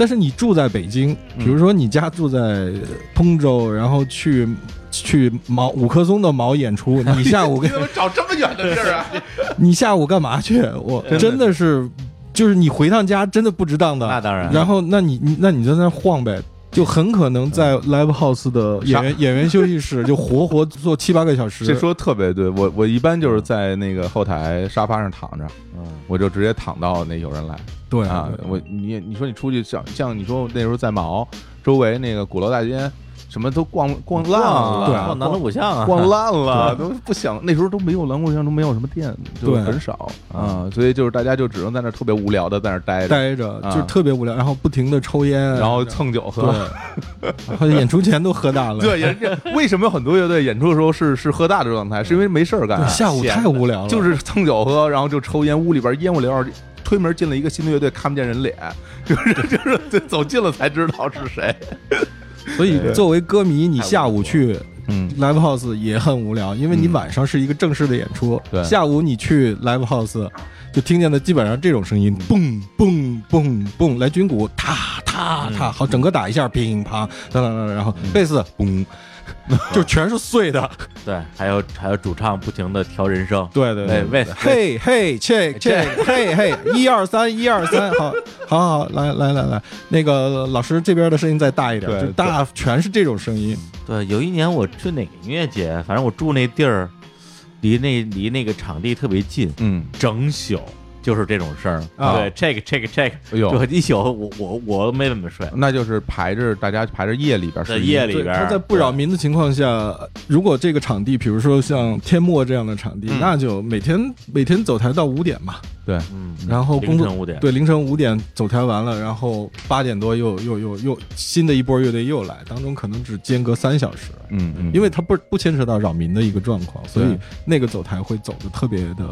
[SPEAKER 3] 但是你住在北京，比如说你家住在呃通州，然后去去毛五棵松的毛演
[SPEAKER 2] *laughs*
[SPEAKER 3] 出，你下午跟
[SPEAKER 2] 怎么找这么远的地儿啊？
[SPEAKER 3] *laughs* 你下午干嘛去？我
[SPEAKER 2] 真的
[SPEAKER 3] 真的是，就是你回趟家真的不值当的。
[SPEAKER 1] 那当然
[SPEAKER 3] 然后，那你你那你就在那儿晃呗，就很可能在
[SPEAKER 2] 嗯
[SPEAKER 3] live house 的演员演员休息室就活活坐七八个
[SPEAKER 2] *laughs*
[SPEAKER 3] 小时。
[SPEAKER 2] 这说得特别对，我我一般
[SPEAKER 3] 嗯
[SPEAKER 2] 就是在那个后台沙发上躺着，
[SPEAKER 1] 嗯，
[SPEAKER 2] 我就直接躺到那有人来
[SPEAKER 3] 对
[SPEAKER 2] 啊，
[SPEAKER 3] 对
[SPEAKER 2] 我你你说你出去像像你说那时候在毛周围那个鼓楼大街，什么都逛逛烂了，
[SPEAKER 3] 嗯 *laughs* 对
[SPEAKER 1] 逛南锣鼓巷啊，
[SPEAKER 2] 逛烂了，都不想那时候都没有蓝鼓巷，都没有什么店，就
[SPEAKER 3] 对嗯
[SPEAKER 2] 很少啊，所以就是大家就只能在那儿特别无聊的在那儿待着，
[SPEAKER 3] 待着
[SPEAKER 2] 啊
[SPEAKER 3] 就是特别无聊，然后不停的抽烟，
[SPEAKER 2] 然后蹭酒喝。
[SPEAKER 3] 对， *laughs* 然后演出前都喝大了。
[SPEAKER 2] 对，人家为什么很多乐队演出的时候是是喝大的状态，是因为没事儿干啊
[SPEAKER 3] 对，，下午
[SPEAKER 2] 哎闲
[SPEAKER 3] 太无聊了，
[SPEAKER 2] 就是蹭酒喝，然后就抽烟，屋里边烟雾缭绕。推门进了一个新的乐队，看不见人脸， *laughs* 就是就是对，走近了才知道是谁。
[SPEAKER 3] 所以
[SPEAKER 2] 对
[SPEAKER 3] 作为歌迷，你
[SPEAKER 1] 太无
[SPEAKER 3] 下午去
[SPEAKER 2] 嗯
[SPEAKER 3] live house 也很无聊，因为你
[SPEAKER 2] 嗯
[SPEAKER 3] 晚上是一个正式的演出，
[SPEAKER 2] 对
[SPEAKER 3] 下午你去 live house 就听见的基本上这种声
[SPEAKER 2] 嗯
[SPEAKER 3] 音，嘣嘣嘣嘣，来军鼓，踏
[SPEAKER 2] 嗯
[SPEAKER 3] 踏踏，好，整个打一下，乒乓，当当当，然后贝斯，
[SPEAKER 2] 嗯
[SPEAKER 3] 嘣，就全是碎
[SPEAKER 2] *laughs*
[SPEAKER 3] 的，
[SPEAKER 1] 对，还有还有主唱不停的调人声，
[SPEAKER 3] 对对
[SPEAKER 1] 对喂
[SPEAKER 3] 嘿嘿，check check，嘿嘿，一二三，一二三，好，好好好，来来来来，那个老师这边的声音再大一点，
[SPEAKER 2] 对
[SPEAKER 3] 就大全是这种声音，
[SPEAKER 1] 对，有一年我去哪个音乐节，反正我住那地儿，离那离那个场地特别近，
[SPEAKER 2] 嗯，
[SPEAKER 1] 整宿就是这种声儿。
[SPEAKER 3] 啊
[SPEAKER 1] 对，check check check，
[SPEAKER 2] 哎呦
[SPEAKER 1] 就一宿我我我没怎么睡，
[SPEAKER 2] 那就是排着大家排着夜里边儿
[SPEAKER 1] 在
[SPEAKER 2] 试音
[SPEAKER 1] 夜里
[SPEAKER 3] 对，
[SPEAKER 1] 边
[SPEAKER 3] 他
[SPEAKER 1] 儿
[SPEAKER 3] 在不扰民的情况下，如果这个场地，比如说像天漠这样的场地，
[SPEAKER 1] 嗯
[SPEAKER 3] 那就每天每天走台到五点嘛，
[SPEAKER 2] 对，
[SPEAKER 1] 嗯，
[SPEAKER 3] 然后工
[SPEAKER 1] 凌
[SPEAKER 3] 作
[SPEAKER 1] 晨五点，
[SPEAKER 3] 对凌晨五点走台完了，然后八点多又又又又新的一波乐队又来，当中可能只间隔三小时，
[SPEAKER 2] 嗯嗯，
[SPEAKER 3] 因为它不不牵扯到扰民的一个状况，所以
[SPEAKER 2] 对
[SPEAKER 3] 那个走台会走的特别的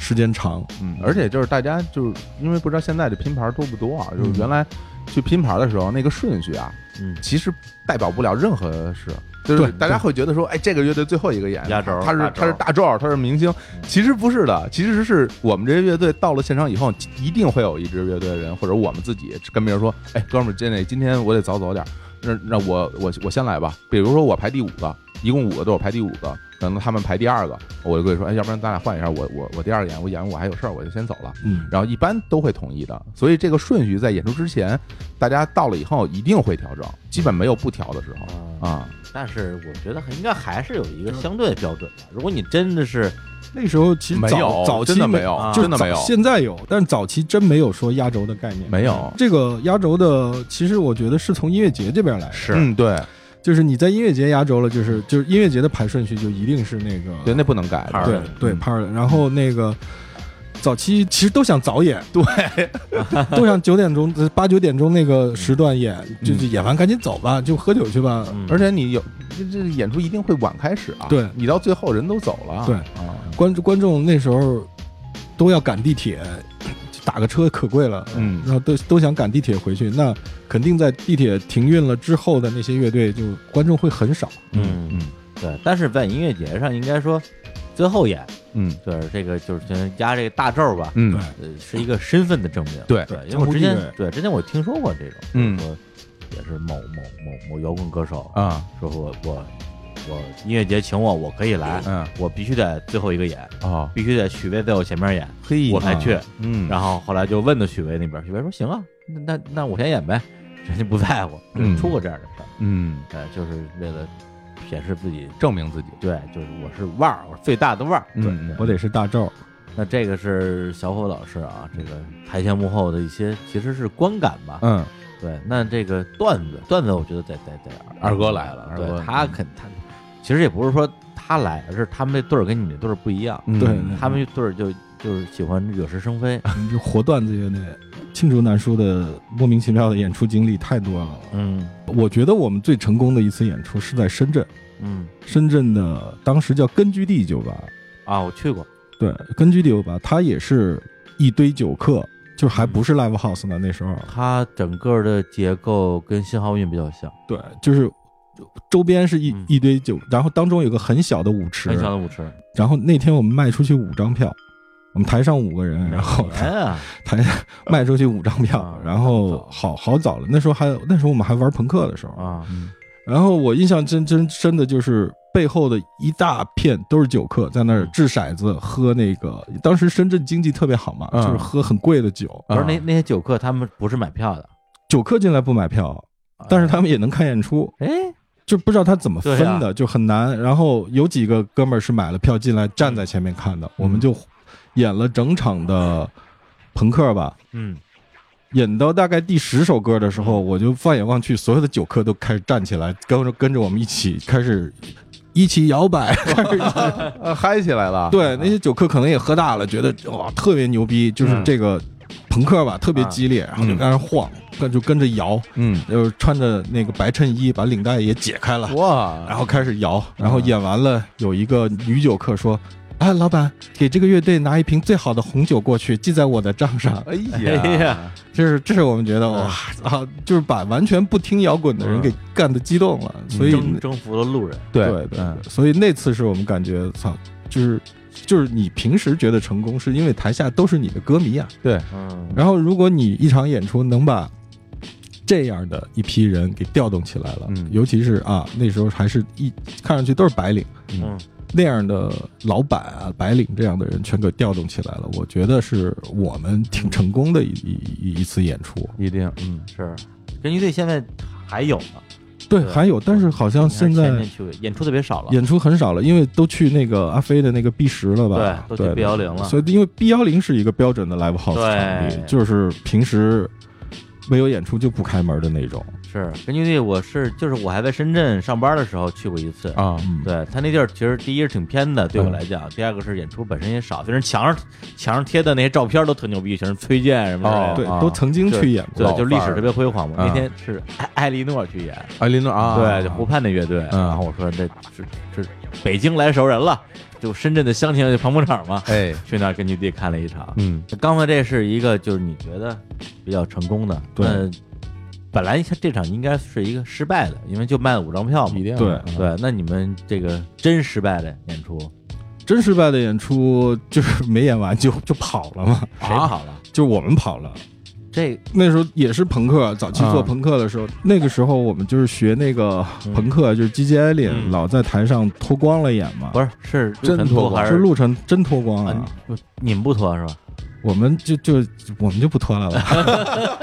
[SPEAKER 3] 时间长。
[SPEAKER 2] 嗯，而且就是大家就是因为不知道现在的拼盘多不多啊，就是原来去拼盘的时候那个顺序啊，
[SPEAKER 1] 嗯
[SPEAKER 2] 其实代表不了任何事。就是
[SPEAKER 3] 对
[SPEAKER 2] 大家会觉得说，哎，这个乐队最后一个演，
[SPEAKER 1] 压轴大
[SPEAKER 2] 他是
[SPEAKER 1] 轴
[SPEAKER 2] 他是大轴，他是明星。其实不是的，其实是我们这些乐队到了现场以后，一定会有一支乐队的人，或者我们自己跟别人说，哎，哥们儿，真的，今天我得早走点儿，那那我我我先来吧。比如说我排第五个，一共五个队，我排第五个，然后他们排第二个，我就跟你说，哎，要不然咱俩换一下，我我我第二个演，我演完我还有事儿，我就先走了。
[SPEAKER 3] 嗯，
[SPEAKER 2] 然后一般都会同意的，所以这个顺序在演出之前，大家到了以后一定会调整，基本没有不调的时候
[SPEAKER 1] 啊，
[SPEAKER 2] 啊。
[SPEAKER 1] 但是我觉得应该还是有一个相对的标准的。如果你真的是
[SPEAKER 3] 那时候其实
[SPEAKER 2] 没有
[SPEAKER 3] 早早期
[SPEAKER 2] 真的没啊有
[SPEAKER 3] 就
[SPEAKER 2] 真的
[SPEAKER 3] 早
[SPEAKER 2] 没有
[SPEAKER 3] 现在有，但是早期真没有说压轴的概念，
[SPEAKER 2] 没有，
[SPEAKER 3] 这个压轴的，其实我觉得是从音乐节这边来的，
[SPEAKER 1] 是
[SPEAKER 2] 嗯，对
[SPEAKER 3] 就是你在音乐节压轴了，就是就是音乐节的排顺序就一定是那个
[SPEAKER 2] 对，那不能改的，
[SPEAKER 1] 盘
[SPEAKER 3] 对
[SPEAKER 1] 儿
[SPEAKER 3] 对
[SPEAKER 2] 嗯
[SPEAKER 3] p a r 然后那个早期其实都想
[SPEAKER 2] *laughs*
[SPEAKER 3] 早演，对，都想九点钟八九点钟那个时段演，
[SPEAKER 2] 嗯
[SPEAKER 3] 就是演完赶紧走吧，就喝酒去吧。
[SPEAKER 1] 嗯
[SPEAKER 2] 而且你有这这演出一定会晚开始啊，
[SPEAKER 3] 对
[SPEAKER 2] 你到最后人都走了，
[SPEAKER 3] 对
[SPEAKER 2] 啊，
[SPEAKER 3] 观观众那时候都要赶地铁，就打个车可贵了，
[SPEAKER 2] 嗯
[SPEAKER 3] 然后都都想赶地铁回去，那肯定在地铁停运了之后的那些乐队就观众会很少。
[SPEAKER 1] 嗯
[SPEAKER 2] 嗯
[SPEAKER 1] 对，但是在音乐节上应该说最后演，
[SPEAKER 2] 嗯
[SPEAKER 1] 对这个就是先压这个大咒吧，
[SPEAKER 2] 嗯
[SPEAKER 1] 呃，是一个身份的证明。
[SPEAKER 2] 对
[SPEAKER 1] 对，因为
[SPEAKER 3] 江湖
[SPEAKER 1] 我之
[SPEAKER 3] 地
[SPEAKER 1] 前
[SPEAKER 3] 位
[SPEAKER 1] 对之前我听说过这种，
[SPEAKER 2] 嗯
[SPEAKER 1] 就是说也是某某某某摇滚歌手，
[SPEAKER 2] 啊
[SPEAKER 1] 说我我我音乐节请我，我可以来，
[SPEAKER 2] 嗯
[SPEAKER 1] 我必须得最后一个演，
[SPEAKER 2] 哦，
[SPEAKER 1] 必须得许巍在我前面演，
[SPEAKER 2] 嘿
[SPEAKER 1] 我才去。
[SPEAKER 2] 嗯，
[SPEAKER 1] 然后后来就问的许巍那边，许巍说行啊，那那那我先演呗， *laughs* 人家不在乎，
[SPEAKER 2] 嗯
[SPEAKER 1] 出过这样的事儿，
[SPEAKER 2] 嗯，
[SPEAKER 1] 呃，就是为了显示自己。
[SPEAKER 2] 证明自己，
[SPEAKER 1] 对，就是我是腕儿，我是最大的腕儿。
[SPEAKER 2] 嗯
[SPEAKER 1] 对
[SPEAKER 2] 嗯
[SPEAKER 3] 我得是大赵， *laughs*
[SPEAKER 1] 那这个是小伙老师啊，这个台前幕后的一些其实是观感吧。
[SPEAKER 2] 嗯
[SPEAKER 1] 对，那这个段子，段子我觉得得得得
[SPEAKER 2] 二哥来
[SPEAKER 1] 来
[SPEAKER 2] 了二哥
[SPEAKER 1] 对他肯他其实也不是说他来，而是他们这队儿跟你们这队儿不一样，
[SPEAKER 2] 嗯
[SPEAKER 3] 对
[SPEAKER 1] 他们这队儿就就是喜欢惹是生非。
[SPEAKER 3] 这活段子乐队罄竹难书的莫名其妙的演出经历太多了。
[SPEAKER 1] 嗯
[SPEAKER 3] 我觉得我们最成功的一次演出是在深圳，
[SPEAKER 1] 嗯
[SPEAKER 3] 深圳的当时叫根据地酒吧，
[SPEAKER 1] 啊，我去过，
[SPEAKER 3] 对，根据地酒吧，它也是一堆酒客，就是还不是 live house
[SPEAKER 1] 嗯
[SPEAKER 3] 呢，那时候，
[SPEAKER 1] 它整个的结构跟信号运比较像，
[SPEAKER 3] 对，就是周边是一
[SPEAKER 1] 嗯
[SPEAKER 3] 一堆酒，然后当中有个很小的舞池
[SPEAKER 1] 很，小的舞池。
[SPEAKER 3] 然后那天我们卖出去五张票，我们台上五个人，嗯然后
[SPEAKER 1] 哎呀，
[SPEAKER 3] 台下卖出去五张票
[SPEAKER 1] 啊，
[SPEAKER 3] 然后好好早了，那时候还有那时候我们还玩朋克的时候
[SPEAKER 1] 啊，
[SPEAKER 3] 嗯然后我印象真真深的就是背后的一大片都是酒客在那儿掷骰子喝那个，当时深圳经济特别好嘛，
[SPEAKER 2] 嗯
[SPEAKER 3] 就是喝很贵的酒，
[SPEAKER 1] 不是那
[SPEAKER 2] 啊
[SPEAKER 1] 那些酒客他们不是买票的，啊
[SPEAKER 3] 酒客进来不买票，但是他们也能看演出，
[SPEAKER 1] 哎，
[SPEAKER 3] 就不知道他怎么分
[SPEAKER 1] 对
[SPEAKER 3] 的，就很难。然后有几个哥们儿是买了票进来站在前面看的，我们就演了整场的朋克吧。
[SPEAKER 1] 嗯，
[SPEAKER 3] 演到大概第十首歌的时候，我就放眼望去，所有的酒客都开始站起来，跟着跟着我们一起开始一起摇摆， *laughs* 开始
[SPEAKER 2] 呃嗨起来了，
[SPEAKER 3] 对，那些酒客可能也喝大了，觉得哇特别牛逼，就是
[SPEAKER 2] 嗯
[SPEAKER 3] 这个朋克吧，特别激烈，然后就在那晃，跟就跟着摇，
[SPEAKER 2] 嗯
[SPEAKER 3] 就是穿着那个白衬衣，把领带也解开了，
[SPEAKER 2] 哇，
[SPEAKER 3] 然后开始摇，然后演完了，有一个女酒客说：“啊，老板，给这个乐队拿一瓶最好的红酒过去，记在我的账上。
[SPEAKER 2] 哎呀，
[SPEAKER 1] 哎呀，
[SPEAKER 3] 这是这是我们觉得哇啊，就是把完全不听摇滚的人给干的激动了，所以
[SPEAKER 1] 征征服了路人，
[SPEAKER 3] 对
[SPEAKER 2] 对
[SPEAKER 3] 嗯对对，所以那次是我们感觉操，就是就是你平时觉得成功，是因为台下都是你的歌迷啊。
[SPEAKER 2] 对，
[SPEAKER 1] 嗯，
[SPEAKER 3] 然后如果你一场演出能把这样的一批人给调动起来了，
[SPEAKER 2] 嗯
[SPEAKER 3] 尤其是啊那时候还是一看上去都是白领。
[SPEAKER 1] 嗯
[SPEAKER 3] 那样的老板啊、白领这样的人全给调动起来了，我觉得是我们挺成功的一一一一次演出。
[SPEAKER 2] 一定，嗯，
[SPEAKER 1] 是，跟乐队现在还有呢，
[SPEAKER 3] 对，
[SPEAKER 1] 对
[SPEAKER 3] 还有，但是好像
[SPEAKER 1] 你还
[SPEAKER 3] 现
[SPEAKER 1] 是天
[SPEAKER 3] 在
[SPEAKER 1] 天去演出特别少了，
[SPEAKER 3] 演出很少了，因为都去那个阿飞的那个 B 十了吧？
[SPEAKER 1] 对都去 B10 了
[SPEAKER 3] 所以因为 B 幺零是一个标准的 live house 场地
[SPEAKER 1] 对，
[SPEAKER 3] 就是平时没有演出就不开门的那种。
[SPEAKER 1] 是跟乐队，我是就是我还在深圳上班的时候去过一次。
[SPEAKER 2] 啊，
[SPEAKER 3] 嗯，
[SPEAKER 1] 对他那地儿，其实第一是挺偏的，
[SPEAKER 2] 嗯
[SPEAKER 1] 对我来讲；第二个是演出本身也少，就是墙上墙上贴的那些照片都特牛逼，全是崔健什么之类的
[SPEAKER 2] 哦
[SPEAKER 3] 对，
[SPEAKER 2] 啊
[SPEAKER 3] 都曾经去演过。
[SPEAKER 1] 对，
[SPEAKER 2] 老
[SPEAKER 1] 就历
[SPEAKER 2] 范
[SPEAKER 1] 史
[SPEAKER 2] 儿
[SPEAKER 1] 特别辉煌嘛。
[SPEAKER 2] 啊
[SPEAKER 1] 那天是艾艾莉诺去演，
[SPEAKER 2] 哎，林总啊，
[SPEAKER 1] 对，就湖畔那乐队。
[SPEAKER 2] 嗯
[SPEAKER 1] 然后我说这这这北京来熟人了，就深圳的乡情就庞博场嘛，
[SPEAKER 2] 哎，
[SPEAKER 1] 去那儿跟你弟看了一场。
[SPEAKER 2] 嗯，
[SPEAKER 1] 刚才这是一个就是你觉得比较成功的，
[SPEAKER 3] 对
[SPEAKER 1] 那本来这场应该是一个失败的，因为就卖了五张票嘛
[SPEAKER 2] 一。定，
[SPEAKER 3] 对
[SPEAKER 2] 嗯，
[SPEAKER 1] 对，那你们这个真失败的演出，
[SPEAKER 3] 真失败的演出就是没演完就就跑了嘛， *laughs*
[SPEAKER 1] 谁跑了？
[SPEAKER 3] 就我们跑了。
[SPEAKER 1] 这
[SPEAKER 3] 那时候也是朋克，早期做朋克的时
[SPEAKER 1] 嗯
[SPEAKER 3] 候，那个时候我们就是学那个朋克，就是 G G 艾琳、
[SPEAKER 1] 嗯
[SPEAKER 3] 老在台上脱光了演嘛，
[SPEAKER 1] 不是是
[SPEAKER 2] 真
[SPEAKER 1] 陈
[SPEAKER 2] 脱
[SPEAKER 1] 脱
[SPEAKER 2] 光
[SPEAKER 1] 还
[SPEAKER 3] 是
[SPEAKER 1] 是
[SPEAKER 3] 陆晨真脱光了，
[SPEAKER 2] 嗯
[SPEAKER 1] 啊？你不你们不脱是吧？
[SPEAKER 3] 我们就就我们就不脱了吧。
[SPEAKER 2] *laughs*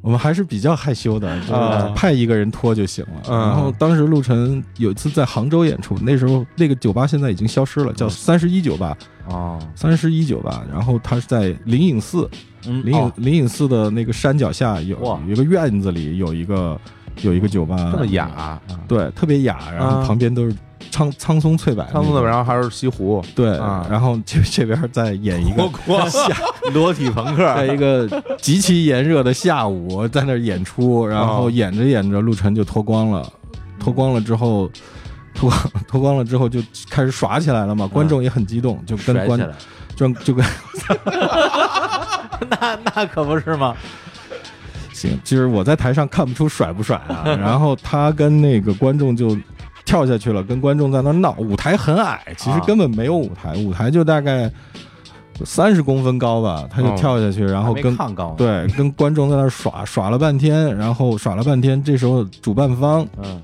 [SPEAKER 3] 我们还是比较害羞的，就是
[SPEAKER 2] 啊
[SPEAKER 3] 派一个人脱就行了。
[SPEAKER 2] 嗯
[SPEAKER 3] 然后当时陆晨有一次在杭州演出，那时候那个酒吧现在已经消失了，
[SPEAKER 2] 嗯
[SPEAKER 3] 叫三十一酒吧，
[SPEAKER 1] 哦，
[SPEAKER 3] 三十一酒吧。然后他是在灵隐寺，
[SPEAKER 1] 嗯，
[SPEAKER 3] 灵
[SPEAKER 1] 哦
[SPEAKER 3] 隐灵隐寺的那个山脚下有
[SPEAKER 1] 哇
[SPEAKER 3] 有一个院子里有一个有一个酒吧，
[SPEAKER 1] 嗯
[SPEAKER 2] 这么雅，啊
[SPEAKER 3] 对，特别雅，然后
[SPEAKER 2] 啊
[SPEAKER 3] 旁边都是苍苍松翠柏那
[SPEAKER 1] 嗯
[SPEAKER 3] 种，
[SPEAKER 2] 上次怎么，然后还是西湖，
[SPEAKER 3] 对，
[SPEAKER 2] 啊
[SPEAKER 3] 然后这这边再演
[SPEAKER 2] *laughs*
[SPEAKER 3] 一个 *laughs*
[SPEAKER 1] 裸体朋克，
[SPEAKER 3] 在一个极其炎热的下午在那儿演出，然后
[SPEAKER 2] 哦
[SPEAKER 3] 演着演着陆晨就脱光了，脱光了之后。脱光 *laughs* 脱光了之后就开始耍起来了嘛，观众也很激动，就
[SPEAKER 1] 嗯
[SPEAKER 3] 跟
[SPEAKER 1] 甩起
[SPEAKER 3] 观
[SPEAKER 1] 来，
[SPEAKER 3] 就就跟 *laughs*
[SPEAKER 1] 那那可不是吗？
[SPEAKER 3] 行，就是我在台上看不出甩不甩啊，然后他跟那个观众就跳下去了，跟观众在那闹。舞台很矮，其实
[SPEAKER 1] 啊
[SPEAKER 3] 根本没有舞台，舞台就大概三十公分高吧，他就
[SPEAKER 2] 哦，
[SPEAKER 3] 跳下去，然
[SPEAKER 1] 还
[SPEAKER 3] 后
[SPEAKER 1] 没
[SPEAKER 3] 跟
[SPEAKER 1] 抗高，，
[SPEAKER 3] 对跟观众在那耍耍了半天，然后耍了半天，这时候主办方
[SPEAKER 1] 嗯，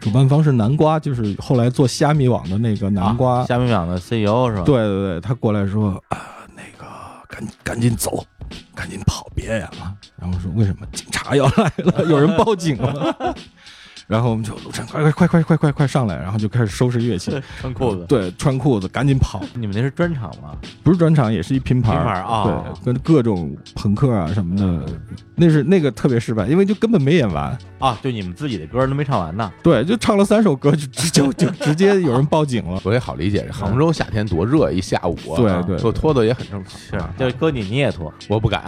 [SPEAKER 3] 主办方是南瓜，就是后来做虾米网的那个南瓜，
[SPEAKER 1] 啊、下面讲的 CEO 是吧？
[SPEAKER 3] 对对对，他过来说啊，那个赶赶紧走，赶紧跑，别演了。然后说为什么警察要来
[SPEAKER 1] *laughs*
[SPEAKER 3] 了，有人报警了。 *laughs* 然后我们就陆晨，快快快快快快快上来，然后就开始收拾乐器，
[SPEAKER 1] *laughs* 穿裤子。
[SPEAKER 3] 对，穿裤子赶紧跑。
[SPEAKER 1] 你们那是专场吗？
[SPEAKER 3] 不是专场，也是一拼盘儿
[SPEAKER 1] 拼盘儿啊
[SPEAKER 3] 对，跟各种朋克啊什么的，那是那个特别失败，因为就根本没演完，
[SPEAKER 1] 啊，就你们自己的歌都没唱完呢。
[SPEAKER 3] 对，就唱了三首歌就 *laughs* 直就就直接有人报警了
[SPEAKER 2] 我也好理解，杭州夏天多热，一下午啊，
[SPEAKER 3] 对对
[SPEAKER 2] 我脱的也很正常，
[SPEAKER 3] 啊
[SPEAKER 1] 是，啊就哥你你也脱，
[SPEAKER 2] 我不敢，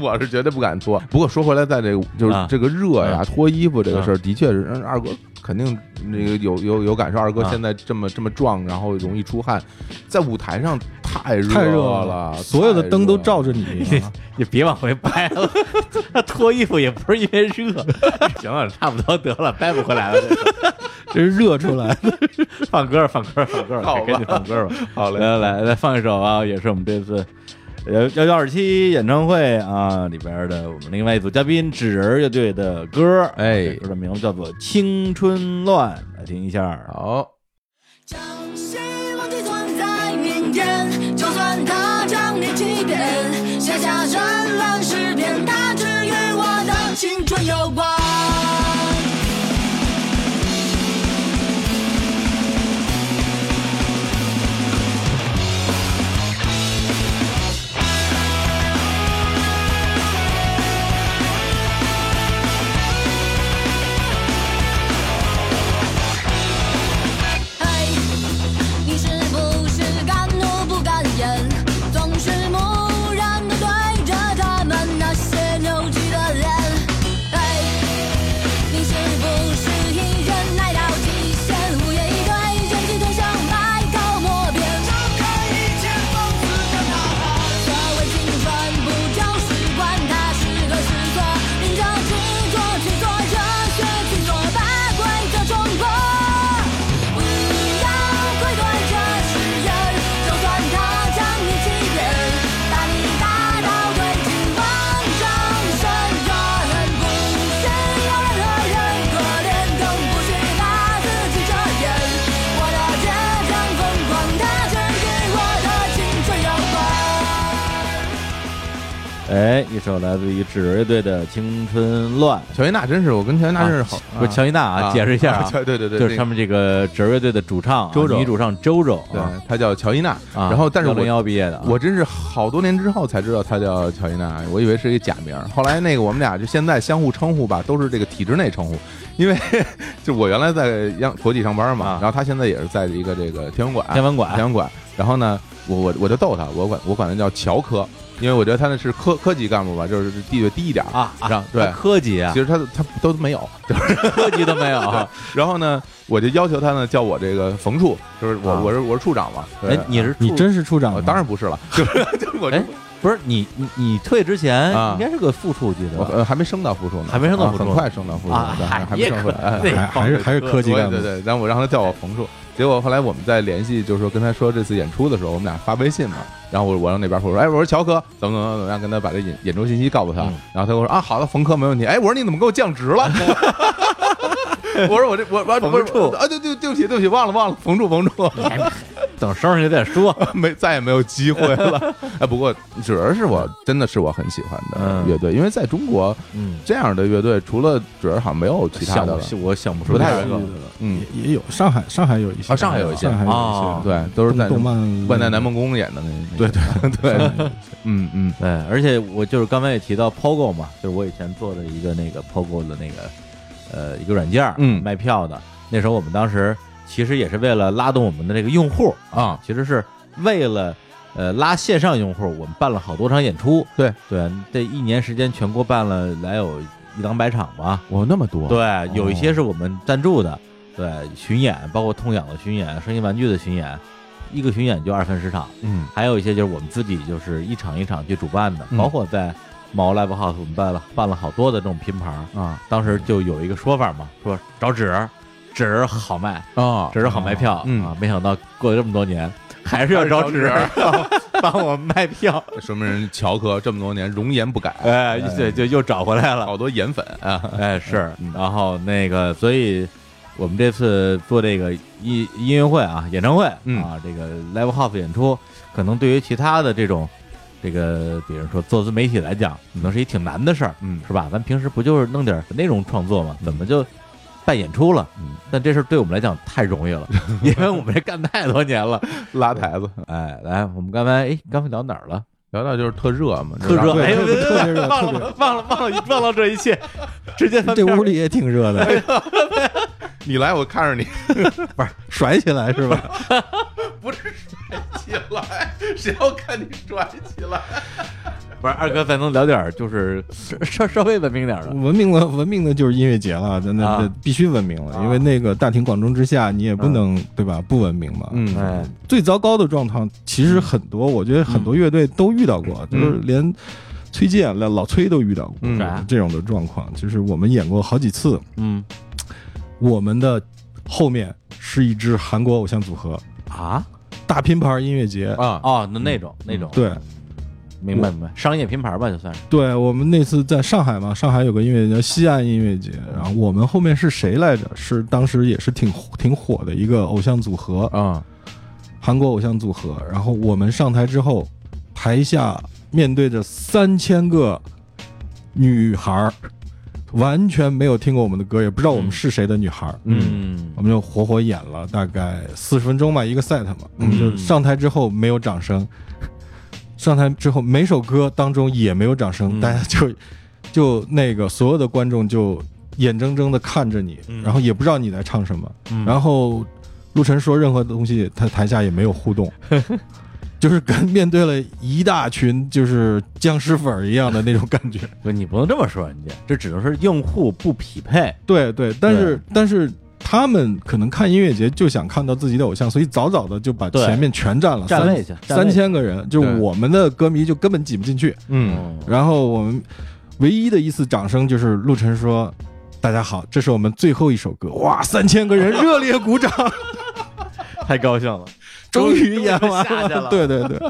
[SPEAKER 2] 我是绝对不敢脱。不过说回来，在这个就是
[SPEAKER 1] 啊
[SPEAKER 2] 这个热呀，
[SPEAKER 1] 嗯
[SPEAKER 2] 脱衣服这个事儿，的确是嗯二哥肯定那个有有有感受。二哥
[SPEAKER 1] 啊
[SPEAKER 2] 现在这么这么壮，然后容易出汗，在舞台上太热
[SPEAKER 3] 太热
[SPEAKER 2] 了，
[SPEAKER 3] 所有的灯都照
[SPEAKER 2] 着。
[SPEAKER 3] 着你，
[SPEAKER 1] *laughs* 也别往回掰了。他脱衣服也不是因为热， *laughs* 行了，差不多得了，掰不回来了。这个 *laughs*
[SPEAKER 3] 这是热出来的。 *laughs*
[SPEAKER 1] 放歌儿，放歌儿，放歌儿，
[SPEAKER 2] 好吧
[SPEAKER 1] 来赶紧放歌儿吧。
[SPEAKER 2] *laughs* 好嘞
[SPEAKER 1] 来来来，放一首啊，也是我们这次幺幺幺二七演唱会啊里边的我们另外一组嘉宾纸人乐队的歌，
[SPEAKER 2] 哎
[SPEAKER 1] 这歌的名字叫做《青春乱》，来听一下。
[SPEAKER 2] 好，
[SPEAKER 5] 将希望寄存在绵延，就算它将你欺骗，写下绚烂诗篇，它只与我的青春有关。嘿，你是不是敢怒不敢言？总是漠然的对着他们那些扭曲的脸。嘿，
[SPEAKER 1] 哎，一首来自于纸儿乐队的《青春乱》。
[SPEAKER 2] 乔伊娜真是，我跟乔伊娜真是好，
[SPEAKER 1] 不是乔伊娜
[SPEAKER 2] 啊
[SPEAKER 1] 啊，解释一下
[SPEAKER 2] 啊
[SPEAKER 1] 啊，
[SPEAKER 2] 乔对对对，
[SPEAKER 1] 就是他
[SPEAKER 2] 那个
[SPEAKER 1] 们这个纸儿乐队的主唱啊
[SPEAKER 2] 周周
[SPEAKER 1] 女主唱周周啊，
[SPEAKER 2] 对，她叫乔伊娜，
[SPEAKER 1] 啊
[SPEAKER 2] 然后但是
[SPEAKER 1] 101
[SPEAKER 2] 我。
[SPEAKER 1] 毕业的啊，
[SPEAKER 2] 我真是好多年之后才知道她叫乔伊娜，我以为是一个假名儿。后来那个我们俩就现在相互称呼吧，都是这个体制内称呼，因为 *laughs* 就我原来在央国际上班嘛
[SPEAKER 1] 啊，
[SPEAKER 2] 然后她现在也是在一个这个天文馆，
[SPEAKER 1] 天文馆
[SPEAKER 2] 天文馆。然后呢，我我我就逗她，我管我管她叫乔科，因为我觉得她那是科科级干部吧，就是地位低一点儿
[SPEAKER 1] 啊
[SPEAKER 2] 然
[SPEAKER 1] 啊
[SPEAKER 2] 后，对
[SPEAKER 1] 他科级啊
[SPEAKER 2] 其，实她她都没有，
[SPEAKER 1] *laughs* 科级都没有啊。
[SPEAKER 2] *laughs* 然后呢，我就要求他呢叫我这个冯处，就是我、
[SPEAKER 1] 啊
[SPEAKER 2] 我是我是处长嘛。对
[SPEAKER 1] 哎，你是
[SPEAKER 3] 你
[SPEAKER 1] 处
[SPEAKER 3] 真是处长啊
[SPEAKER 2] 呃
[SPEAKER 3] 吗？
[SPEAKER 1] 嗯
[SPEAKER 2] 当然不
[SPEAKER 1] *laughs*
[SPEAKER 2] 是了，就是就是我
[SPEAKER 1] 哎不是你你你退之前
[SPEAKER 2] 啊
[SPEAKER 1] 应该是个副处级
[SPEAKER 2] 我
[SPEAKER 1] 的吧？
[SPEAKER 2] 呃还没升到副处呢，
[SPEAKER 1] 还没升到
[SPEAKER 2] 啊
[SPEAKER 1] 副处
[SPEAKER 2] 很快升到副处，
[SPEAKER 1] 啊
[SPEAKER 2] 对还还没
[SPEAKER 1] 也
[SPEAKER 2] 升回来。哎
[SPEAKER 1] 可以
[SPEAKER 3] 还还是还是科技
[SPEAKER 2] 对
[SPEAKER 3] 干部
[SPEAKER 2] 对。对，然后我让他叫我冯处，结果后来我们在联系，就是说跟他说这次演出的时候，我们俩发微信嘛，然后我我让那边说，哎，我说乔哥怎么怎么怎么样，跟他把这演演出信息告诉他，
[SPEAKER 1] 嗯
[SPEAKER 2] 然后他跟我说啊，好的，冯科没问题，哎，我说你怎么给我降职
[SPEAKER 1] *laughs*
[SPEAKER 2] 了？我说我这我我
[SPEAKER 1] 冯
[SPEAKER 2] 我
[SPEAKER 1] 处
[SPEAKER 2] 啊对对对不起对不起忘了忘了冯处冯处，
[SPEAKER 1] 等升上去再说。
[SPEAKER 2] *laughs* 没再也没有机会了。哎，不过纸儿是我真的是我很喜欢的
[SPEAKER 1] 嗯
[SPEAKER 2] 乐队，因为在中国
[SPEAKER 1] 嗯，
[SPEAKER 2] 这样的乐队除了纸儿好像没有其他
[SPEAKER 1] 想
[SPEAKER 2] 的
[SPEAKER 1] 不
[SPEAKER 2] 了。
[SPEAKER 1] 出我想不出
[SPEAKER 2] 不太
[SPEAKER 1] 来
[SPEAKER 2] 有
[SPEAKER 1] 了
[SPEAKER 2] 意嗯，
[SPEAKER 3] 也也有上海，上海有一些
[SPEAKER 2] 啊上海有一些
[SPEAKER 3] 上海有
[SPEAKER 1] 哦
[SPEAKER 3] 一些，
[SPEAKER 2] 对，都是在
[SPEAKER 3] 动漫
[SPEAKER 2] 万代南梦宫演的那那
[SPEAKER 3] 对对
[SPEAKER 2] 对，嗯嗯
[SPEAKER 1] 对，哎而且我就是刚才也提到 POGO 嘛，就是我以前做的一个那个 POGO 的那个呃一个软件儿，
[SPEAKER 2] 嗯
[SPEAKER 1] 卖票的。那时候我们当时其实也是为了拉动我们的这个用户，
[SPEAKER 2] 啊，
[SPEAKER 1] 其实是为了呃拉线上用户，我们办了好多场演出。
[SPEAKER 2] 对
[SPEAKER 1] 对，这一年时间全国办了来有一两百场吧。
[SPEAKER 2] 哇，那么多，
[SPEAKER 1] 对，有一些是我们赞助的，对巡演，包括痛痒的巡演、声音玩具的巡演，一个巡演就二分十场。
[SPEAKER 2] 嗯
[SPEAKER 1] 还有一些就是我们自己就是一场一场去主办的，
[SPEAKER 2] 嗯
[SPEAKER 1] 包括在毛 Live House 我们办了办了好多的这种拼盘儿。
[SPEAKER 2] 啊
[SPEAKER 1] 当时就有一个说法嘛，说找纸儿，纸儿好卖，
[SPEAKER 2] 啊
[SPEAKER 1] 纸儿好卖票、
[SPEAKER 2] 嗯
[SPEAKER 1] 啊。没想到过了这么多年， *laughs* 还是要啊找纸儿帮我们卖票。
[SPEAKER 2] *laughs* 说明人乔科这么多年容颜不改，
[SPEAKER 1] 哎，对，就又找回来了。
[SPEAKER 2] 好多颜粉
[SPEAKER 1] *laughs*
[SPEAKER 2] 啊，
[SPEAKER 1] 哎，是，然后那个，所以我们这次做这个音音乐会啊，演唱会
[SPEAKER 2] 嗯
[SPEAKER 1] 啊，这个 live house 演出，可能对于其他的这种这个，比如说做自媒体来讲，可能是一挺难的事儿，
[SPEAKER 2] 嗯
[SPEAKER 1] 是吧？咱平时不就是弄点内容创作嘛，怎么就办演出了？
[SPEAKER 2] 嗯
[SPEAKER 1] 但这事儿对我们来讲太容易 *laughs* 了，因为我们这干太多年 *laughs* 了。
[SPEAKER 2] 拉台子，
[SPEAKER 1] 哎，来，我们刚才哎，刚才聊哪儿了？
[SPEAKER 2] 聊聊就是特热嘛，
[SPEAKER 1] 特热，
[SPEAKER 3] 对
[SPEAKER 1] 哎呦，
[SPEAKER 3] 特别特别热
[SPEAKER 1] 忘
[SPEAKER 3] 特别
[SPEAKER 1] 了，忘了，忘了，忘了这一切，直接翻
[SPEAKER 3] 这
[SPEAKER 1] 篇儿
[SPEAKER 3] 屋里也挺热的，
[SPEAKER 2] *laughs* 你来我看着你， *laughs*
[SPEAKER 3] 甩起来是吧？
[SPEAKER 2] 不是甩起来，谁要看你甩起来？
[SPEAKER 1] 不是二哥，咱能聊点儿就是 *laughs* 稍稍微文明点儿的
[SPEAKER 3] 文明了，文明的就是音乐节了，那那
[SPEAKER 1] 啊
[SPEAKER 3] 那必须文明了，
[SPEAKER 1] 啊
[SPEAKER 3] 因为那个大庭广众之下，你也不能对吧？不文明嘛。
[SPEAKER 2] 嗯
[SPEAKER 1] 哎，
[SPEAKER 3] 最糟糕的状况其实很多，我觉得很多乐队都遇到过，
[SPEAKER 2] 嗯
[SPEAKER 3] 就是连崔健、老老崔都遇到过
[SPEAKER 2] 嗯
[SPEAKER 1] 啥
[SPEAKER 3] 这种的状况。就是我们演过好几次，
[SPEAKER 1] 嗯
[SPEAKER 3] 我们的后面是一支韩国偶像组合，
[SPEAKER 1] 啊
[SPEAKER 3] 大拼盘音乐节。
[SPEAKER 2] 啊
[SPEAKER 1] 哦，那那种那种，
[SPEAKER 3] 对，
[SPEAKER 1] 明白明白，商业拼盘吧，就算是
[SPEAKER 3] 对我们那次在上海嘛，上海有个音乐节叫西安音乐节，然后我们后面是谁来着？是当时也是挺挺火的一个偶像组合，
[SPEAKER 2] 啊
[SPEAKER 3] 韩国偶像组合。然后我们上台之后，台下面对着三千个女孩儿，完全没有听过我们的歌，也不知道我们是谁的女孩儿。
[SPEAKER 1] 嗯
[SPEAKER 3] 我们就活活演了大概四十分钟吧，一个 set 嘛。
[SPEAKER 1] 嗯
[SPEAKER 3] 我们就上台之后没有掌声， *laughs* 上台之后每首歌当中也没有掌声，
[SPEAKER 1] 嗯
[SPEAKER 3] 大家就就那个所有的观众就眼睁睁的看着你，然后也不知道你在唱什么，
[SPEAKER 1] 嗯
[SPEAKER 3] 然后陆晨说任何东西，他台下也没有互动。 *laughs* 就是跟面对了一大群就是僵尸粉儿一样的那种感觉，
[SPEAKER 1] 不，你不能这么说人家，这只能是用户不匹配，
[SPEAKER 3] 对对，但是但是他们可能看音乐节就想看到自己的偶像，所以早早的就把
[SPEAKER 1] 对
[SPEAKER 3] 前面全占了，
[SPEAKER 1] 占
[SPEAKER 3] 三
[SPEAKER 1] 位去占位
[SPEAKER 3] 三
[SPEAKER 1] 去
[SPEAKER 3] 千个人，就
[SPEAKER 2] 对
[SPEAKER 3] 我们的歌迷就根本挤不进去。
[SPEAKER 2] 嗯
[SPEAKER 1] 嗯
[SPEAKER 3] 然后我们唯一的一次掌声就是陆晨说：“大家好，这是我们最后一首歌。”哇，三千
[SPEAKER 1] *laughs*
[SPEAKER 3] 个人热烈鼓掌，
[SPEAKER 1] 太高兴了，
[SPEAKER 3] 终于演完
[SPEAKER 1] *laughs* 终于下去了
[SPEAKER 3] 对对对。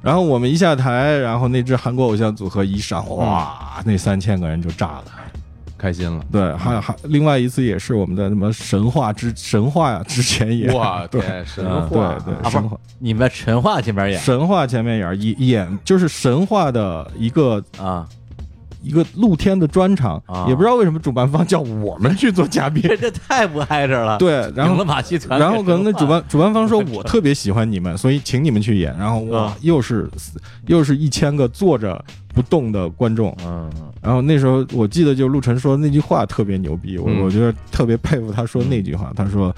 [SPEAKER 3] 然后我们一下台，然后那支韩国偶像组合一上，哇，那三千个人就炸了。
[SPEAKER 2] 开心了。
[SPEAKER 3] 对，还有还另外一次也是我们的什么神话之神话呀，之前也
[SPEAKER 2] 我
[SPEAKER 3] 对
[SPEAKER 2] 天，神
[SPEAKER 1] 嗯
[SPEAKER 2] 话啊
[SPEAKER 3] 对
[SPEAKER 1] 不
[SPEAKER 3] 对
[SPEAKER 1] 是
[SPEAKER 3] 神话
[SPEAKER 1] 你们在陈话前面演
[SPEAKER 3] *laughs* 神话前面演演演就是神话的一个
[SPEAKER 1] 啊，
[SPEAKER 3] 一个露天的专场
[SPEAKER 1] 啊，
[SPEAKER 3] 也不知道为什么主办方叫我们去做
[SPEAKER 1] *laughs*
[SPEAKER 3] 嘉宾，
[SPEAKER 1] 这这太不挨着了。，
[SPEAKER 3] 对，然
[SPEAKER 1] 赢
[SPEAKER 3] 后
[SPEAKER 1] 了马戏团，，
[SPEAKER 3] 然后可能那主办主办方说我特别喜欢你
[SPEAKER 1] *laughs*
[SPEAKER 3] 们，所以请你们去演。然后哇
[SPEAKER 1] 啊，
[SPEAKER 3] 又是又是一千个坐着不动的观众。
[SPEAKER 1] 嗯，
[SPEAKER 3] 然后那时候我记得就陆晨说那句话特别牛逼，我
[SPEAKER 2] 嗯
[SPEAKER 3] 我觉得特别佩服他说那句话，他说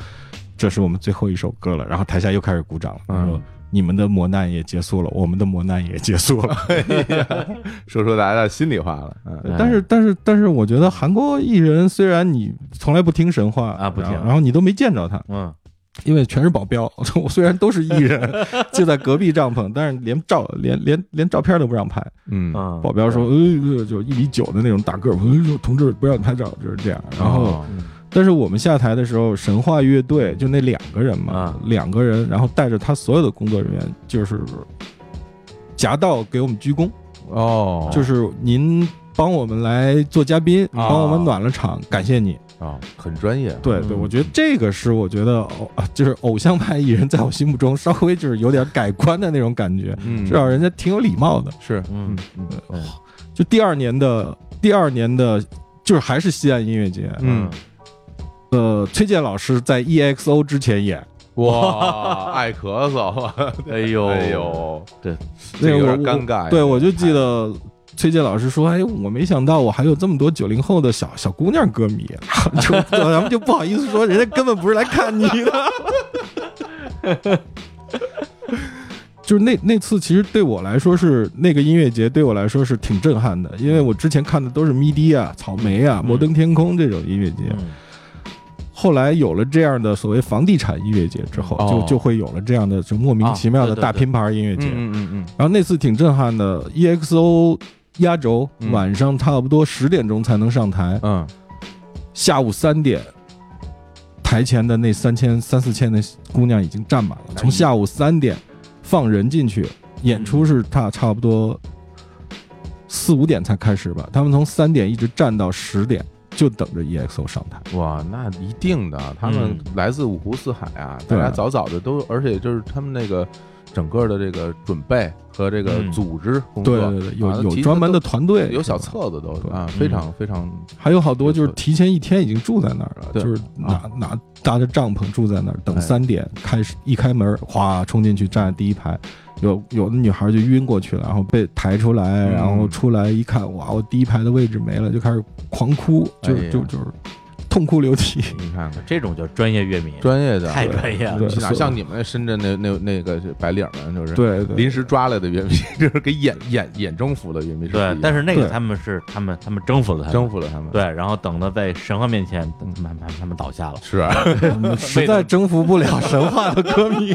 [SPEAKER 3] 这是我们最后一首歌了。然后台下又开始鼓掌了，他说
[SPEAKER 1] 嗯
[SPEAKER 3] 你们的磨难也结束了，我们的磨难也结束
[SPEAKER 1] *laughs*
[SPEAKER 3] 了。呃
[SPEAKER 2] 说出大家的心里话了，嗯，
[SPEAKER 1] 哎
[SPEAKER 3] 但是但是但是，我觉得韩国艺人虽然你从来不听神话
[SPEAKER 1] 啊不听
[SPEAKER 3] 然后然后你都没见着他，
[SPEAKER 1] 嗯
[SPEAKER 3] 因为全是保镖， *laughs* 我虽然都是艺
[SPEAKER 1] *laughs*
[SPEAKER 3] 人，就在隔壁帐篷，但是连照连连连照片都不让拍。
[SPEAKER 2] 嗯，
[SPEAKER 1] 嗯，
[SPEAKER 3] 保镖说，呃，就一米九的那种大个儿，哎呦，同志不让你拍照，就是这样。然后，
[SPEAKER 1] 哦
[SPEAKER 3] 但是我们下台的时候，神话乐
[SPEAKER 2] 嗯
[SPEAKER 3] 队就那两个人嘛
[SPEAKER 1] 啊，
[SPEAKER 3] 两个人，然后带着他所有的工作人员，就是夹道给我们鞠躬，
[SPEAKER 2] 哦，
[SPEAKER 3] 就是您帮我们来做嘉宾，
[SPEAKER 2] 啊
[SPEAKER 3] 帮我们暖了场，感谢你。
[SPEAKER 2] 啊，很专业，
[SPEAKER 3] 对对，我觉得这个是我觉得偶啊就是偶像派艺人在我心目中稍微就是有点改观的那种感觉，
[SPEAKER 2] 嗯，
[SPEAKER 3] 至少人家挺有礼貌的。
[SPEAKER 2] 是
[SPEAKER 1] 嗯嗯嗯
[SPEAKER 3] 就第二年的第二年的，就是还是西安音乐节，
[SPEAKER 2] 嗯，
[SPEAKER 3] 呃，崔健老师在 EXO 之前演，
[SPEAKER 2] 哇，爱咳嗽，
[SPEAKER 1] 哎呦
[SPEAKER 2] 哎，呦，
[SPEAKER 3] 哦那
[SPEAKER 2] 这
[SPEAKER 3] 个
[SPEAKER 2] 有
[SPEAKER 3] 我
[SPEAKER 2] 点尴尬呀
[SPEAKER 3] 我对，我就记得。崔健老师说：“哎，我没想到我还有这么多九零后的小小姑娘歌迷，啊就就咱们就不好意思说，人家根本不是来看你的。 *laughs* 就是那那次，其实对我来说是那个音乐节对我来说是挺震撼的，因为我之前看的都是 MIDI 啊、草莓
[SPEAKER 2] 嗯
[SPEAKER 3] 啊、摩登天空这种音乐节，
[SPEAKER 1] 嗯
[SPEAKER 3] 后来有了这样的所谓房地产音乐节之后，
[SPEAKER 2] 哦啊
[SPEAKER 3] 就就会有了这样的就莫名其妙的大拼盘音乐节。
[SPEAKER 2] 嗯嗯嗯
[SPEAKER 3] 然后那次挺震撼的，EXO 压轴，
[SPEAKER 2] 嗯
[SPEAKER 3] 晚上差不多十点钟才能上台，
[SPEAKER 2] 嗯，
[SPEAKER 3] 下午三点。台前的那三千三四千的姑娘已经站
[SPEAKER 2] 哎
[SPEAKER 3] 满了，从下午三点放人进去，演出是差差不多四五点才开始吧，他们从三点一直站到十点，就等着 EXO 上台。
[SPEAKER 2] 哇，那一定的，他们来自五湖四海啊，大家
[SPEAKER 3] 嗯对
[SPEAKER 2] 早早的都，而且就是他们那个整个的这个准备和这个
[SPEAKER 1] 嗯
[SPEAKER 2] 组织工
[SPEAKER 3] 对
[SPEAKER 2] 作
[SPEAKER 3] 对，对，
[SPEAKER 2] 啊
[SPEAKER 3] 有有
[SPEAKER 2] 其实
[SPEAKER 3] 专门
[SPEAKER 2] 都
[SPEAKER 3] 的团队，
[SPEAKER 2] 有小册子都是
[SPEAKER 3] 对
[SPEAKER 2] 啊，
[SPEAKER 1] 嗯
[SPEAKER 2] 非常非常
[SPEAKER 3] 还有好多就是提前一天已经住在那儿了，
[SPEAKER 2] 对啊哎
[SPEAKER 3] 就是拿、拿搭着帐篷住在那儿，等三点开始一开门，哗冲进去站在第一排，有有的女孩就晕过去了，然后被抬出来，
[SPEAKER 2] 嗯
[SPEAKER 3] 然后出来一看，哇，我第一排的位置没了，就开始狂哭，就、
[SPEAKER 2] 哎呀
[SPEAKER 3] 就就是痛哭流
[SPEAKER 2] *laughs*
[SPEAKER 3] 涕。
[SPEAKER 2] 你看看
[SPEAKER 1] 这种叫专业乐迷，
[SPEAKER 2] 专业的，
[SPEAKER 1] 太专业了
[SPEAKER 3] 对。
[SPEAKER 2] 是哪
[SPEAKER 3] 所以
[SPEAKER 2] 像你们深圳那那那个白领们就是
[SPEAKER 3] 对对
[SPEAKER 2] 临时抓来的乐迷， *laughs* 就是给眼眼眼征服了乐迷，
[SPEAKER 1] 对，但
[SPEAKER 2] 是
[SPEAKER 1] 是那个
[SPEAKER 3] 对
[SPEAKER 1] 他们是他们他们征服了他们，
[SPEAKER 2] 征服了他们，
[SPEAKER 1] 对，然后等到在神话面前，他们他们他们倒下了。
[SPEAKER 2] 是啊，*laughs*
[SPEAKER 3] 我们嗯实在征服不了神话的歌迷。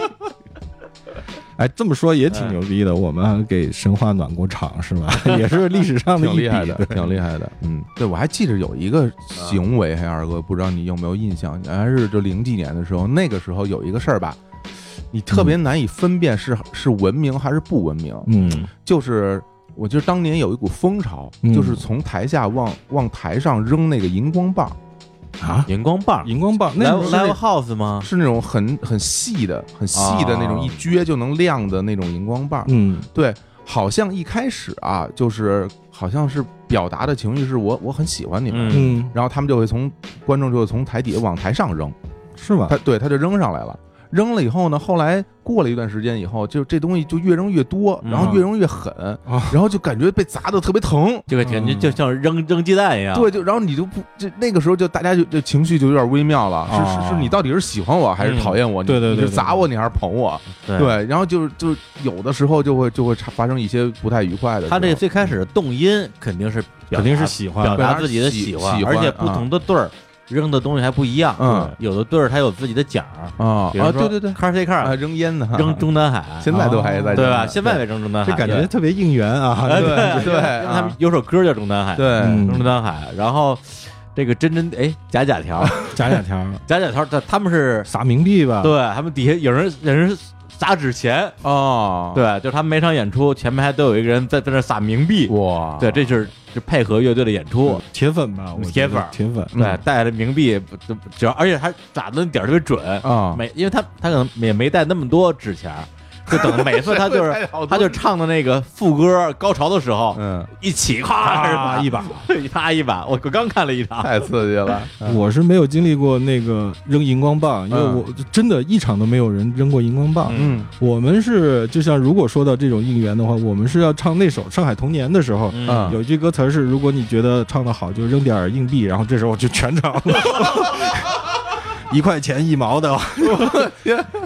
[SPEAKER 3] 哎，这么说也挺牛逼的，我们给神话暖过场
[SPEAKER 2] *laughs*
[SPEAKER 3] 是吧？也是历史上的一
[SPEAKER 2] 挺
[SPEAKER 3] 笔
[SPEAKER 2] 厉害的，
[SPEAKER 3] 对
[SPEAKER 2] 挺厉害的。嗯，对，我还记得有一个行为，黑二哥，不知道你有没有印象？还是就零几年的时候，那个时候有一个事儿吧，你特别难以分辨是是文明还是不文明。
[SPEAKER 3] 嗯
[SPEAKER 2] 就是我觉得当年有一股风潮，
[SPEAKER 3] 嗯
[SPEAKER 2] 就是从台下往往台上扔那个荧光棒，
[SPEAKER 3] 啊，
[SPEAKER 1] 荧光棒
[SPEAKER 3] 荧光棒，那
[SPEAKER 1] Live
[SPEAKER 3] 是那
[SPEAKER 1] Live House 吗？
[SPEAKER 2] 是那种很很细的、很细的那种
[SPEAKER 1] 啊
[SPEAKER 2] 一撅就能亮的那种荧光棒。
[SPEAKER 3] 嗯
[SPEAKER 2] 对，好像一开始啊，就是好像是表达的情绪是我我很喜欢你们。
[SPEAKER 1] 嗯
[SPEAKER 3] 嗯，
[SPEAKER 2] 然后他们就会从观众就会从台底下往台上扔，
[SPEAKER 3] 是吧？
[SPEAKER 2] 他对他就扔上来了。扔了以后呢，后来过了一段时间以后，就这东西就越扔越多，
[SPEAKER 1] 嗯
[SPEAKER 2] 然后越扔越狠，
[SPEAKER 3] 啊
[SPEAKER 2] 然后就感觉被砸的特别疼。
[SPEAKER 1] 这个感觉就像扔扔鸡蛋一
[SPEAKER 3] 啊
[SPEAKER 1] 样。
[SPEAKER 2] 对，就然后你就不就那个时候就大家就就情绪就有点微妙了，是是
[SPEAKER 3] 啊
[SPEAKER 2] 是你到底是喜欢我还是
[SPEAKER 1] 嗯
[SPEAKER 2] 讨厌我？你
[SPEAKER 3] 对对对
[SPEAKER 2] 你是
[SPEAKER 3] 对
[SPEAKER 2] 砸我你还是捧我？
[SPEAKER 1] 对，
[SPEAKER 2] 对，然后就是就有的时候就会就会发生一些不太愉快的时候。
[SPEAKER 1] 他这个最开始的动因肯定是表达啊
[SPEAKER 3] 肯定是喜欢
[SPEAKER 1] 表
[SPEAKER 2] 表
[SPEAKER 1] 达
[SPEAKER 2] 达
[SPEAKER 1] 自己的
[SPEAKER 2] 喜
[SPEAKER 1] 喜欢，嗯
[SPEAKER 2] 喜
[SPEAKER 1] 而
[SPEAKER 2] 欢
[SPEAKER 1] 且不
[SPEAKER 2] 啊
[SPEAKER 1] 同的队儿扔的东西还不一样。
[SPEAKER 2] 嗯
[SPEAKER 1] 有的队儿它有自己的奖儿，
[SPEAKER 2] 啊
[SPEAKER 1] 比如
[SPEAKER 2] 啊，
[SPEAKER 1] 说
[SPEAKER 2] 对对对，
[SPEAKER 1] ，Car C
[SPEAKER 2] 啊
[SPEAKER 1] Car
[SPEAKER 2] 扔烟呢，
[SPEAKER 1] 扔中南海，
[SPEAKER 2] *laughs* 现在都还在
[SPEAKER 1] 对
[SPEAKER 2] 扔
[SPEAKER 1] 吧？
[SPEAKER 2] 呢
[SPEAKER 1] 现在也扔中南海，
[SPEAKER 3] 这感觉特别应援啊！
[SPEAKER 1] *laughs* 哎
[SPEAKER 2] 对对
[SPEAKER 1] 啊对，因为他们有首歌叫中南海，
[SPEAKER 2] 对
[SPEAKER 3] 嗯
[SPEAKER 1] 中南海，然后。这个真真哎假假条， *laughs*
[SPEAKER 3] 假假条，
[SPEAKER 1] 假假条，他他们是
[SPEAKER 3] 撒冥币
[SPEAKER 2] 啊
[SPEAKER 3] 吧？
[SPEAKER 1] 对他们底下有人有人撒纸钱，
[SPEAKER 2] 哦，
[SPEAKER 1] 对，就他们每场演出前面还都有一个人在在那撒冥币，
[SPEAKER 2] 哇，
[SPEAKER 1] 对，这就是就配合乐队的演出
[SPEAKER 3] 嗯，，铁粉吧，我觉得
[SPEAKER 1] 铁粉
[SPEAKER 3] 铁粉，
[SPEAKER 1] 对，
[SPEAKER 2] 嗯
[SPEAKER 1] 带着冥币，就只要而且他打的那点儿特别准，
[SPEAKER 2] 啊，
[SPEAKER 3] 嗯
[SPEAKER 1] 每因为他他可能也没带那么多纸钱儿，就等每次他就
[SPEAKER 2] *laughs* 带
[SPEAKER 1] 是
[SPEAKER 2] 好多
[SPEAKER 1] 他就唱的那个副歌高潮的时候，
[SPEAKER 2] 嗯，啊
[SPEAKER 1] 一起咔
[SPEAKER 3] 一把，
[SPEAKER 1] 啪 *laughs* 一把，我刚看了一场，
[SPEAKER 2] *laughs* 太刺
[SPEAKER 1] *laughs*
[SPEAKER 2] 激了，
[SPEAKER 3] 我是没有经历过那个扔荧光棒，因为
[SPEAKER 2] 嗯
[SPEAKER 3] 我真的一场都没有人扔过荧光棒。
[SPEAKER 2] 嗯
[SPEAKER 3] 我们是就像如果说到这种应援的话，我们是要唱那首《上海童年》的时候，
[SPEAKER 1] 嗯
[SPEAKER 2] 嗯，
[SPEAKER 3] 有一句歌词儿是：如果你觉得唱得好，就扔点儿硬币，然后这时候就全 *laughs* 场一块钱一毛 *laughs* 的，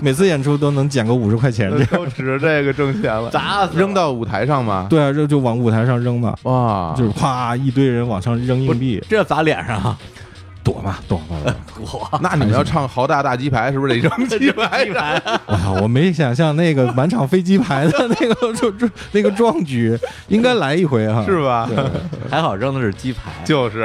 [SPEAKER 3] 每次演出都能捡个五十块钱这样。
[SPEAKER 2] 都指着这个挣钱了，
[SPEAKER 1] *laughs* 砸死了
[SPEAKER 2] 扔到舞台上吗？
[SPEAKER 3] 对啊，扔就往舞台上扔嘛，
[SPEAKER 2] 哇，
[SPEAKER 3] 就是咵一堆人往上扔硬币，
[SPEAKER 1] 这要砸脸上啊，
[SPEAKER 3] 躲嘛躲嘛。躲嘛
[SPEAKER 2] 那你们要唱豪大大鸡排，是不是得扔鸡
[SPEAKER 1] *laughs*
[SPEAKER 2] 排上？
[SPEAKER 3] 哇， *laughs* 我没想象那个满场飞机牌的 *laughs* 那个就就那个壮举，应该来一回哈。
[SPEAKER 2] 是吧？
[SPEAKER 1] 还好扔的是鸡排，
[SPEAKER 2] 就是，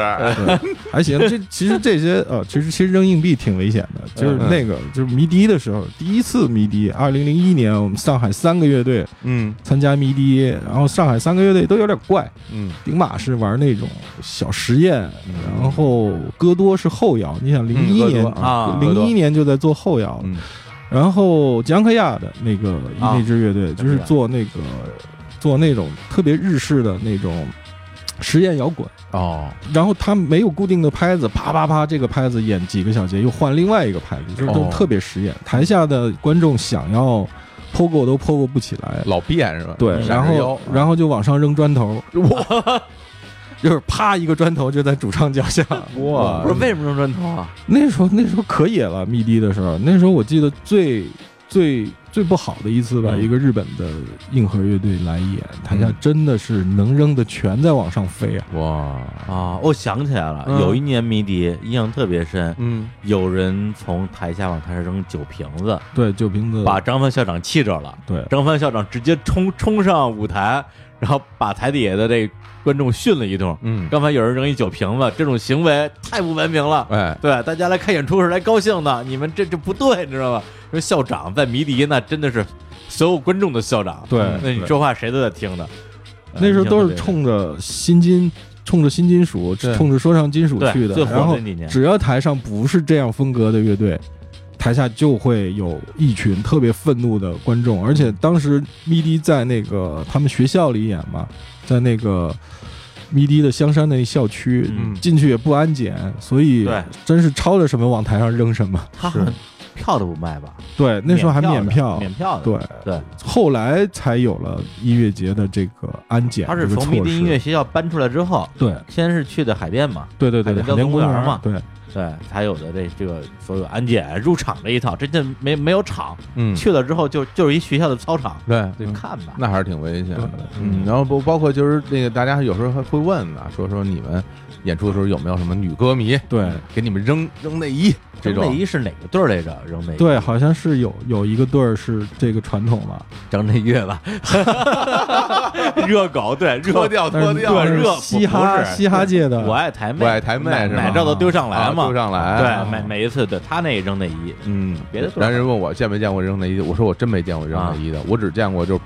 [SPEAKER 3] 还行，这其实这些呃，其实其实扔硬币挺危险的，就是
[SPEAKER 2] 嗯
[SPEAKER 3] 那个就是迷笛的时候，第一次迷笛，二零零一年我们上海三个乐队
[SPEAKER 2] 嗯
[SPEAKER 3] 参加迷笛，然后上海三个乐队都有点怪，
[SPEAKER 2] 嗯
[SPEAKER 3] 顶马是玩那种小实验，然后戈多是后摇，你想零一
[SPEAKER 2] 嗯
[SPEAKER 3] 年
[SPEAKER 2] 戈多
[SPEAKER 1] 啊
[SPEAKER 2] 戈
[SPEAKER 3] 零
[SPEAKER 2] 多
[SPEAKER 3] 一年就在做后摇了，
[SPEAKER 2] 嗯
[SPEAKER 3] 然后江克亚的那个
[SPEAKER 1] 啊
[SPEAKER 3] 那支乐队，就
[SPEAKER 1] 姜克
[SPEAKER 3] 是
[SPEAKER 1] 亚
[SPEAKER 3] 做那个做那种特别日式的那种实验摇滚，
[SPEAKER 2] 哦，
[SPEAKER 3] 然后他没有固定的拍子，啪啪啪，这个拍子演几个小节，又换另外一个拍子，就是都
[SPEAKER 2] 哦
[SPEAKER 3] 特别实验。台下的观众想要 pogo 都 pogo 不起来，
[SPEAKER 2] 老变是吧？
[SPEAKER 3] 对，然后然后就往上扔砖头，
[SPEAKER 2] 我
[SPEAKER 3] 就是啪一个砖头就在主唱脚下，
[SPEAKER 2] 哇
[SPEAKER 1] 不是为什么扔砖头啊？
[SPEAKER 3] 那时候那时候可野了，密迪的时候，那时候我记得最最最不好的一次吧，
[SPEAKER 1] 嗯
[SPEAKER 3] 一个日本的硬核乐队来演，台下
[SPEAKER 2] 嗯
[SPEAKER 3] 真的是能扔的全在往上飞啊！
[SPEAKER 2] 哇，
[SPEAKER 1] 啊，我想起来了，
[SPEAKER 2] 嗯
[SPEAKER 1] 有一年迷笛印象特别深，
[SPEAKER 2] 嗯，
[SPEAKER 1] 有人从台下往台上扔酒瓶子，
[SPEAKER 3] 对，酒瓶子，
[SPEAKER 1] 把张帆校长气着了。
[SPEAKER 3] 对
[SPEAKER 1] 张帆校长直接冲冲上舞台，然后把台底下的这观众训了一通。
[SPEAKER 2] 嗯
[SPEAKER 1] 刚才有人扔一酒瓶子，这种行为太不文明了。
[SPEAKER 2] 哎，
[SPEAKER 1] 对，大家来看演出是来高兴的，你们这这不对，你知道吗？因为校长在迷笛那真的是所有观众的校长，
[SPEAKER 3] 对
[SPEAKER 1] 那你说话谁都在听的。呃
[SPEAKER 3] 那时候都
[SPEAKER 1] 印
[SPEAKER 3] 是
[SPEAKER 1] 象特别
[SPEAKER 3] 冲着新金。冲着新金属，
[SPEAKER 2] 对
[SPEAKER 3] 冲着说唱金属
[SPEAKER 1] 对
[SPEAKER 3] 去的
[SPEAKER 1] 最，火
[SPEAKER 3] 然后
[SPEAKER 1] 那几年
[SPEAKER 3] 只要台上不是这样风格的乐队，台下就会有一群特别愤怒的观众。
[SPEAKER 1] 嗯
[SPEAKER 3] 而且当时咪迪在那个他们学校里演嘛，在那个咪迪的香山那校区，
[SPEAKER 1] 嗯
[SPEAKER 3] 进去也不安检，所以
[SPEAKER 1] 对
[SPEAKER 3] 真是抄着什么往台上扔什么。
[SPEAKER 1] 他好像票都不卖吧？
[SPEAKER 3] 对，那时候还
[SPEAKER 1] 免
[SPEAKER 3] 免票，
[SPEAKER 1] 的免票的。
[SPEAKER 3] 对，
[SPEAKER 1] 对，
[SPEAKER 3] 后来才有了音乐节的这个安检
[SPEAKER 1] 他
[SPEAKER 3] 这
[SPEAKER 1] 是
[SPEAKER 3] 个
[SPEAKER 1] 从迷
[SPEAKER 3] 措
[SPEAKER 1] 笛音乐
[SPEAKER 3] 施。
[SPEAKER 1] 学校搬出来之后，
[SPEAKER 3] 对
[SPEAKER 1] 先是去的海淀嘛，
[SPEAKER 3] 对对对
[SPEAKER 1] 海
[SPEAKER 3] 对，
[SPEAKER 1] 淀
[SPEAKER 3] 海淀
[SPEAKER 1] 公
[SPEAKER 3] 公
[SPEAKER 1] 园
[SPEAKER 3] 园
[SPEAKER 1] 嘛
[SPEAKER 3] 对，
[SPEAKER 1] 对，才有的这这个所有安检入场这一套，真的没没有场，
[SPEAKER 2] 嗯，
[SPEAKER 1] 去了之后就就是一学校的操场，
[SPEAKER 2] 对，
[SPEAKER 1] 就看吧。
[SPEAKER 2] 那还是挺危险的
[SPEAKER 3] 对。
[SPEAKER 2] 嗯，然后包包括就是那个大家有时候还会问呢，说说你们演出的时候有没有什么女歌迷？
[SPEAKER 3] 对，
[SPEAKER 2] 给你们扔扔内衣这
[SPEAKER 1] 扔
[SPEAKER 2] 种
[SPEAKER 1] 内衣是哪个队儿来着？扔内衣
[SPEAKER 3] 对，好像是有有一个队儿是这个传统了，
[SPEAKER 1] 张震岳
[SPEAKER 2] *laughs*
[SPEAKER 1] 吧，热狗对热嗯
[SPEAKER 2] 脱掉
[SPEAKER 3] 但
[SPEAKER 2] 脱
[SPEAKER 3] 是
[SPEAKER 2] 掉
[SPEAKER 1] 对
[SPEAKER 3] 但是
[SPEAKER 1] 热
[SPEAKER 3] 嘻
[SPEAKER 1] 不
[SPEAKER 3] 哈
[SPEAKER 1] 不是
[SPEAKER 3] 嘻哈界的，
[SPEAKER 1] 我爱台妹，
[SPEAKER 2] 我爱台妹
[SPEAKER 1] 奶
[SPEAKER 2] 是吧
[SPEAKER 1] 奶罩都丢上来嘛，
[SPEAKER 2] 啊丢上来啊
[SPEAKER 1] 对，每每一次对他那扔内衣，
[SPEAKER 2] 嗯，
[SPEAKER 1] 别的都是啊
[SPEAKER 2] 然后人问我见没见过扔内衣的，我说我真没见过扔内衣的，我只见过就是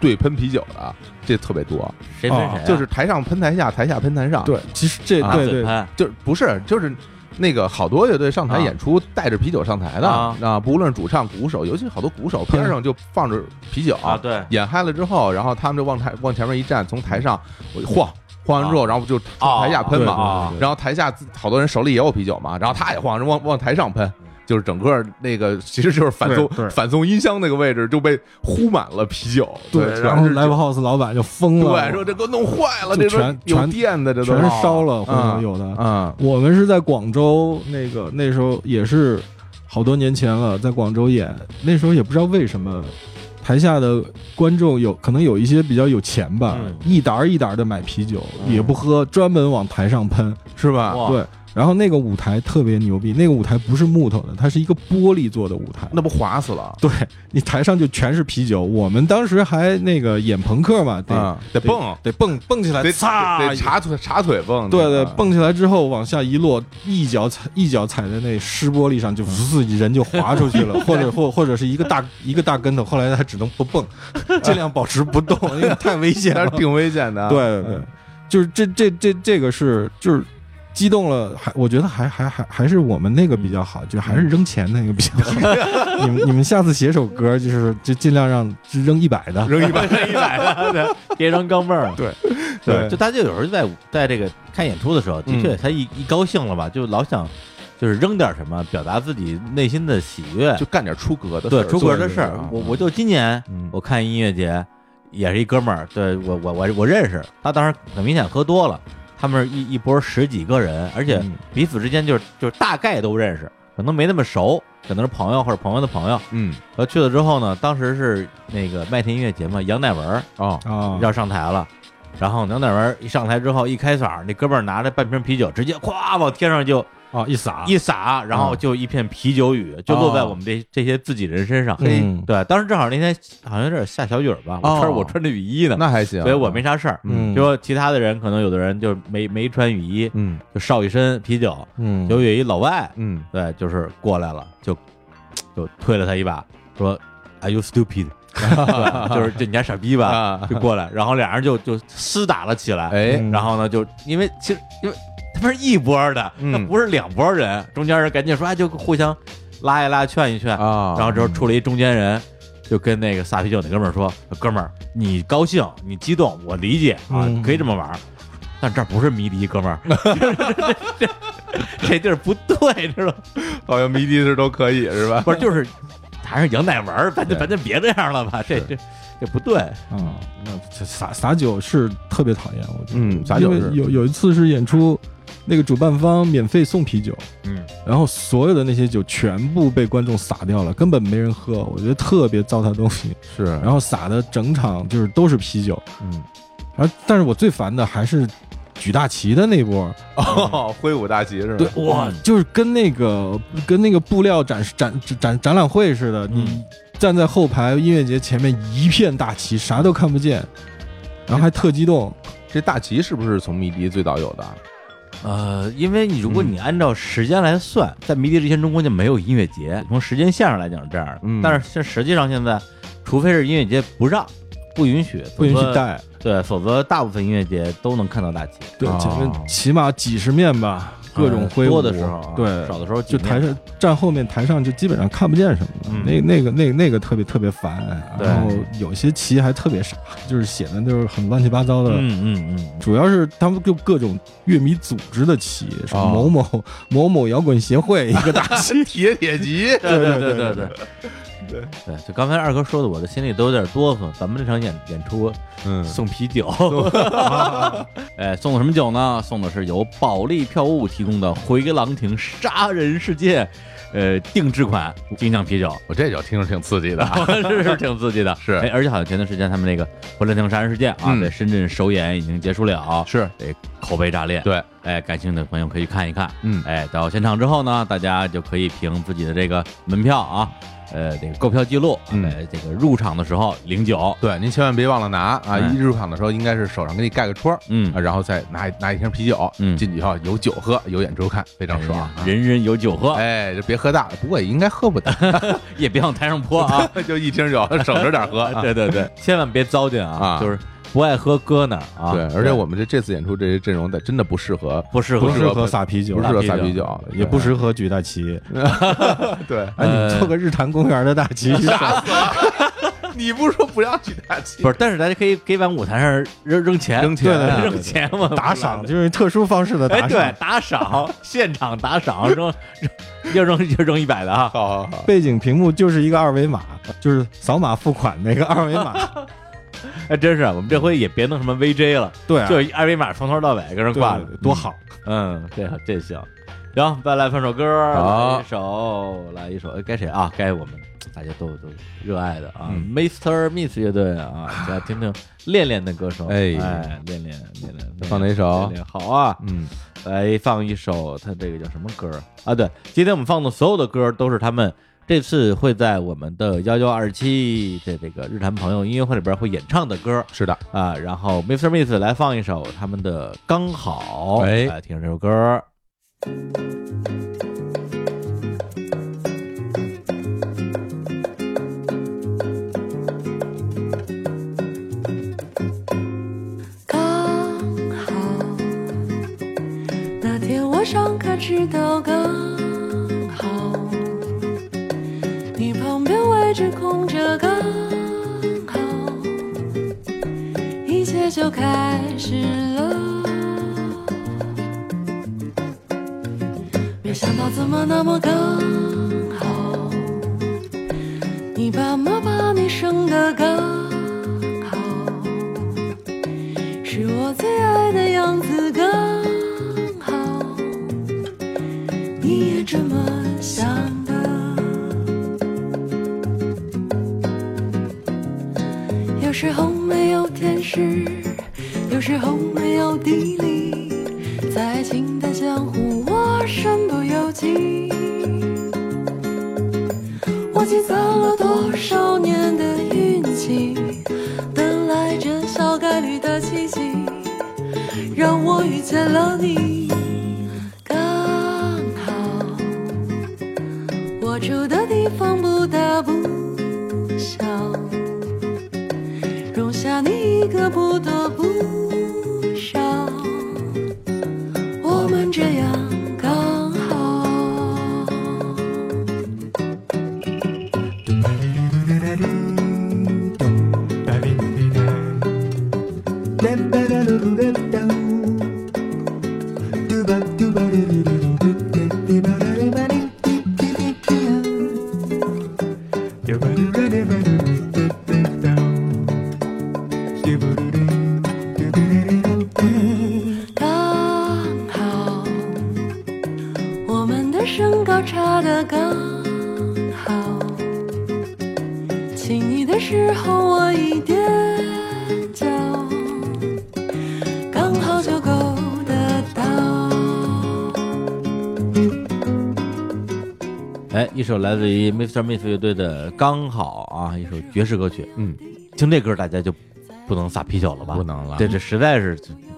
[SPEAKER 2] 对喷啤酒的，这特别多，
[SPEAKER 1] 谁分谁啊、
[SPEAKER 2] 就是台上喷台下，台下喷台上，，
[SPEAKER 3] 对，其实这
[SPEAKER 2] 啊
[SPEAKER 3] 对
[SPEAKER 1] 嘴
[SPEAKER 3] 对
[SPEAKER 1] 喷
[SPEAKER 2] 就是不是就是。那个好多乐队上台
[SPEAKER 1] 啊
[SPEAKER 2] 演出带着啤酒上台的
[SPEAKER 1] 啊
[SPEAKER 2] 不论是主唱、鼓手，尤其好多鼓手边上就放着啤酒
[SPEAKER 1] 啊，对，
[SPEAKER 2] 演嗨了之后，然后他们就往台往前面一站，从台上
[SPEAKER 3] 啊
[SPEAKER 2] 晃晃完之后，然后就
[SPEAKER 1] 啊
[SPEAKER 2] 冲台下喷嘛，
[SPEAKER 1] 对对对
[SPEAKER 2] 然后台下自好多人手里也有啤酒嘛，然后他也晃，往往台上喷。就是整个那个，其实就是反送
[SPEAKER 3] 对对
[SPEAKER 2] 反送音箱那个位置就被呼满了啤酒，全
[SPEAKER 3] 然后
[SPEAKER 2] 是
[SPEAKER 3] live house 老板就疯了，
[SPEAKER 2] 对，说这给我弄坏了，
[SPEAKER 3] 啊就
[SPEAKER 2] 这都
[SPEAKER 3] 全
[SPEAKER 2] 有
[SPEAKER 3] 全
[SPEAKER 2] 电的，这都
[SPEAKER 3] 全是烧了，或
[SPEAKER 2] 啊
[SPEAKER 3] 者有的。
[SPEAKER 2] 啊，
[SPEAKER 3] 我们是在广州那个那时候也是好多年前了，在广州演，那时候也不知道为什么。台下的观众有可能有一些比较有钱吧，
[SPEAKER 1] 嗯
[SPEAKER 3] 一沓儿一沓儿的买啤酒，也不喝，专门往台上喷。
[SPEAKER 2] 嗯是吧？
[SPEAKER 1] 哇
[SPEAKER 3] 对，然后那个舞台特别牛逼，那个舞台不是木头的，它是一个玻璃做的舞台。
[SPEAKER 2] 那不划死了？
[SPEAKER 3] 对你台上就全是啤酒，我们当时还那个演朋克嘛，得、
[SPEAKER 2] 啊，得蹦，
[SPEAKER 3] 得蹦蹦起来，
[SPEAKER 2] 得
[SPEAKER 3] 擦
[SPEAKER 2] 得茶腿茶腿蹦，
[SPEAKER 3] 对对，
[SPEAKER 2] 啊
[SPEAKER 3] 蹦起来之后往下一落，一脚踩一脚踩在那湿玻璃上，就自己人就滑出去了，或者或或者是一个大一个大跟头。后来他只能不蹦， *laughs* 尽量保持不动，因为太危险
[SPEAKER 2] *laughs* 那
[SPEAKER 3] 了
[SPEAKER 2] 是。挺危险的。
[SPEAKER 3] 对对，就是这这这这个是就是激动了，还我觉得还还还还是我们那个比较好，就还是扔钱那个比较好。 *laughs* 你们你们下次写首歌，就是就尽量让就扔一百的，
[SPEAKER 2] 扔一
[SPEAKER 1] *laughs*
[SPEAKER 2] 百，
[SPEAKER 1] 一百的，别扔钢镚儿。
[SPEAKER 3] 对
[SPEAKER 1] 就大家有时候在在这个看演出的时候，的确他一一高兴了吧，就老想就是扔点什么，表达自己内心的喜悦
[SPEAKER 2] 就。干点出格的事儿，啊
[SPEAKER 1] 对出格的事儿，我我就今年
[SPEAKER 3] 嗯
[SPEAKER 1] 我看音乐节，也是一哥们儿，对我我我我认识他，当时很明显喝多了，他们是一一波十几个人，而且
[SPEAKER 3] 嗯
[SPEAKER 1] 彼此之间就是就是大概都认识，可能没那么熟，可能是朋友或者朋友的朋友。
[SPEAKER 2] 嗯
[SPEAKER 1] 然后去了之后呢，当时是那个麦田音乐节嘛，杨乃文儿
[SPEAKER 2] 哦，
[SPEAKER 3] 啊，
[SPEAKER 1] 要上台了。然后杨乃文儿一上台之后，一开嗓儿，那哥们儿拿着半瓶啤酒，直接咵往天上就
[SPEAKER 3] 啊嗯一撒
[SPEAKER 1] 一洒，然后就一片啤酒雨，就落在我们这这些自己人身上。
[SPEAKER 3] 嗯
[SPEAKER 1] 对，当时正好那天好像有点下小雨儿吧，我穿、
[SPEAKER 2] 哦
[SPEAKER 1] 我穿着雨衣呢，
[SPEAKER 2] 那还行，
[SPEAKER 1] 所以我没啥事儿。
[SPEAKER 3] 嗯
[SPEAKER 1] 就说其他的人可能有的人就没没穿雨衣，
[SPEAKER 2] 嗯
[SPEAKER 1] 就少一身啤酒，
[SPEAKER 3] 嗯
[SPEAKER 1] 就有一老外，
[SPEAKER 2] 嗯，
[SPEAKER 1] 对，就是过来了，就就推了他一把，说 Are you
[SPEAKER 2] *laughs*
[SPEAKER 1] stupid？对就是这你还傻逼吧
[SPEAKER 2] 啊？
[SPEAKER 1] 就过来，然后俩人就就厮打了起来。
[SPEAKER 2] 哎，
[SPEAKER 1] 然后呢，就因为其实因为他们是一波的，
[SPEAKER 2] 嗯
[SPEAKER 1] 那不是两波人，中间人赶紧说哎，就互相拉一拉，劝一劝。
[SPEAKER 2] 啊，
[SPEAKER 1] 然后之后出了一中间人，就跟那个撒啤酒那哥们儿说：“
[SPEAKER 2] 嗯
[SPEAKER 1] 哥们儿，你高兴，你激动，我理解啊，
[SPEAKER 3] 嗯
[SPEAKER 1] 可以这么玩儿，但这儿不是迷笛，哥
[SPEAKER 2] *laughs*
[SPEAKER 1] 们儿， *laughs* 这这这地儿不对，知道吗？
[SPEAKER 2] 好像迷笛是都可以是吧？
[SPEAKER 1] *laughs* 不是，就是还是杨乃文儿，咱就
[SPEAKER 2] 对
[SPEAKER 1] 咱就别这样了吧，这这这不对，
[SPEAKER 3] 啊，那这撒撒酒是特别讨厌，我觉得。
[SPEAKER 2] 嗯，咋酒
[SPEAKER 3] 因为
[SPEAKER 2] 是
[SPEAKER 3] 有有一次是演出，那个主办方免费送啤酒，
[SPEAKER 1] 嗯，
[SPEAKER 3] 然后所有的那些酒全部被观众洒掉了，根本没人喝，我觉得特别糟蹋东西。
[SPEAKER 2] 是，
[SPEAKER 3] 然后洒的整场就是都是啤酒，
[SPEAKER 2] 嗯，
[SPEAKER 3] 然后但是我最烦的还是举大旗的那波，
[SPEAKER 2] 哦，挥舞大旗是吧？
[SPEAKER 3] 对，哇，就是跟那个跟那个布料展示展展展览会似的，你
[SPEAKER 1] 嗯
[SPEAKER 3] 站在后排音乐节前面一片大旗，啥都看不见，然后还特激动，
[SPEAKER 2] 这大旗是不是从迷笛最早有的？啊
[SPEAKER 1] 呃，因为你如果你按照时间来算，在迷笛之前，中国就没有音乐节。从时间线上来讲是这样的，
[SPEAKER 2] 嗯
[SPEAKER 1] 但是现实际上现在，除非是音乐节不让、不允许、
[SPEAKER 3] 不允许
[SPEAKER 1] 否则，
[SPEAKER 3] 带。啊
[SPEAKER 1] 对，否则大部分音乐节都能看到大旗。
[SPEAKER 3] 对，
[SPEAKER 2] 哦
[SPEAKER 3] 前面起码几十面吧，各种挥
[SPEAKER 1] 呃多
[SPEAKER 3] 舞。
[SPEAKER 1] 的时候啊，
[SPEAKER 3] 对
[SPEAKER 1] 少的时候
[SPEAKER 3] 就
[SPEAKER 1] 几面
[SPEAKER 3] 台上站后面，台上就基本上看不见什么了。
[SPEAKER 1] 嗯
[SPEAKER 3] 那那个那个那个特别特别烦。
[SPEAKER 1] 对
[SPEAKER 3] 然后有些棋还特别傻，就是写的就是很乱七八糟的。
[SPEAKER 1] 嗯嗯嗯，
[SPEAKER 3] 主要是他们就各种乐迷组织的棋，什么某
[SPEAKER 2] 哦
[SPEAKER 3] 某、某某摇滚协会一 *laughs* 个大
[SPEAKER 2] 铁铁骑，
[SPEAKER 1] 对对对对对。对，就刚才二哥说的，我的心里都有点哆嗦。咱们这场演演出
[SPEAKER 2] 嗯
[SPEAKER 1] 送啤酒，
[SPEAKER 2] *laughs*
[SPEAKER 1] *laughs* 哎，送的什么酒呢？送的是由保利票务提供的《回廊亭杀人事件》呃定制款精酿啤酒，
[SPEAKER 2] *laughs*
[SPEAKER 1] *laughs*
[SPEAKER 2] 我这酒听着挺刺激的啊，
[SPEAKER 1] 是是挺刺激的。
[SPEAKER 2] 是
[SPEAKER 1] 哎，而且好像前段时间他们那个《回廊亭杀人事件》啊，
[SPEAKER 2] 嗯
[SPEAKER 1] 在深圳首演已经结束了，
[SPEAKER 2] 是
[SPEAKER 1] 哎，口碑炸裂。
[SPEAKER 2] 对，
[SPEAKER 1] 哎，感兴趣的朋友可以去看一看。
[SPEAKER 2] 嗯
[SPEAKER 1] 哎，到现场之后呢，大家就可以凭自己的这个门票啊，呃，这个购票记录，
[SPEAKER 2] 嗯
[SPEAKER 1] 哎，这个入场的时候领酒，
[SPEAKER 2] 对，您千万别忘了拿啊！
[SPEAKER 1] 哎
[SPEAKER 2] 一入场的时候，应该是手上给你盖个戳，
[SPEAKER 1] 嗯
[SPEAKER 2] 啊，然后再拿拿一瓶啤酒，
[SPEAKER 1] 嗯
[SPEAKER 2] 进去以后有酒喝，有演出看，非常爽
[SPEAKER 1] 哎呀
[SPEAKER 2] 啊。
[SPEAKER 1] 人人有酒喝，
[SPEAKER 2] 哎，就别喝大了，不过也应该喝不大， *laughs*
[SPEAKER 1] 也别往台上泼啊。
[SPEAKER 2] 就一听酒，省着点喝。
[SPEAKER 1] 对对对，千万别糟践啊，
[SPEAKER 2] 啊
[SPEAKER 1] 就是不爱喝搁那儿啊。
[SPEAKER 2] 对，而且我们这这次演出这些阵容的真的不适合，
[SPEAKER 1] 不适合
[SPEAKER 3] 不
[SPEAKER 2] 是
[SPEAKER 3] 适合撒啤酒，
[SPEAKER 2] 不适合
[SPEAKER 1] 大
[SPEAKER 2] 撒
[SPEAKER 1] 啤
[SPEAKER 2] 啤酒，
[SPEAKER 3] 也不适合举大旗。
[SPEAKER 2] 合。对，
[SPEAKER 3] 哎，你们做个日坛公园的大 *laughs* 旗，
[SPEAKER 2] *laughs* 你不是说不让举大旗
[SPEAKER 1] 不？是，但是大家可以给往舞台上扔扔钱，啊
[SPEAKER 2] 扔钱
[SPEAKER 1] 对对
[SPEAKER 2] 对对
[SPEAKER 1] 对
[SPEAKER 2] 对
[SPEAKER 1] 扔钱嘛，
[SPEAKER 3] 打赏就是特殊方式的
[SPEAKER 1] 哎，
[SPEAKER 3] 打
[SPEAKER 1] 对
[SPEAKER 3] 赏，。
[SPEAKER 1] 打赏，现场打赏，扔扔要扔 *laughs* 就扔一百的啊。
[SPEAKER 2] *laughs* 好好好，
[SPEAKER 3] 背景屏幕就是一个二维码，就是扫码付款那个二维
[SPEAKER 2] *laughs*
[SPEAKER 3] 码。
[SPEAKER 1] 哎，真是，我们这回也别弄什么 VJ 了，
[SPEAKER 3] 对啊，
[SPEAKER 1] 就一二维码从头到尾跟人挂着
[SPEAKER 3] 对，多好。
[SPEAKER 1] 嗯，这这行。行，再来放首歌，
[SPEAKER 2] 好
[SPEAKER 1] 来一首，来一首，哎该谁啊？该我们大家都都热爱的啊、
[SPEAKER 2] 嗯
[SPEAKER 1] m r Miss 乐队啊，大家听听练练的歌手，
[SPEAKER 2] 哎
[SPEAKER 1] 哎，练练练练，
[SPEAKER 2] 放哪首
[SPEAKER 1] 练练好啊，
[SPEAKER 2] 嗯，
[SPEAKER 1] 来放一首他这个叫什么歌儿啊？对，今天我们放的所有的歌儿都是他们这次会在我们的幺幺二七的这个日坛朋友音乐会里边会演唱的歌儿
[SPEAKER 2] 是的，
[SPEAKER 1] 啊。然后 Mr. Miss 来放一首他们的《刚好》，
[SPEAKER 2] 哎
[SPEAKER 1] 来听这首歌儿。
[SPEAKER 6] 刚好那天我上课迟到，刚好你旁边位置空着，刚好一切就开始了。没想到怎么那么刚好，你爸妈把你生的刚好。是我最爱的样子刚好，你也这么想的。有时候没有天时，有时候没有地利，在爱情的江湖，我身不由己。我积攒了多少年的运气，等来这小概率的奇迹，让我遇见了你。刚好，我住的地方不大不小，容下你一个不多不少，我们这样刚好。刚好，我们的身高差的刚好。亲你的时候我一踮脚，刚好就够得到。
[SPEAKER 1] 哎，一首来自于 Mr. Miss 乐队的《刚好》啊，一首爵士歌曲。
[SPEAKER 2] 嗯，
[SPEAKER 1] 听这歌大家就不能撒啤酒了吧？
[SPEAKER 2] 不能了
[SPEAKER 1] 啊这这实在是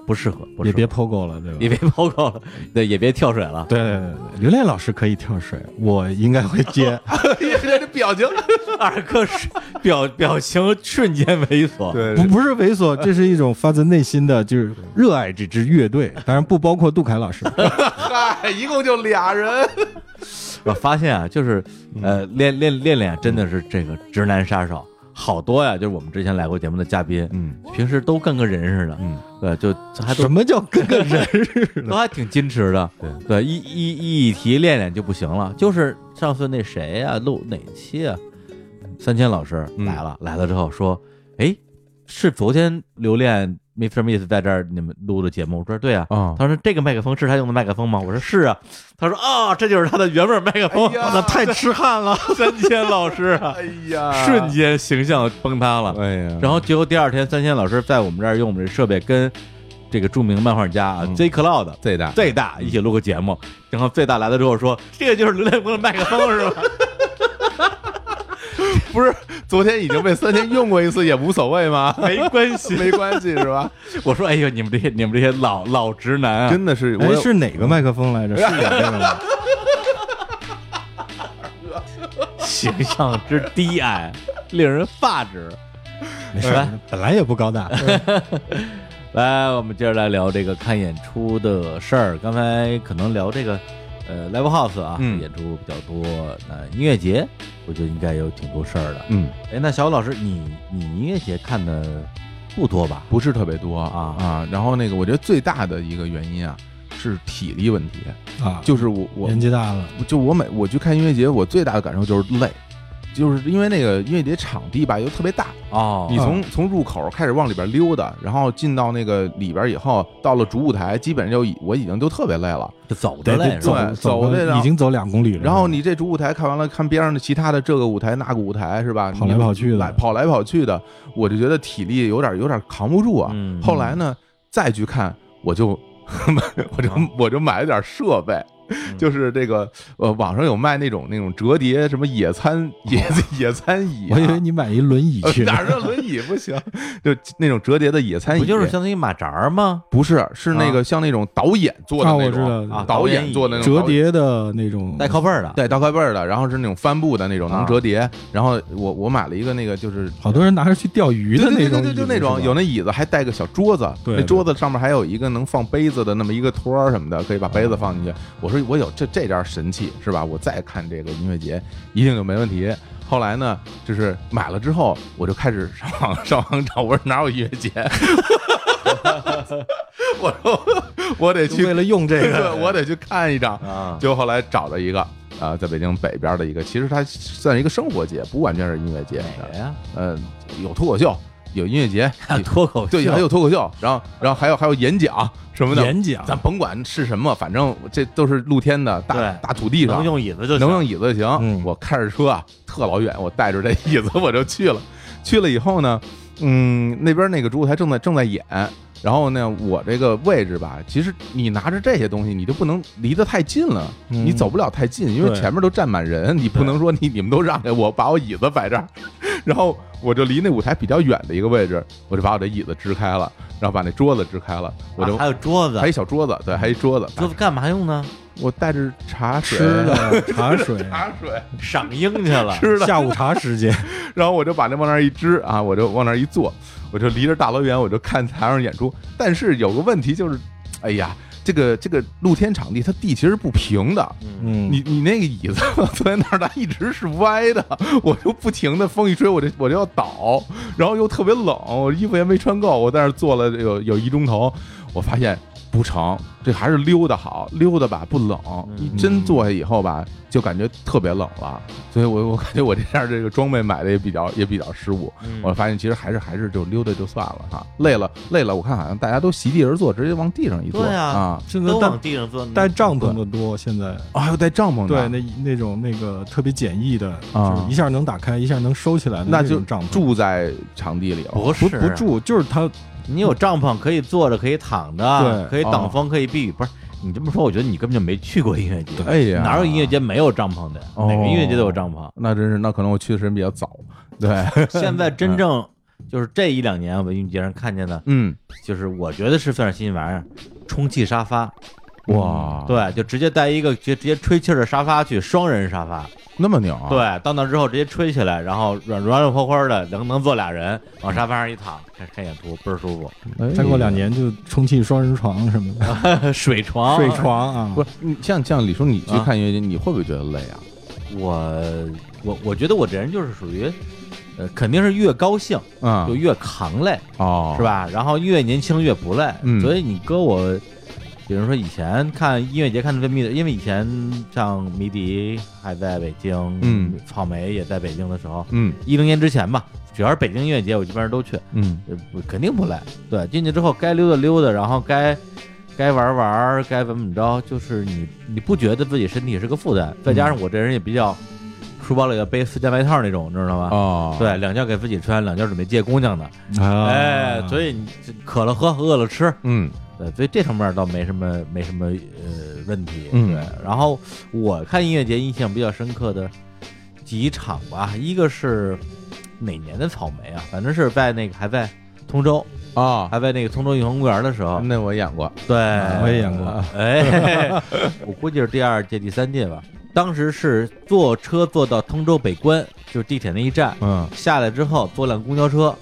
[SPEAKER 1] 不适合，不适合 *laughs*
[SPEAKER 3] 也别 POGO 了，对吧？
[SPEAKER 1] 也别抛高了，对，也别跳水了。
[SPEAKER 3] 对对对对，刘恋老师可以跳水，我应该会
[SPEAKER 2] *laughs*
[SPEAKER 3] 接。
[SPEAKER 2] 这这表情，
[SPEAKER 1] *laughs* 二哥是表表情瞬间猥琐，
[SPEAKER 2] 对
[SPEAKER 3] 不，不是猥琐，这是一种发自内心的，就是热爱这支乐队，当然不包括杜凯老
[SPEAKER 2] *laughs*
[SPEAKER 3] 师。
[SPEAKER 2] 嗨，一共就俩人，
[SPEAKER 1] 我发现啊，就是
[SPEAKER 2] 嗯
[SPEAKER 1] 呃，练练练练，真的是这个直男杀手，好多呀。就是我们之前来过节目的嘉宾，
[SPEAKER 2] 嗯
[SPEAKER 1] 平时都跟个人似的，
[SPEAKER 2] 嗯，
[SPEAKER 1] 对，就还都
[SPEAKER 3] 什么叫跟个人似
[SPEAKER 1] 都
[SPEAKER 3] 的？
[SPEAKER 1] 还挺矜持的，
[SPEAKER 2] 对
[SPEAKER 1] 对，一一一提练练就不行了。就是上次那谁呀、录哪期啊？三千老师
[SPEAKER 2] 嗯
[SPEAKER 1] 来了，来了之后说，哎，是昨天留恋 Mr. Miss 在这儿你们录的节目？我说对啊。
[SPEAKER 2] 啊， *laughs*
[SPEAKER 1] 他说：“这个麦克风是他用的麦克风吗？”我说：“是啊。”他说：“啊、这就是他的原味麦克风。
[SPEAKER 2] 哎呀
[SPEAKER 1] 那太痴汉了，三千老师啊，
[SPEAKER 2] 哎呀，
[SPEAKER 1] *laughs* 瞬，间形象崩塌了。
[SPEAKER 2] 哎呀，
[SPEAKER 1] 然后结果第二天，三千老师在我们这儿用我们这设备跟这个著名漫画家啊、J Cloud
[SPEAKER 2] 最大，
[SPEAKER 1] 最大一起录个节目，然后最大来了之后说：“这个就是刘建国的麦克风是吧 *laughs*
[SPEAKER 2] 不是昨天已经被三天用过一次，也无所谓吗？？”
[SPEAKER 1] 没关系，
[SPEAKER 2] 没关系是吧？
[SPEAKER 1] 我说：“哎呦，你们这些你们这些老老直男啊，
[SPEAKER 2] *laughs* 真的是，我
[SPEAKER 3] 哎，
[SPEAKER 2] 有
[SPEAKER 3] 是哪个麦克风来着？是我这个
[SPEAKER 2] *laughs*
[SPEAKER 3] 吗？
[SPEAKER 1] 形象之低矮，令人发指。”
[SPEAKER 3] 没事，
[SPEAKER 2] 哎
[SPEAKER 3] 本来也不高大。
[SPEAKER 1] 来，我们接着来聊这个看演出的事儿。刚才可能聊这个，呃，live house 啊，
[SPEAKER 2] 嗯
[SPEAKER 1] 演出比较多。那音乐节，我觉得应该有挺多事儿的。
[SPEAKER 2] 嗯，
[SPEAKER 1] 哎，那小武老师，你你音乐节看的不多吧？
[SPEAKER 2] 不是特别多
[SPEAKER 1] 啊
[SPEAKER 2] 啊。然后那个，我觉得最大的一个原因啊，是体力问题，
[SPEAKER 3] 啊，
[SPEAKER 2] 就是我我
[SPEAKER 3] 年纪大了，
[SPEAKER 2] 就我每我去看音乐节，我最大的感受就是累，就是因为那个音乐节场地吧又特别大，啊
[SPEAKER 1] 哦，
[SPEAKER 2] 你从从入口开始往里边溜达，然后进到那个里边以后，到了主舞台，基本上就已我已经就特别累了。
[SPEAKER 1] 就走的嘞，是
[SPEAKER 2] 走
[SPEAKER 1] 吧？
[SPEAKER 2] 对
[SPEAKER 3] 走
[SPEAKER 2] 走这
[SPEAKER 3] 了
[SPEAKER 2] 辆
[SPEAKER 3] 已经走两公里了。
[SPEAKER 2] 然后你这主舞台看完了，看边上的其他的这个舞台那个舞台是吧？
[SPEAKER 3] 跑来
[SPEAKER 2] 你
[SPEAKER 3] 跑去的
[SPEAKER 2] 来跑来跑去的，我就觉得体力有点有点扛不住啊。
[SPEAKER 1] 嗯
[SPEAKER 2] 后来呢，再去看我就 *laughs* 我就
[SPEAKER 3] 啊
[SPEAKER 2] 我就买了点设备。
[SPEAKER 3] 嗯
[SPEAKER 2] 就是这个，呃，网上有卖那种那种折叠什么野餐野野餐椅啊、
[SPEAKER 3] 哦我以为你买一轮椅
[SPEAKER 2] *laughs* 呃 *laughs*
[SPEAKER 3] 去，
[SPEAKER 2] 哪儿的轮椅不行，就那种折叠的野餐椅，
[SPEAKER 1] 不就是相当于马扎儿吗？
[SPEAKER 2] 不是是那个像那种导演做的
[SPEAKER 3] 啊
[SPEAKER 2] 那
[SPEAKER 3] 我知
[SPEAKER 2] 种
[SPEAKER 3] 道
[SPEAKER 1] 啊
[SPEAKER 2] 导演做的那种
[SPEAKER 3] 折
[SPEAKER 2] 导演
[SPEAKER 3] 叠的那种
[SPEAKER 1] 带靠背儿的，
[SPEAKER 2] 对，大块背儿的，然后是那种帆布的那种，
[SPEAKER 1] 啊
[SPEAKER 2] 能折叠。然后我我买了一个那个，就是
[SPEAKER 3] 好多人拿着去钓鱼
[SPEAKER 2] 对
[SPEAKER 3] 的
[SPEAKER 2] 对
[SPEAKER 3] 那
[SPEAKER 2] 对
[SPEAKER 3] 种
[SPEAKER 2] 对
[SPEAKER 3] 椅
[SPEAKER 2] 对，
[SPEAKER 3] 子，
[SPEAKER 2] 就那种
[SPEAKER 3] 是吧
[SPEAKER 2] 有那椅子，还带个小桌子，
[SPEAKER 3] 对
[SPEAKER 2] 那桌子上面还有一个能放杯子的那么一个托儿什么的，可以把杯子放进去。我说我有这这点神器是吧？我再看这个音乐节，一定就没问题。后来呢，就是买了之后，我就开始上网 *laughs* 上网找，我说哪有音乐节？ *laughs* 我说我得去
[SPEAKER 3] 就为了用这个，
[SPEAKER 2] 对我得去看一场
[SPEAKER 1] 啊
[SPEAKER 2] 就后来找了一个啊、呃在北京北边的一个，其实它算是一个生活节，不完全是音乐节。
[SPEAKER 1] 哪个呀？
[SPEAKER 2] 呃，有脱口秀，有音乐节，
[SPEAKER 1] 啊哎 *laughs* 脱口秀，
[SPEAKER 2] 对，还有脱口秀，然后然后还有还有演讲什么的。
[SPEAKER 3] 演讲
[SPEAKER 2] 咱甭管是什么，反正这都是露天的大
[SPEAKER 1] 对
[SPEAKER 2] 大土地上
[SPEAKER 1] 能，用椅子就行
[SPEAKER 2] 能用椅子就行。
[SPEAKER 3] 嗯
[SPEAKER 2] 我开着车啊，特老远，我带着这椅子我就去了。去了以后呢，嗯，那边那个主舞台正在正在演，然后呢，我这个位置吧，其实你拿着这些东西，你就不能离得太近了，
[SPEAKER 3] 嗯
[SPEAKER 2] 你走不了太近，因为
[SPEAKER 3] 对
[SPEAKER 2] 前面都站满人，你不能说你你们都让开，我把我椅子摆这儿，然后我就离那舞台比较远的一个位置，我就把我这椅子支开了，然后把那桌子支开了，我就、
[SPEAKER 1] 啊还有桌子
[SPEAKER 2] 还，一小桌子，对，还一桌子，哎
[SPEAKER 1] 桌子干嘛用呢？
[SPEAKER 2] 我带着茶水
[SPEAKER 3] *laughs* 吃的茶水，
[SPEAKER 2] *laughs* 茶水。
[SPEAKER 1] 赏樱去了，
[SPEAKER 2] 吃的，
[SPEAKER 3] 下午茶
[SPEAKER 2] *laughs*
[SPEAKER 3] 时间，
[SPEAKER 2] 然后我就把那往那儿一支啊，我就往那儿一坐，我就离着大老远，我就看台上演出。但是有个问题就是，哎呀，这个这个露天场地它地其实不平的，
[SPEAKER 3] 嗯，
[SPEAKER 2] 你你那个椅子坐在那儿，它一直是歪的，我就不停的风一吹，我就我就要倒，然后又特别冷，我衣服也没穿够，我在那儿坐了有有一钟头，我发现不成，这还是溜达好，溜达吧不冷，
[SPEAKER 1] 嗯
[SPEAKER 2] 你真坐下以后吧，就感觉特别冷了，所以我我感觉我这件儿这个装备买的也比较也比较失误，
[SPEAKER 1] 嗯
[SPEAKER 2] 我发现其实还是还是就溜达就算了哈，累了累了，我看好像大家都席地而坐，直接往地上一坐
[SPEAKER 1] 对啊
[SPEAKER 2] 啊，
[SPEAKER 3] 现在
[SPEAKER 1] 都
[SPEAKER 3] 带
[SPEAKER 1] 往地上坐，嗯
[SPEAKER 3] 带帐篷的多，现在
[SPEAKER 2] 啊嗯还有带帐篷的，
[SPEAKER 3] 对那那种那个特别简易的，
[SPEAKER 2] 啊
[SPEAKER 3] 就是一下能打开，一下能收起来的
[SPEAKER 2] 那
[SPEAKER 3] 这
[SPEAKER 2] 就
[SPEAKER 3] 种帐篷，
[SPEAKER 2] 住在场地里了。
[SPEAKER 1] 不
[SPEAKER 3] 不
[SPEAKER 1] 是啊
[SPEAKER 3] 不，住，就是它
[SPEAKER 1] 你有帐篷可以坐着，可以躺着，
[SPEAKER 3] 对
[SPEAKER 1] 可以挡
[SPEAKER 2] 哦
[SPEAKER 1] 风，可以避雨。不是你这么说，我觉得你根本就没去过音乐节，
[SPEAKER 2] 哎呀，
[SPEAKER 1] 哪有音乐？节没有帐篷的？
[SPEAKER 2] 哦
[SPEAKER 1] 哪个音乐节都有帐篷。
[SPEAKER 2] 那真是，那可能我去的时间比较早。对，
[SPEAKER 1] 现在真正就是这一两年我们音乐节上看见的，
[SPEAKER 2] 嗯，
[SPEAKER 1] 就是我觉得是算是新玩意儿，充气沙发。
[SPEAKER 2] 嗯哇，，
[SPEAKER 1] 对，就直接带一个直直接吹气儿的沙发去，双人沙发。
[SPEAKER 2] 那么牛啊！，
[SPEAKER 1] 对，到那之后直接吹起来，然后软软软和和的，能能坐俩人，往沙发上一躺，看看演出，倍儿 *laughs* 舒
[SPEAKER 3] 哎
[SPEAKER 2] 哎
[SPEAKER 3] 再过两，年就充气双人床什么的，
[SPEAKER 1] 服。水床，
[SPEAKER 3] 睡床啊，
[SPEAKER 2] 啊不是你像像李叔，你去
[SPEAKER 1] 啊
[SPEAKER 2] 看音乐节，你会不会觉得累啊？
[SPEAKER 1] 我我我觉得我这人就是属于，呃，肯定是越高兴
[SPEAKER 2] 啊
[SPEAKER 1] 就，越扛累，
[SPEAKER 2] 哦，
[SPEAKER 1] 是？吧？然后越年轻越不累，
[SPEAKER 2] 嗯
[SPEAKER 1] 所以你搁我，比如说以前看音乐节看的这么密的，因为以前像迷笛还在北京，
[SPEAKER 2] 嗯，
[SPEAKER 1] 草莓也在北京的时候，
[SPEAKER 2] 嗯
[SPEAKER 1] 一零年之前吧，只要是北京音乐节，我基本上都去，
[SPEAKER 2] 嗯，
[SPEAKER 1] 呃不肯定不累。对，进去之后该溜达溜达，然后该该玩玩，该怎么怎么着，就是你你不觉得自己身体是个负担？再加上我这人也比较，书包里要背四件外套那种，你知道吗？
[SPEAKER 2] 哦，
[SPEAKER 1] 对，两件给自己穿，两件准备借姑娘的，
[SPEAKER 3] 啊
[SPEAKER 1] 哎，所以你这渴了喝，饿了吃，
[SPEAKER 2] 嗯
[SPEAKER 1] 对，所以这方面倒没什么没什么呃问题。
[SPEAKER 2] 嗯
[SPEAKER 1] 对，然后我看音乐节印象比较深刻的几场吧，一个是哪年的草莓啊？反正是在那个还在通州，
[SPEAKER 2] 啊，
[SPEAKER 1] 还在那个通州银行公园的时候，
[SPEAKER 2] 那我演过，
[SPEAKER 1] 对，
[SPEAKER 3] 嗯我也演过
[SPEAKER 1] 哎， *laughs* 我估计是第二届、第三届吧。当时是坐车坐到通州北关，就是地铁那一站，
[SPEAKER 2] 嗯
[SPEAKER 1] 下来之后坐辆公交车，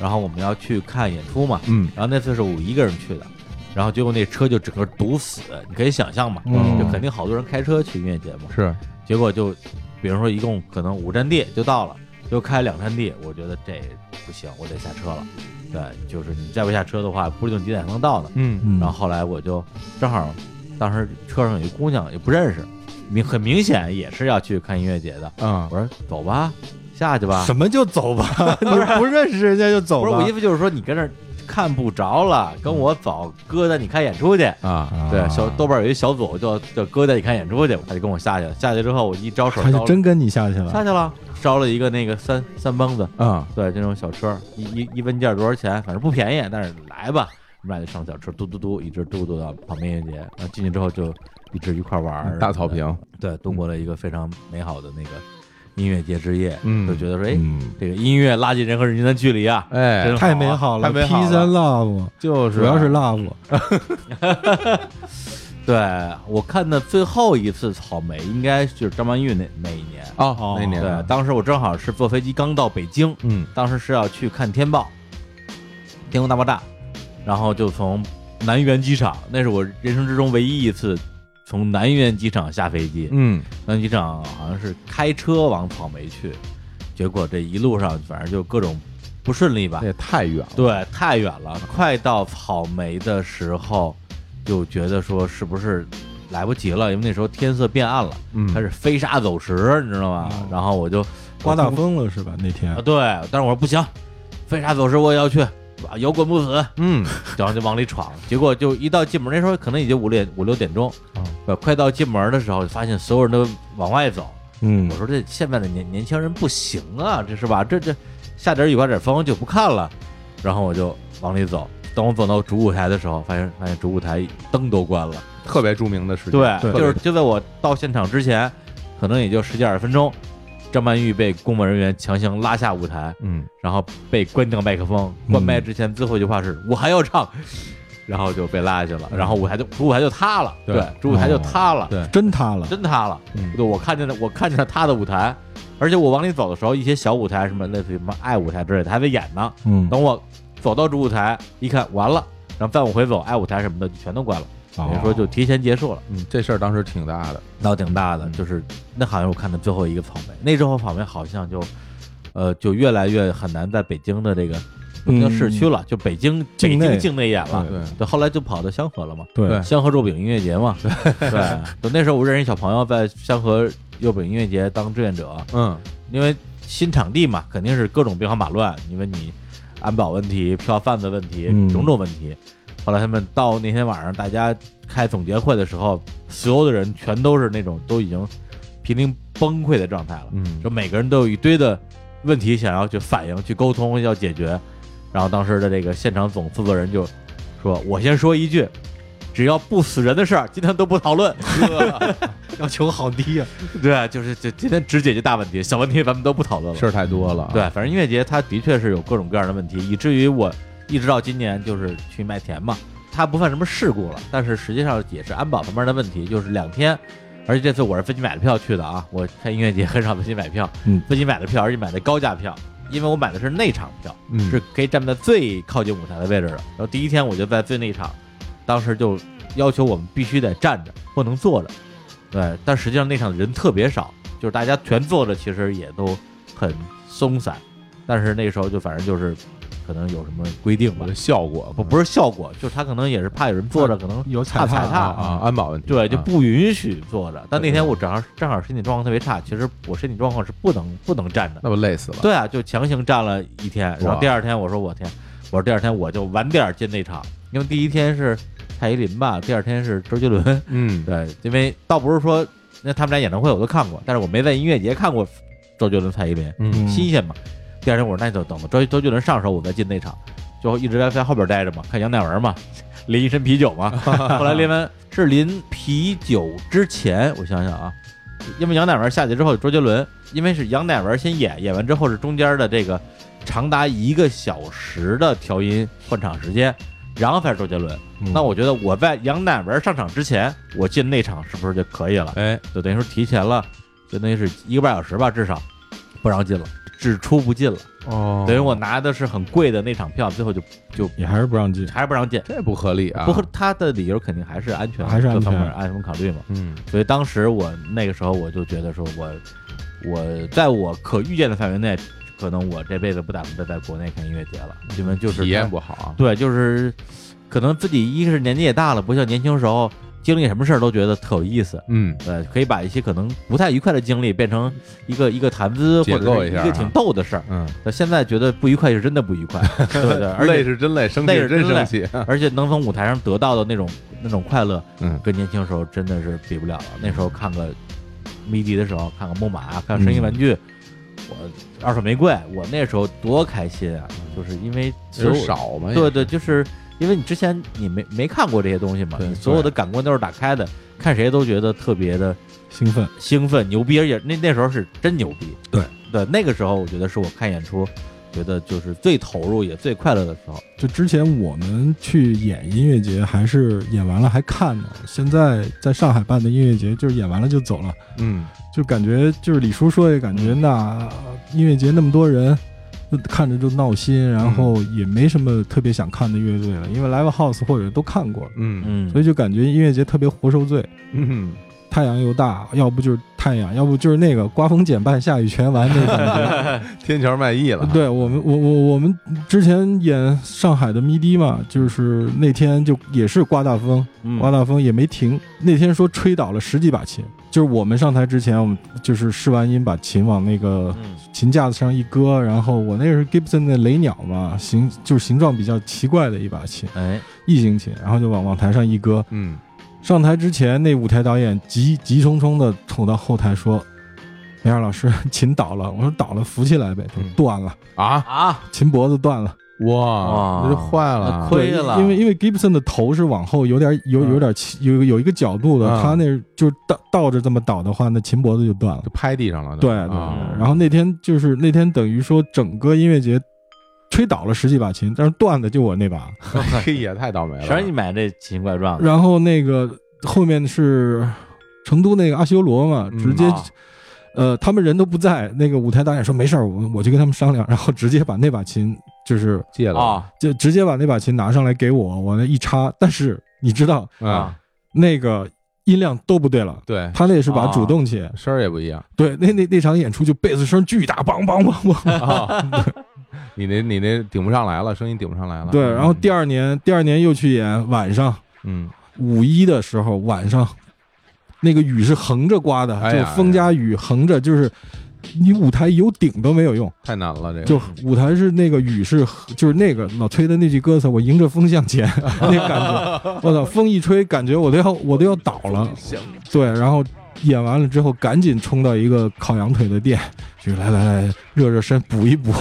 [SPEAKER 1] 然后我们要去看演出嘛。
[SPEAKER 2] 嗯，
[SPEAKER 1] 然后那次是我一个人去的，然后结果那车就整个堵死，你可以想象嘛，
[SPEAKER 3] 嗯
[SPEAKER 1] 就肯定好多人开车去音乐节嘛，
[SPEAKER 2] 是，
[SPEAKER 1] 结果就，比如说一共可能五站地就到了，就开两站地，我觉得这不行，我得下车了，对，就是你再不下车的话，不一定几点才能到呢。
[SPEAKER 2] 嗯
[SPEAKER 3] 嗯
[SPEAKER 1] 然后后来我就正好，当时车上有一姑娘也不认识，明很明显也是要去看音乐节的，
[SPEAKER 2] 啊
[SPEAKER 1] 我说走吧，下去吧。
[SPEAKER 3] 嗯什么就
[SPEAKER 2] *laughs*
[SPEAKER 3] 走吧？你不认识人家就走
[SPEAKER 1] 不
[SPEAKER 3] 吧？
[SPEAKER 1] 是我意思就是说你跟那儿看不着了，跟我走，哥带你看演出去。
[SPEAKER 2] 啊，
[SPEAKER 3] 啊
[SPEAKER 1] 对，小豆瓣有一小组叫叫哥带你看演出去，他就跟我下去了。下去之后我一招手，
[SPEAKER 3] 他
[SPEAKER 1] 招
[SPEAKER 3] 就
[SPEAKER 1] 了
[SPEAKER 3] 真跟你下去
[SPEAKER 1] 下
[SPEAKER 3] 了。
[SPEAKER 1] 去了，招了一个那个三三蹦子，
[SPEAKER 2] 啊，
[SPEAKER 1] 对，这种小车，一一一问价多少钱，反正不便宜，但是来吧，我们俩就上小车，嘟嘟嘟，一直嘟嘟到跑音乐节，然后进去之后就一直一块玩
[SPEAKER 3] 嗯
[SPEAKER 1] 儿，
[SPEAKER 2] 大草，坪，
[SPEAKER 1] 对，度过了一个非常美好的那个音乐节之夜，
[SPEAKER 2] 嗯
[SPEAKER 1] 就觉得说，哎，
[SPEAKER 3] 嗯，
[SPEAKER 1] 这个音乐拉近人和人之间的距离啊，
[SPEAKER 2] 哎
[SPEAKER 1] 真，
[SPEAKER 3] 太美好了
[SPEAKER 2] 太美好了
[SPEAKER 3] p e a c e and love，
[SPEAKER 2] 就是
[SPEAKER 1] 啊
[SPEAKER 3] 主要是 love。
[SPEAKER 1] 对我看的最后一次草莓应该就是张曼玉那那一年，
[SPEAKER 2] 哦，那年
[SPEAKER 1] 对，当时我正好是坐飞机刚到北京，
[SPEAKER 2] 嗯，
[SPEAKER 1] 当时是要去看《天爆》，《天空大爆炸》，然后就从南苑机场，那是我人生之中唯一一次从南苑机场下飞机。
[SPEAKER 2] 嗯，
[SPEAKER 1] 南苑机场好像是开车往草莓去，结果这一路上反正就各种不顺利吧
[SPEAKER 2] 那。也太远了，
[SPEAKER 1] 对，太远了，快到草莓的时候，就觉得说是不是来不及了，因为那时候天色变暗了，
[SPEAKER 2] 嗯
[SPEAKER 1] 开始飞沙走石，你知道吗？
[SPEAKER 3] 哦
[SPEAKER 1] 然后我就
[SPEAKER 3] 刮大风了是吧？那天
[SPEAKER 1] 啊，对，但是我说不行，飞沙走石我也要去，啊，摇滚不死，
[SPEAKER 3] *laughs*
[SPEAKER 2] 嗯，
[SPEAKER 1] 然后就往里闯。结果就一到进门，那时候可能已经五点五六点钟，
[SPEAKER 2] 哦
[SPEAKER 1] 呃，快到进门的时候，发现所有人都往外走。
[SPEAKER 3] 嗯
[SPEAKER 1] 我，说这现在的年年轻人不行啊，这是吧？这这下点雨刮点风就不看了。然后我就往里走，等我走到主舞台的时候，发现发现主舞台灯都关了。
[SPEAKER 2] 特别著名的事情，
[SPEAKER 1] 对，
[SPEAKER 3] 对
[SPEAKER 1] 就是就在我到现场之前，可能也就十几二十分钟，张曼玉被工作人员强行拉下舞台。
[SPEAKER 2] 嗯，
[SPEAKER 1] 然后被关掉麦克风。关麦之前最后一句话是“我还要唱”，然后就被拉下去了。然后舞台就主舞台就塌了，
[SPEAKER 2] 对
[SPEAKER 1] 对，主舞台就塌了，
[SPEAKER 2] 对
[SPEAKER 3] 真塌了。
[SPEAKER 1] 啊真塌了。
[SPEAKER 2] 嗯
[SPEAKER 1] 对，我看见了，我看见了塌的舞台，而且我往里走的时候，一些小舞台什么类似于什么爱舞台之类的还在演呢。
[SPEAKER 3] 嗯，
[SPEAKER 1] 等我走到主舞台一看，完了，然后再往回走，爱舞台什么的就全都关了，
[SPEAKER 3] 哦
[SPEAKER 1] 等于说就提前结束了，
[SPEAKER 2] 嗯，这事儿当时挺大的，
[SPEAKER 1] 闹挺大的。就是那好像我看的最后一个草莓，那之后草莓好像就。呃，就越来越很难在北京的这个不
[SPEAKER 3] 嗯
[SPEAKER 1] 叫市区了，就北京北
[SPEAKER 3] 境内
[SPEAKER 1] 京境内演了。
[SPEAKER 2] 对，
[SPEAKER 1] 对，后来就跑到香河了嘛，
[SPEAKER 3] 对
[SPEAKER 2] 对，
[SPEAKER 1] 香河肉饼音乐节嘛。对，就那时候我认识一小朋友在香河肉饼音乐节当志愿者，
[SPEAKER 2] 嗯，
[SPEAKER 1] 因为新场地嘛，肯定是各种兵荒马乱，因为你安保问题、票贩子问题、
[SPEAKER 3] 嗯
[SPEAKER 1] 种种问题。后来他们到那天晚上大家开总结会的时候，所有的人全都是那种都已经濒临崩溃的状态了。
[SPEAKER 2] 嗯
[SPEAKER 1] 就每个人都有一堆的问题想要去反映、去沟通、要解决。然后当时的这个现场总负责人就说：“我先说一句，只要不死人的事儿，今天都不讨论。
[SPEAKER 3] *laughs* 要求好低啊呀。
[SPEAKER 1] *laughs* 对，就是就今天只解决大问题，小问题咱们都不讨论了。
[SPEAKER 2] 事儿太多了，啊
[SPEAKER 1] 对，，反正音乐节它的确是有各种各样的问题，以至于我一直到今年就是去麦田嘛，它不算什么事故了，但是实际上也是安保方面的问题，就是两天。而且这次我是飞机买的票去的啊，我看音乐节很少飞机买票，
[SPEAKER 3] 嗯
[SPEAKER 1] 飞机买的票，而且买的高价票，因为我买的是内场票，
[SPEAKER 2] 嗯，
[SPEAKER 1] 是可以站在最靠近舞台的位置的。然后第一天我就在最内场，当时就要求我们必须得站着，不能坐着。对，但实际上那场人特别少，就是大家全坐着，其实也都很松散。但是那时候就反正就是，可能有什么规定吧
[SPEAKER 2] 我的，效果
[SPEAKER 1] 不不是效果，就是他可能也是怕有人坐着，可能
[SPEAKER 3] 有
[SPEAKER 1] 怕
[SPEAKER 3] 踩
[SPEAKER 1] 踩
[SPEAKER 3] 踏
[SPEAKER 1] 踏
[SPEAKER 2] 啊啊，安保问题，
[SPEAKER 1] 对，就
[SPEAKER 2] 啊
[SPEAKER 1] 不允许坐着。但那
[SPEAKER 2] 对
[SPEAKER 1] 天我正好正好身体状况特别差，其实我身体状况是不能不能站的，
[SPEAKER 2] 那不累死了，
[SPEAKER 1] 对啊，就强行站了一天，然
[SPEAKER 2] 哇
[SPEAKER 1] 后第二天我说我天，我说第二天我就晚点进那场，因为第一天是蔡依林吧，第二天是周杰伦，
[SPEAKER 2] 嗯，
[SPEAKER 1] 对，因为倒不是说那他们俩演唱会我都看过，但是我没在音乐节看过周杰伦、蔡依林，
[SPEAKER 2] 嗯
[SPEAKER 1] 新鲜嘛。第二天我说那就等吧，周周杰伦上的时候我再进那场，就一直在在后边待着嘛，看杨乃文嘛，淋一身啤酒
[SPEAKER 2] *laughs*
[SPEAKER 1] 嘛。后来淋完是淋啤酒之前，我想想啊，因为杨乃文下去之后，周杰伦因为是杨乃文先演，演完之后是中间的这个长达一个小时的调音换场时间，然后才是周杰伦。
[SPEAKER 3] 嗯
[SPEAKER 1] 那我觉得我在杨乃文上场之前，我进那场是不是就可以了？
[SPEAKER 2] 哎，
[SPEAKER 1] 就等于说提前了，就等于是一个半小时吧，至少不让进了，只出不进了。
[SPEAKER 2] 哦
[SPEAKER 1] 等于我拿的是很贵的那场票，最后就就
[SPEAKER 3] 也还是不让进。
[SPEAKER 1] 还是不让进。
[SPEAKER 2] 这不合理啊，
[SPEAKER 1] 不过他的理由肯定还是安全，
[SPEAKER 3] 还是安全
[SPEAKER 1] 各方面安全考虑嘛。
[SPEAKER 2] 嗯，
[SPEAKER 1] 所以当时我那个时候我就觉得说我，我在我可预见的范围内，可能我这辈子不打算再在国内看音乐节了，因为就是
[SPEAKER 2] 体验不好啊，
[SPEAKER 1] 对，就是可能自己一个是年纪也大了，不像年轻时候经历什么事儿都觉得特有意思。
[SPEAKER 2] 嗯，
[SPEAKER 1] 呃，可以把一些可能不太愉快的经历变成一个一个谈资，
[SPEAKER 2] 解
[SPEAKER 1] 或
[SPEAKER 2] 构
[SPEAKER 1] 者是
[SPEAKER 2] 一
[SPEAKER 1] 一
[SPEAKER 2] 下
[SPEAKER 1] 个挺
[SPEAKER 2] 啊
[SPEAKER 1] 逗的事儿。
[SPEAKER 2] 嗯，
[SPEAKER 1] 那现在觉得不愉快是真的不愉
[SPEAKER 2] *laughs*
[SPEAKER 1] 快，对不对？而
[SPEAKER 2] 累
[SPEAKER 1] 且
[SPEAKER 2] 是真累，生气
[SPEAKER 1] 累
[SPEAKER 2] 是
[SPEAKER 1] 是真
[SPEAKER 2] 生
[SPEAKER 1] 累
[SPEAKER 2] 气。
[SPEAKER 1] *laughs* 而且能从舞台上得到的那种那种快乐，
[SPEAKER 2] 嗯
[SPEAKER 1] 跟年轻时候真的是比不了了。那时候看个迷笛的时候，看个木马，看声音玩具，我二手玫瑰，我那时候多开心啊！就是因为所有
[SPEAKER 2] 人少嘛，
[SPEAKER 1] 对对，就是因为你之前你没没看过这些东西嘛，
[SPEAKER 2] 对
[SPEAKER 1] 你所有的感官都是打开的，看谁都觉得特别的
[SPEAKER 3] 兴奋，
[SPEAKER 1] 兴奋、牛逼，而且那那时候是真牛逼。
[SPEAKER 3] 对
[SPEAKER 1] 对，那个时候我觉得是我看演出，觉得就是最投入也最快乐的时候。
[SPEAKER 3] 就之前我们去演音乐节，还是演完了还看呢。现在在上海办的音乐节，就是演完了就走了，
[SPEAKER 2] 嗯，
[SPEAKER 3] 就感觉就是李叔说的感觉，
[SPEAKER 1] 嗯
[SPEAKER 3] 那呃音乐节那么多人，就看着就闹心，然后
[SPEAKER 1] 嗯
[SPEAKER 3] 也没什么特别想看的乐队了，因为 live house 或者都看过了，
[SPEAKER 2] 嗯
[SPEAKER 1] 嗯
[SPEAKER 3] 所以就感觉音乐节特别活受罪。
[SPEAKER 2] 嗯，
[SPEAKER 3] 太阳又大，要不就是太阳，要不就是那个刮风减半，下雨全完那感觉。
[SPEAKER 1] *laughs*
[SPEAKER 2] 天桥卖艺了，
[SPEAKER 3] 对我们，我我我们之前演上海的咪迪嘛，就是那天就也是刮大风，
[SPEAKER 1] 嗯
[SPEAKER 3] 刮大风也没停。那天说吹倒了十几把琴，就是我们上台之前，我们就是试完音，把琴往那个
[SPEAKER 1] 嗯
[SPEAKER 3] 琴架子上一搁，然后我那是 Gibson 的雷鸟嘛，形就是形状比较奇怪的一把琴，
[SPEAKER 1] 哎
[SPEAKER 3] 异形琴，然后就往往台上一搁。
[SPEAKER 2] 嗯，
[SPEAKER 3] 上台之前，那舞台导演急急冲冲的冲到后台说：“梅尔老师，琴倒了。”我说：“倒了，扶起来呗。”他说
[SPEAKER 2] 嗯：“
[SPEAKER 3] 断了。”
[SPEAKER 2] 啊，
[SPEAKER 1] 啊
[SPEAKER 3] 琴脖子断了，
[SPEAKER 2] 哇，
[SPEAKER 1] 哇
[SPEAKER 2] 那就坏了，
[SPEAKER 1] 亏
[SPEAKER 3] 对
[SPEAKER 1] 了
[SPEAKER 3] 因为因为 Gibson 的头是往后有点有
[SPEAKER 2] 嗯
[SPEAKER 3] 有点起有有一个角度的，
[SPEAKER 2] 嗯
[SPEAKER 3] 他那就是倒倒着这么倒的话，那琴脖子就断了
[SPEAKER 2] 就。拍地上了，
[SPEAKER 3] 对对，
[SPEAKER 2] 啊，
[SPEAKER 1] 嗯
[SPEAKER 2] *laughs*
[SPEAKER 3] 然后那天就是那天等于说整个音乐节吹倒了十几把琴，但是断的就我那把。
[SPEAKER 2] 嘿呀，太倒霉了，
[SPEAKER 1] 谁让你买这奇形怪状的？
[SPEAKER 3] 然后那个后面是成都那个阿修罗嘛，
[SPEAKER 2] 嗯
[SPEAKER 3] 直接、
[SPEAKER 1] 啊
[SPEAKER 3] 呃他们人都不在，那个舞台导演说没事儿，我我去跟他们商量，然后直接把那把琴就是
[SPEAKER 2] 借了
[SPEAKER 1] 啊
[SPEAKER 3] 就直接把那把琴拿上来给我，我那一插，但是你知道
[SPEAKER 2] 啊，
[SPEAKER 3] 那个音量都不对了，
[SPEAKER 2] 对，
[SPEAKER 3] 他那是把主动琴，
[SPEAKER 2] 声儿也不
[SPEAKER 1] *laughs*
[SPEAKER 2] 一样。
[SPEAKER 3] 对，那那那场演出就贝斯声巨大，梆梆梆梆，
[SPEAKER 2] 啊，你那你那顶不上来了，声音顶不上来了。嗯
[SPEAKER 3] 对，然后第
[SPEAKER 2] 二，
[SPEAKER 3] 二年第二年又去演晚上
[SPEAKER 2] 嗯，
[SPEAKER 3] 五一的时候晚上，那个雨是横着刮的，
[SPEAKER 2] 哎呀
[SPEAKER 3] 就风加雨横着，就是你舞台有顶都没有用，
[SPEAKER 2] 太难了，这个
[SPEAKER 3] 就舞台是那个雨是就是那个老崔的那句歌词，我迎着风向
[SPEAKER 2] *laughs*
[SPEAKER 3] 前那感觉，我操，风一吹，感觉我都要我都要倒了，对，然后。演完了之后，赶紧冲到一个烤羊腿的店，就来来来，热热身，补
[SPEAKER 2] *laughs*
[SPEAKER 3] 一补。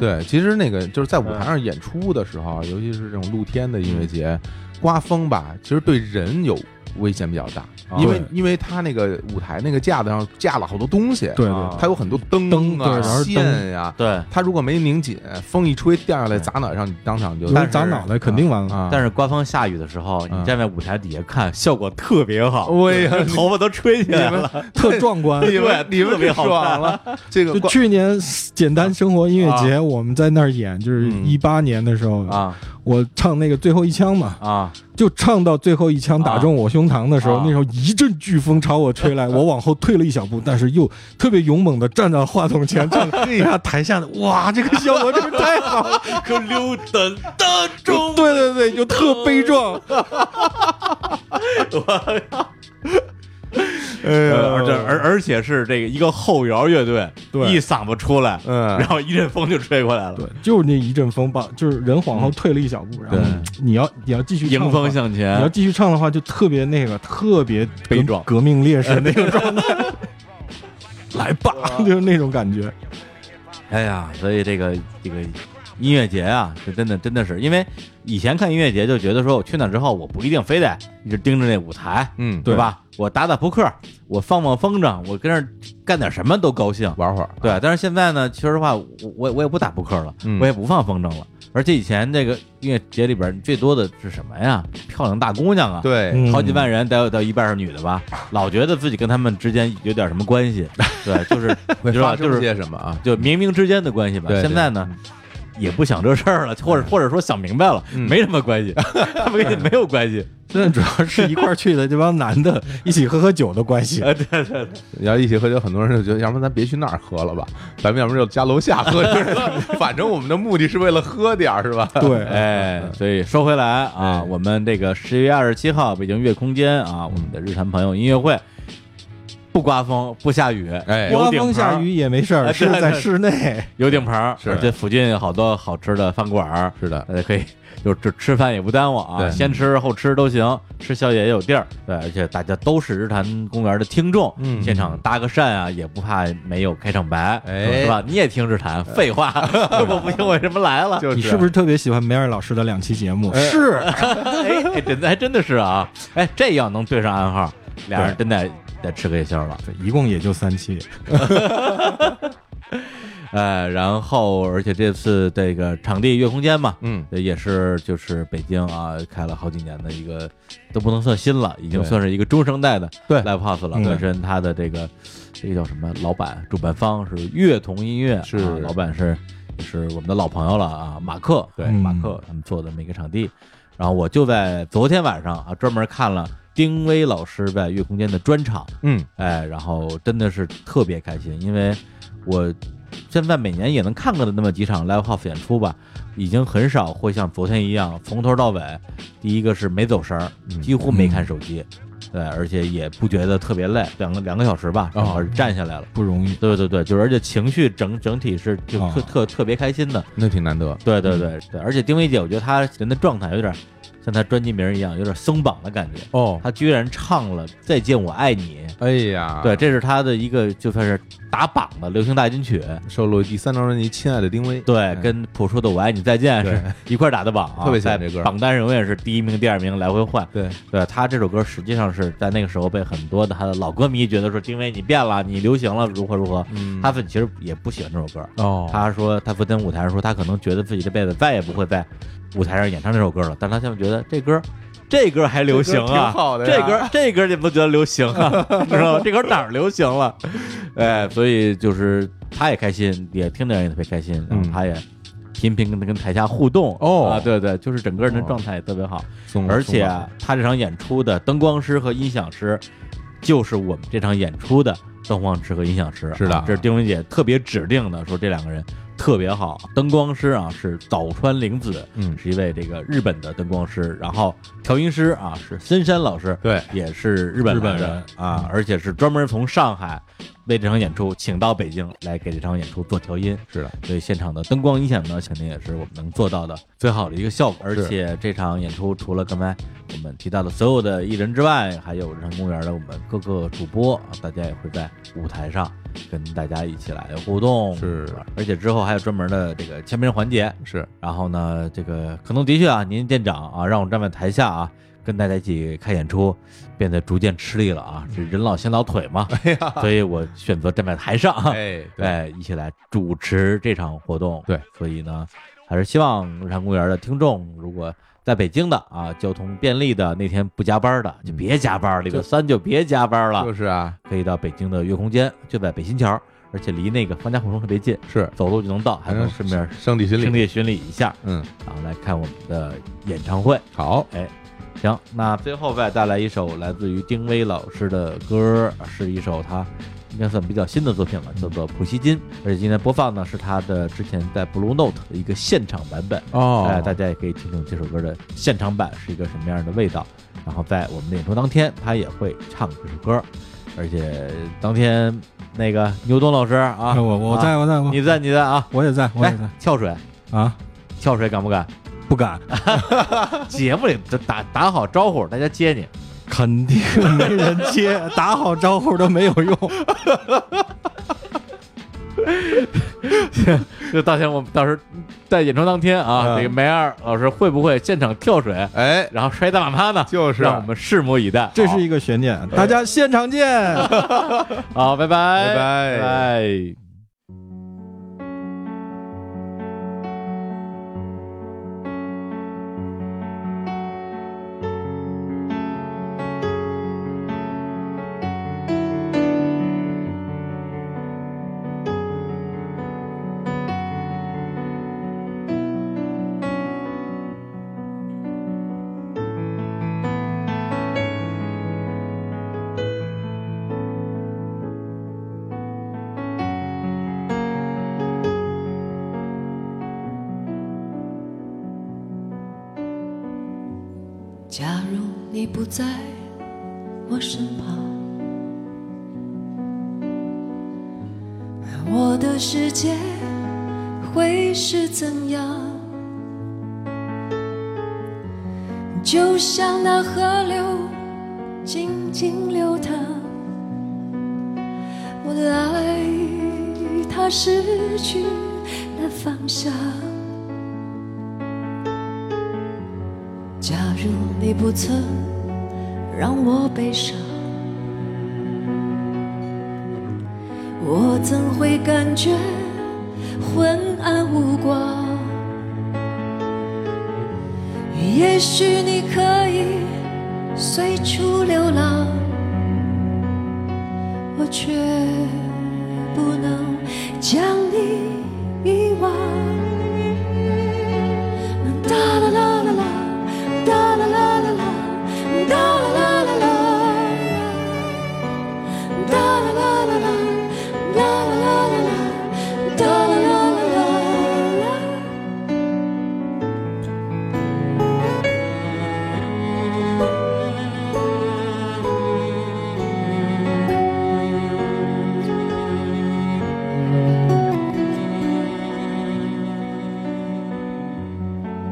[SPEAKER 2] 对。其实那个就是在舞台上演出的时候，啊尤其是这种露天的音乐节，刮风吧，其实对人有危险比较大，
[SPEAKER 1] 啊
[SPEAKER 2] 因为因为他那个舞台那个架子上架了好多东西，
[SPEAKER 3] 对对
[SPEAKER 1] 啊
[SPEAKER 2] 它有很多灯
[SPEAKER 3] 灯对
[SPEAKER 2] 啊、
[SPEAKER 3] 然后是灯
[SPEAKER 2] 线呀，
[SPEAKER 1] 对，
[SPEAKER 3] 嗯
[SPEAKER 2] 它如果没拧紧，风一吹掉下来砸脑上，你当场就
[SPEAKER 3] 有
[SPEAKER 1] 但
[SPEAKER 3] 人
[SPEAKER 1] 是
[SPEAKER 3] 砸脑袋肯定完了。
[SPEAKER 2] 啊。
[SPEAKER 1] *laughs* 但是官方下雨的时候，
[SPEAKER 2] 嗯
[SPEAKER 1] 你站在舞台底下看，效果特别好，
[SPEAKER 3] 哦
[SPEAKER 2] 我也
[SPEAKER 1] *laughs* 头发都吹起来了。
[SPEAKER 3] 特壮观。
[SPEAKER 2] 你们你们
[SPEAKER 1] 特别好看
[SPEAKER 2] 爽了，这个
[SPEAKER 3] 就啊
[SPEAKER 2] 刮
[SPEAKER 3] 去年简单生活音乐节，我们在那儿演，就是
[SPEAKER 2] 嗯
[SPEAKER 3] 一八年的时候，
[SPEAKER 1] 啊
[SPEAKER 3] 我唱那个最后一枪嘛，
[SPEAKER 1] 啊！
[SPEAKER 3] 就唱到最后一枪打中我胸膛的时候，
[SPEAKER 1] 啊
[SPEAKER 3] 那时候一阵飓风朝我吹 *laughs* 来，我往后退了一小步，但是又特别勇猛的站到话筒前 *laughs* 唱，哎呀，台下的哇，这个效果真是太好了，
[SPEAKER 1] 可溜灯的中，
[SPEAKER 3] *laughs* 对对对，就特悲 *laughs* 壮，哎
[SPEAKER 1] 呃而且而而且是这个一个后摇乐队，
[SPEAKER 3] 对
[SPEAKER 1] 一嗓子出来，
[SPEAKER 2] 嗯
[SPEAKER 1] 然后一阵风就吹过来了，
[SPEAKER 3] 对，就是那一阵风把，就是人往后退了一小步，然后你要你要继续唱
[SPEAKER 1] 迎
[SPEAKER 3] 的话
[SPEAKER 1] 风向
[SPEAKER 3] 你要
[SPEAKER 1] 前。
[SPEAKER 3] 继续唱的话，就特别那个，特别革
[SPEAKER 1] 哎悲壮
[SPEAKER 3] 革命烈士那个状态。
[SPEAKER 1] *laughs*
[SPEAKER 3] 来吧，就是那种感觉。
[SPEAKER 1] 哎呀，所以这个这个音乐节啊，是真的真的是，因为以前看音乐节就觉得说我去那之后，我不一定非得一直盯着那舞台，
[SPEAKER 2] 嗯，
[SPEAKER 1] 对吧？我打打扑克，我放放风筝，我跟那儿干点什么都高兴。
[SPEAKER 2] 玩会儿，啊
[SPEAKER 1] 对，但是现在呢，其实的话，我我我也不打扑克了，
[SPEAKER 2] 嗯
[SPEAKER 1] 我也不放风筝了。而且以前这个音乐节里边最多的是什么呀？漂亮大姑娘啊，
[SPEAKER 2] 对，
[SPEAKER 3] 嗯
[SPEAKER 1] 好几万人，得有到一半是女的
[SPEAKER 2] *laughs*
[SPEAKER 1] 吧？老觉得自己跟他们之间有点什么关系，对，就是你知道
[SPEAKER 2] 发
[SPEAKER 1] 吧，就
[SPEAKER 2] 生
[SPEAKER 1] 是
[SPEAKER 2] 些什么啊？
[SPEAKER 1] 就冥冥之间的关系吧
[SPEAKER 2] 对。对
[SPEAKER 1] 现在呢，也不想这事儿了，或者或者说想明白了，
[SPEAKER 2] 嗯 *laughs*
[SPEAKER 1] 没什么关系，他们跟你没有关系。
[SPEAKER 3] 现
[SPEAKER 1] *laughs*
[SPEAKER 3] 在主要是一块儿去的这帮男的一起喝喝酒的关
[SPEAKER 1] 哎
[SPEAKER 3] 系。
[SPEAKER 2] 你要一起喝酒，很多人就觉得，要不然咱别去那儿喝了吧， *laughs* 咱们要不然就家楼下喝， *laughs* 就是反正我们的目的是为了喝点儿，是
[SPEAKER 1] *laughs*
[SPEAKER 2] 吧？
[SPEAKER 3] 对，
[SPEAKER 1] 哎，所以说回来啊，我们这个十月二十七号北京月空间啊，我们的日坛朋友音乐会，不刮风不下雨，
[SPEAKER 2] 哎
[SPEAKER 1] 有
[SPEAKER 3] 刮
[SPEAKER 1] 顶
[SPEAKER 3] 风
[SPEAKER 1] 棚
[SPEAKER 3] 下雨也没事
[SPEAKER 1] 哎
[SPEAKER 3] 儿，是
[SPEAKER 1] 对
[SPEAKER 3] 在
[SPEAKER 1] 对啊
[SPEAKER 3] 室内。
[SPEAKER 1] 有顶棚，
[SPEAKER 2] 是
[SPEAKER 1] 而且附近有好多好吃的饭馆儿，
[SPEAKER 2] 是的，
[SPEAKER 1] 大家可以就就吃饭也不耽误啊，
[SPEAKER 2] 对
[SPEAKER 1] 先吃后吃都行，吃宵夜也有地儿。对，而且大家都是日坛公园的听众，
[SPEAKER 2] 嗯
[SPEAKER 1] 现场搭个讪啊，也不怕没有开场白，
[SPEAKER 2] 哎
[SPEAKER 1] 是吧？你也听日坛，废
[SPEAKER 2] *laughs*
[SPEAKER 1] 话，我不听为什么来了？
[SPEAKER 2] 就是
[SPEAKER 3] 你是不是特别喜欢梅尔老师的两期节目？是，
[SPEAKER 1] 哎，哎真的还真的是啊，哎，这要能对上暗号，俩人真得得吃个夜宵了。
[SPEAKER 3] 对一共也就三期。
[SPEAKER 1] 呃，然后而且这次这个场地月空间嘛，
[SPEAKER 2] 嗯，
[SPEAKER 1] 呃也是就是北京啊开了好几年的一个，都不能算新了，已经
[SPEAKER 2] 对
[SPEAKER 1] 算是一个中生代的
[SPEAKER 2] 对
[SPEAKER 1] live house 了。
[SPEAKER 3] 嗯
[SPEAKER 1] 本身它的这个这个叫什么老板主办方是乐童音乐，
[SPEAKER 2] 是
[SPEAKER 1] 啊、老板是是我们的老朋友了啊，马克对、
[SPEAKER 3] 嗯
[SPEAKER 1] 马克他们做的这么一个场地。然后我就在昨天晚上啊，专门看了丁薇老师在乐空间的专场，
[SPEAKER 2] 嗯，
[SPEAKER 1] 哎，然后真的是特别开心，因为我现在每年也能看到的那么几场 live house 演出吧，已经很少会像昨天一样从头到尾，第一个是没走神儿，几乎没看手机，对，而且也不觉得特别累，两个两个小时吧，正好站下来了。
[SPEAKER 3] 不容易，
[SPEAKER 1] 对对对，就是而且情绪整整体是就
[SPEAKER 3] 哦
[SPEAKER 1] 特特特别开心的，
[SPEAKER 2] 那挺难得，
[SPEAKER 1] 对对对对，而且丁薇姐，我觉得她人的状态有点像她专辑名一样，有点松绑的感觉。
[SPEAKER 2] 哦，
[SPEAKER 1] 她居然唱了《再见我爱你》，
[SPEAKER 2] 哎呀，
[SPEAKER 1] 对，，这是他的一个就算是打榜的流行大金曲，
[SPEAKER 2] 收录第三张专辑《亲爱的丁薇》，
[SPEAKER 1] 对，
[SPEAKER 2] 嗯
[SPEAKER 1] 跟朴树的《我爱你再见》是一块儿打的榜啊，
[SPEAKER 2] 特别喜欢
[SPEAKER 1] 在
[SPEAKER 2] 这歌
[SPEAKER 1] 榜单上永远是第一名、第二名来回换。
[SPEAKER 2] 对，
[SPEAKER 1] 对他这首歌实际上是在那个时候被很多的他的老歌迷觉得说丁薇你变了，你流行了，如何如何。
[SPEAKER 2] 嗯
[SPEAKER 1] 他自己其实也不喜欢这首歌，
[SPEAKER 2] 哦，
[SPEAKER 1] 他说他昨天舞台上说他可能觉得自己这辈子再也不会在舞台上演唱这首歌了，但是他现在觉得这歌。这歌还流行
[SPEAKER 2] 这歌挺
[SPEAKER 1] 啊！
[SPEAKER 2] 好的呀
[SPEAKER 1] 这歌这歌你们都觉得流行啊， *laughs* 你知道吗？这歌哪儿流行
[SPEAKER 2] *laughs*
[SPEAKER 1] 了？哎，所以就是他也开心，也听的人也特别开心，然后
[SPEAKER 2] 嗯
[SPEAKER 1] 他也频频跟跟台下互动
[SPEAKER 2] 哦
[SPEAKER 1] 啊，对对，就是整个人的状态也特别好，
[SPEAKER 2] 松了
[SPEAKER 1] 而且
[SPEAKER 2] 松了
[SPEAKER 1] 啊他这场演出的灯光师和音响师，就是我们这场演出的灯光师和音响师啊。
[SPEAKER 2] 是的
[SPEAKER 1] 这是丁文姐特别指定的，说这两个人特别好。灯光师啊是早川玲子，
[SPEAKER 2] 嗯
[SPEAKER 1] 是一位这个日本的灯光师，然后调音师啊是森山老师，
[SPEAKER 2] 对
[SPEAKER 1] 也是日本
[SPEAKER 3] 日本
[SPEAKER 1] 来的
[SPEAKER 3] 人
[SPEAKER 1] 啊，而且是专门从上海为这场演出请到北京来给这场演出做调音。
[SPEAKER 2] 是的，
[SPEAKER 1] 所以现场的灯光音响呢，肯定也是我们能做到的最好的一个效果。而
[SPEAKER 2] 是
[SPEAKER 1] 且这场演出除了刚才我们提到的所有的艺人之外，还有日常公园的我们各个主播，啊大家也会在舞台上跟大家一起来互动。
[SPEAKER 2] 是，
[SPEAKER 1] 而且之后还有专门的这个签名环节。
[SPEAKER 2] 是
[SPEAKER 1] 然后呢，这个可能的确啊，您店长啊，让我站在台下啊，跟大家一起看演出，变得逐渐吃力了啊，是
[SPEAKER 2] 嗯
[SPEAKER 1] 人老先老腿
[SPEAKER 2] *laughs*
[SPEAKER 1] 嘛，所以我选择站在台上。啊
[SPEAKER 2] 哎，对，
[SPEAKER 1] 对，一起来主持这场活动。
[SPEAKER 2] 对，
[SPEAKER 1] 所以呢，还是希望日坛公园的听众，如果在北京的啊，交通便利的，那天不加班的就别加班，礼拜三就别加班了
[SPEAKER 2] 嗯就，是啊，
[SPEAKER 1] 可以到北京的月空间，就在北新桥，而且离那个方家胡同特别近，
[SPEAKER 2] 是
[SPEAKER 1] 走路就能到，还能
[SPEAKER 2] 嗯
[SPEAKER 1] 顺便
[SPEAKER 2] 圣地巡
[SPEAKER 1] 圣
[SPEAKER 2] 礼，
[SPEAKER 1] 地巡礼一下，
[SPEAKER 2] 嗯，
[SPEAKER 1] 然啊后来看我们的演唱会。
[SPEAKER 2] 好，
[SPEAKER 1] 行，那最后再带来一首来自于丁薇老师的歌，是一首她应该算比较新的作品了，叫做《普希金》，而且今天播放呢是她的之前在 Blue Note 的一个现场版本。哎、
[SPEAKER 2] 哦
[SPEAKER 1] 大家也可以听听这首歌的现场版是一个什么样的味道。然后在我们的演出当天，她也会唱这首歌，而且当天那个牛东老师啊，
[SPEAKER 3] *laughs* 我我
[SPEAKER 1] 啊
[SPEAKER 3] 在我在我
[SPEAKER 1] 你在你在啊，
[SPEAKER 3] 我也在我
[SPEAKER 1] 来
[SPEAKER 3] 也在
[SPEAKER 1] 跳水，
[SPEAKER 3] 啊，
[SPEAKER 1] 跳水敢不敢？*laughs*
[SPEAKER 3] 不敢，
[SPEAKER 1] 节目里就打打好招呼，大家接你。
[SPEAKER 3] 肯定没人接，打好招呼都没有用。
[SPEAKER 1] 就当天我们到时候在演出当天啊，
[SPEAKER 2] 嗯
[SPEAKER 1] 这个梅尔老师会不会现场跳水，
[SPEAKER 2] 哎，
[SPEAKER 1] 然后摔大马趴呢？
[SPEAKER 2] 就是啊
[SPEAKER 1] 让我们拭目以待。
[SPEAKER 3] 这是一个悬念，
[SPEAKER 1] 哎
[SPEAKER 3] 大家现场见。
[SPEAKER 1] 好，好拜拜，
[SPEAKER 2] 拜拜
[SPEAKER 1] 拜拜。
[SPEAKER 6] 假如你不在我身旁，我的世界会是怎样？就像那河流静静流淌，我的爱它失去了方向。假如你不曾让我悲伤，我怎会感觉昏暗无光？也许你可以随处流浪，我却不能将你遗忘。哒啦啦啦啦，哒啦啦啦啦，哒啦啦啦啦，哒啦啦啦啦，哒啦啦啦啦，哒啦啦啦啦。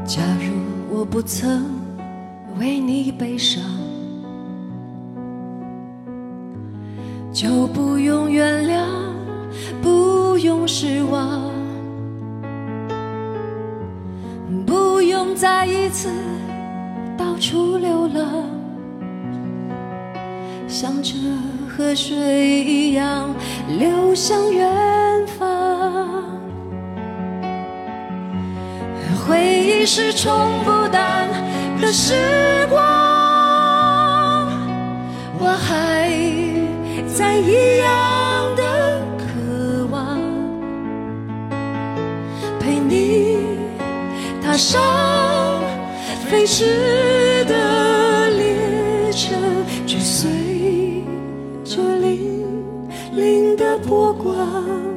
[SPEAKER 6] 假如我不曾为你悲伤，就不用原谅，不用失望，不用再一次到处流浪，像这河水一样流向远方。回忆是冲不淡的时光，我还在一样的渴望，陪你踏上飞驰的列车，追随着粼粼的波光。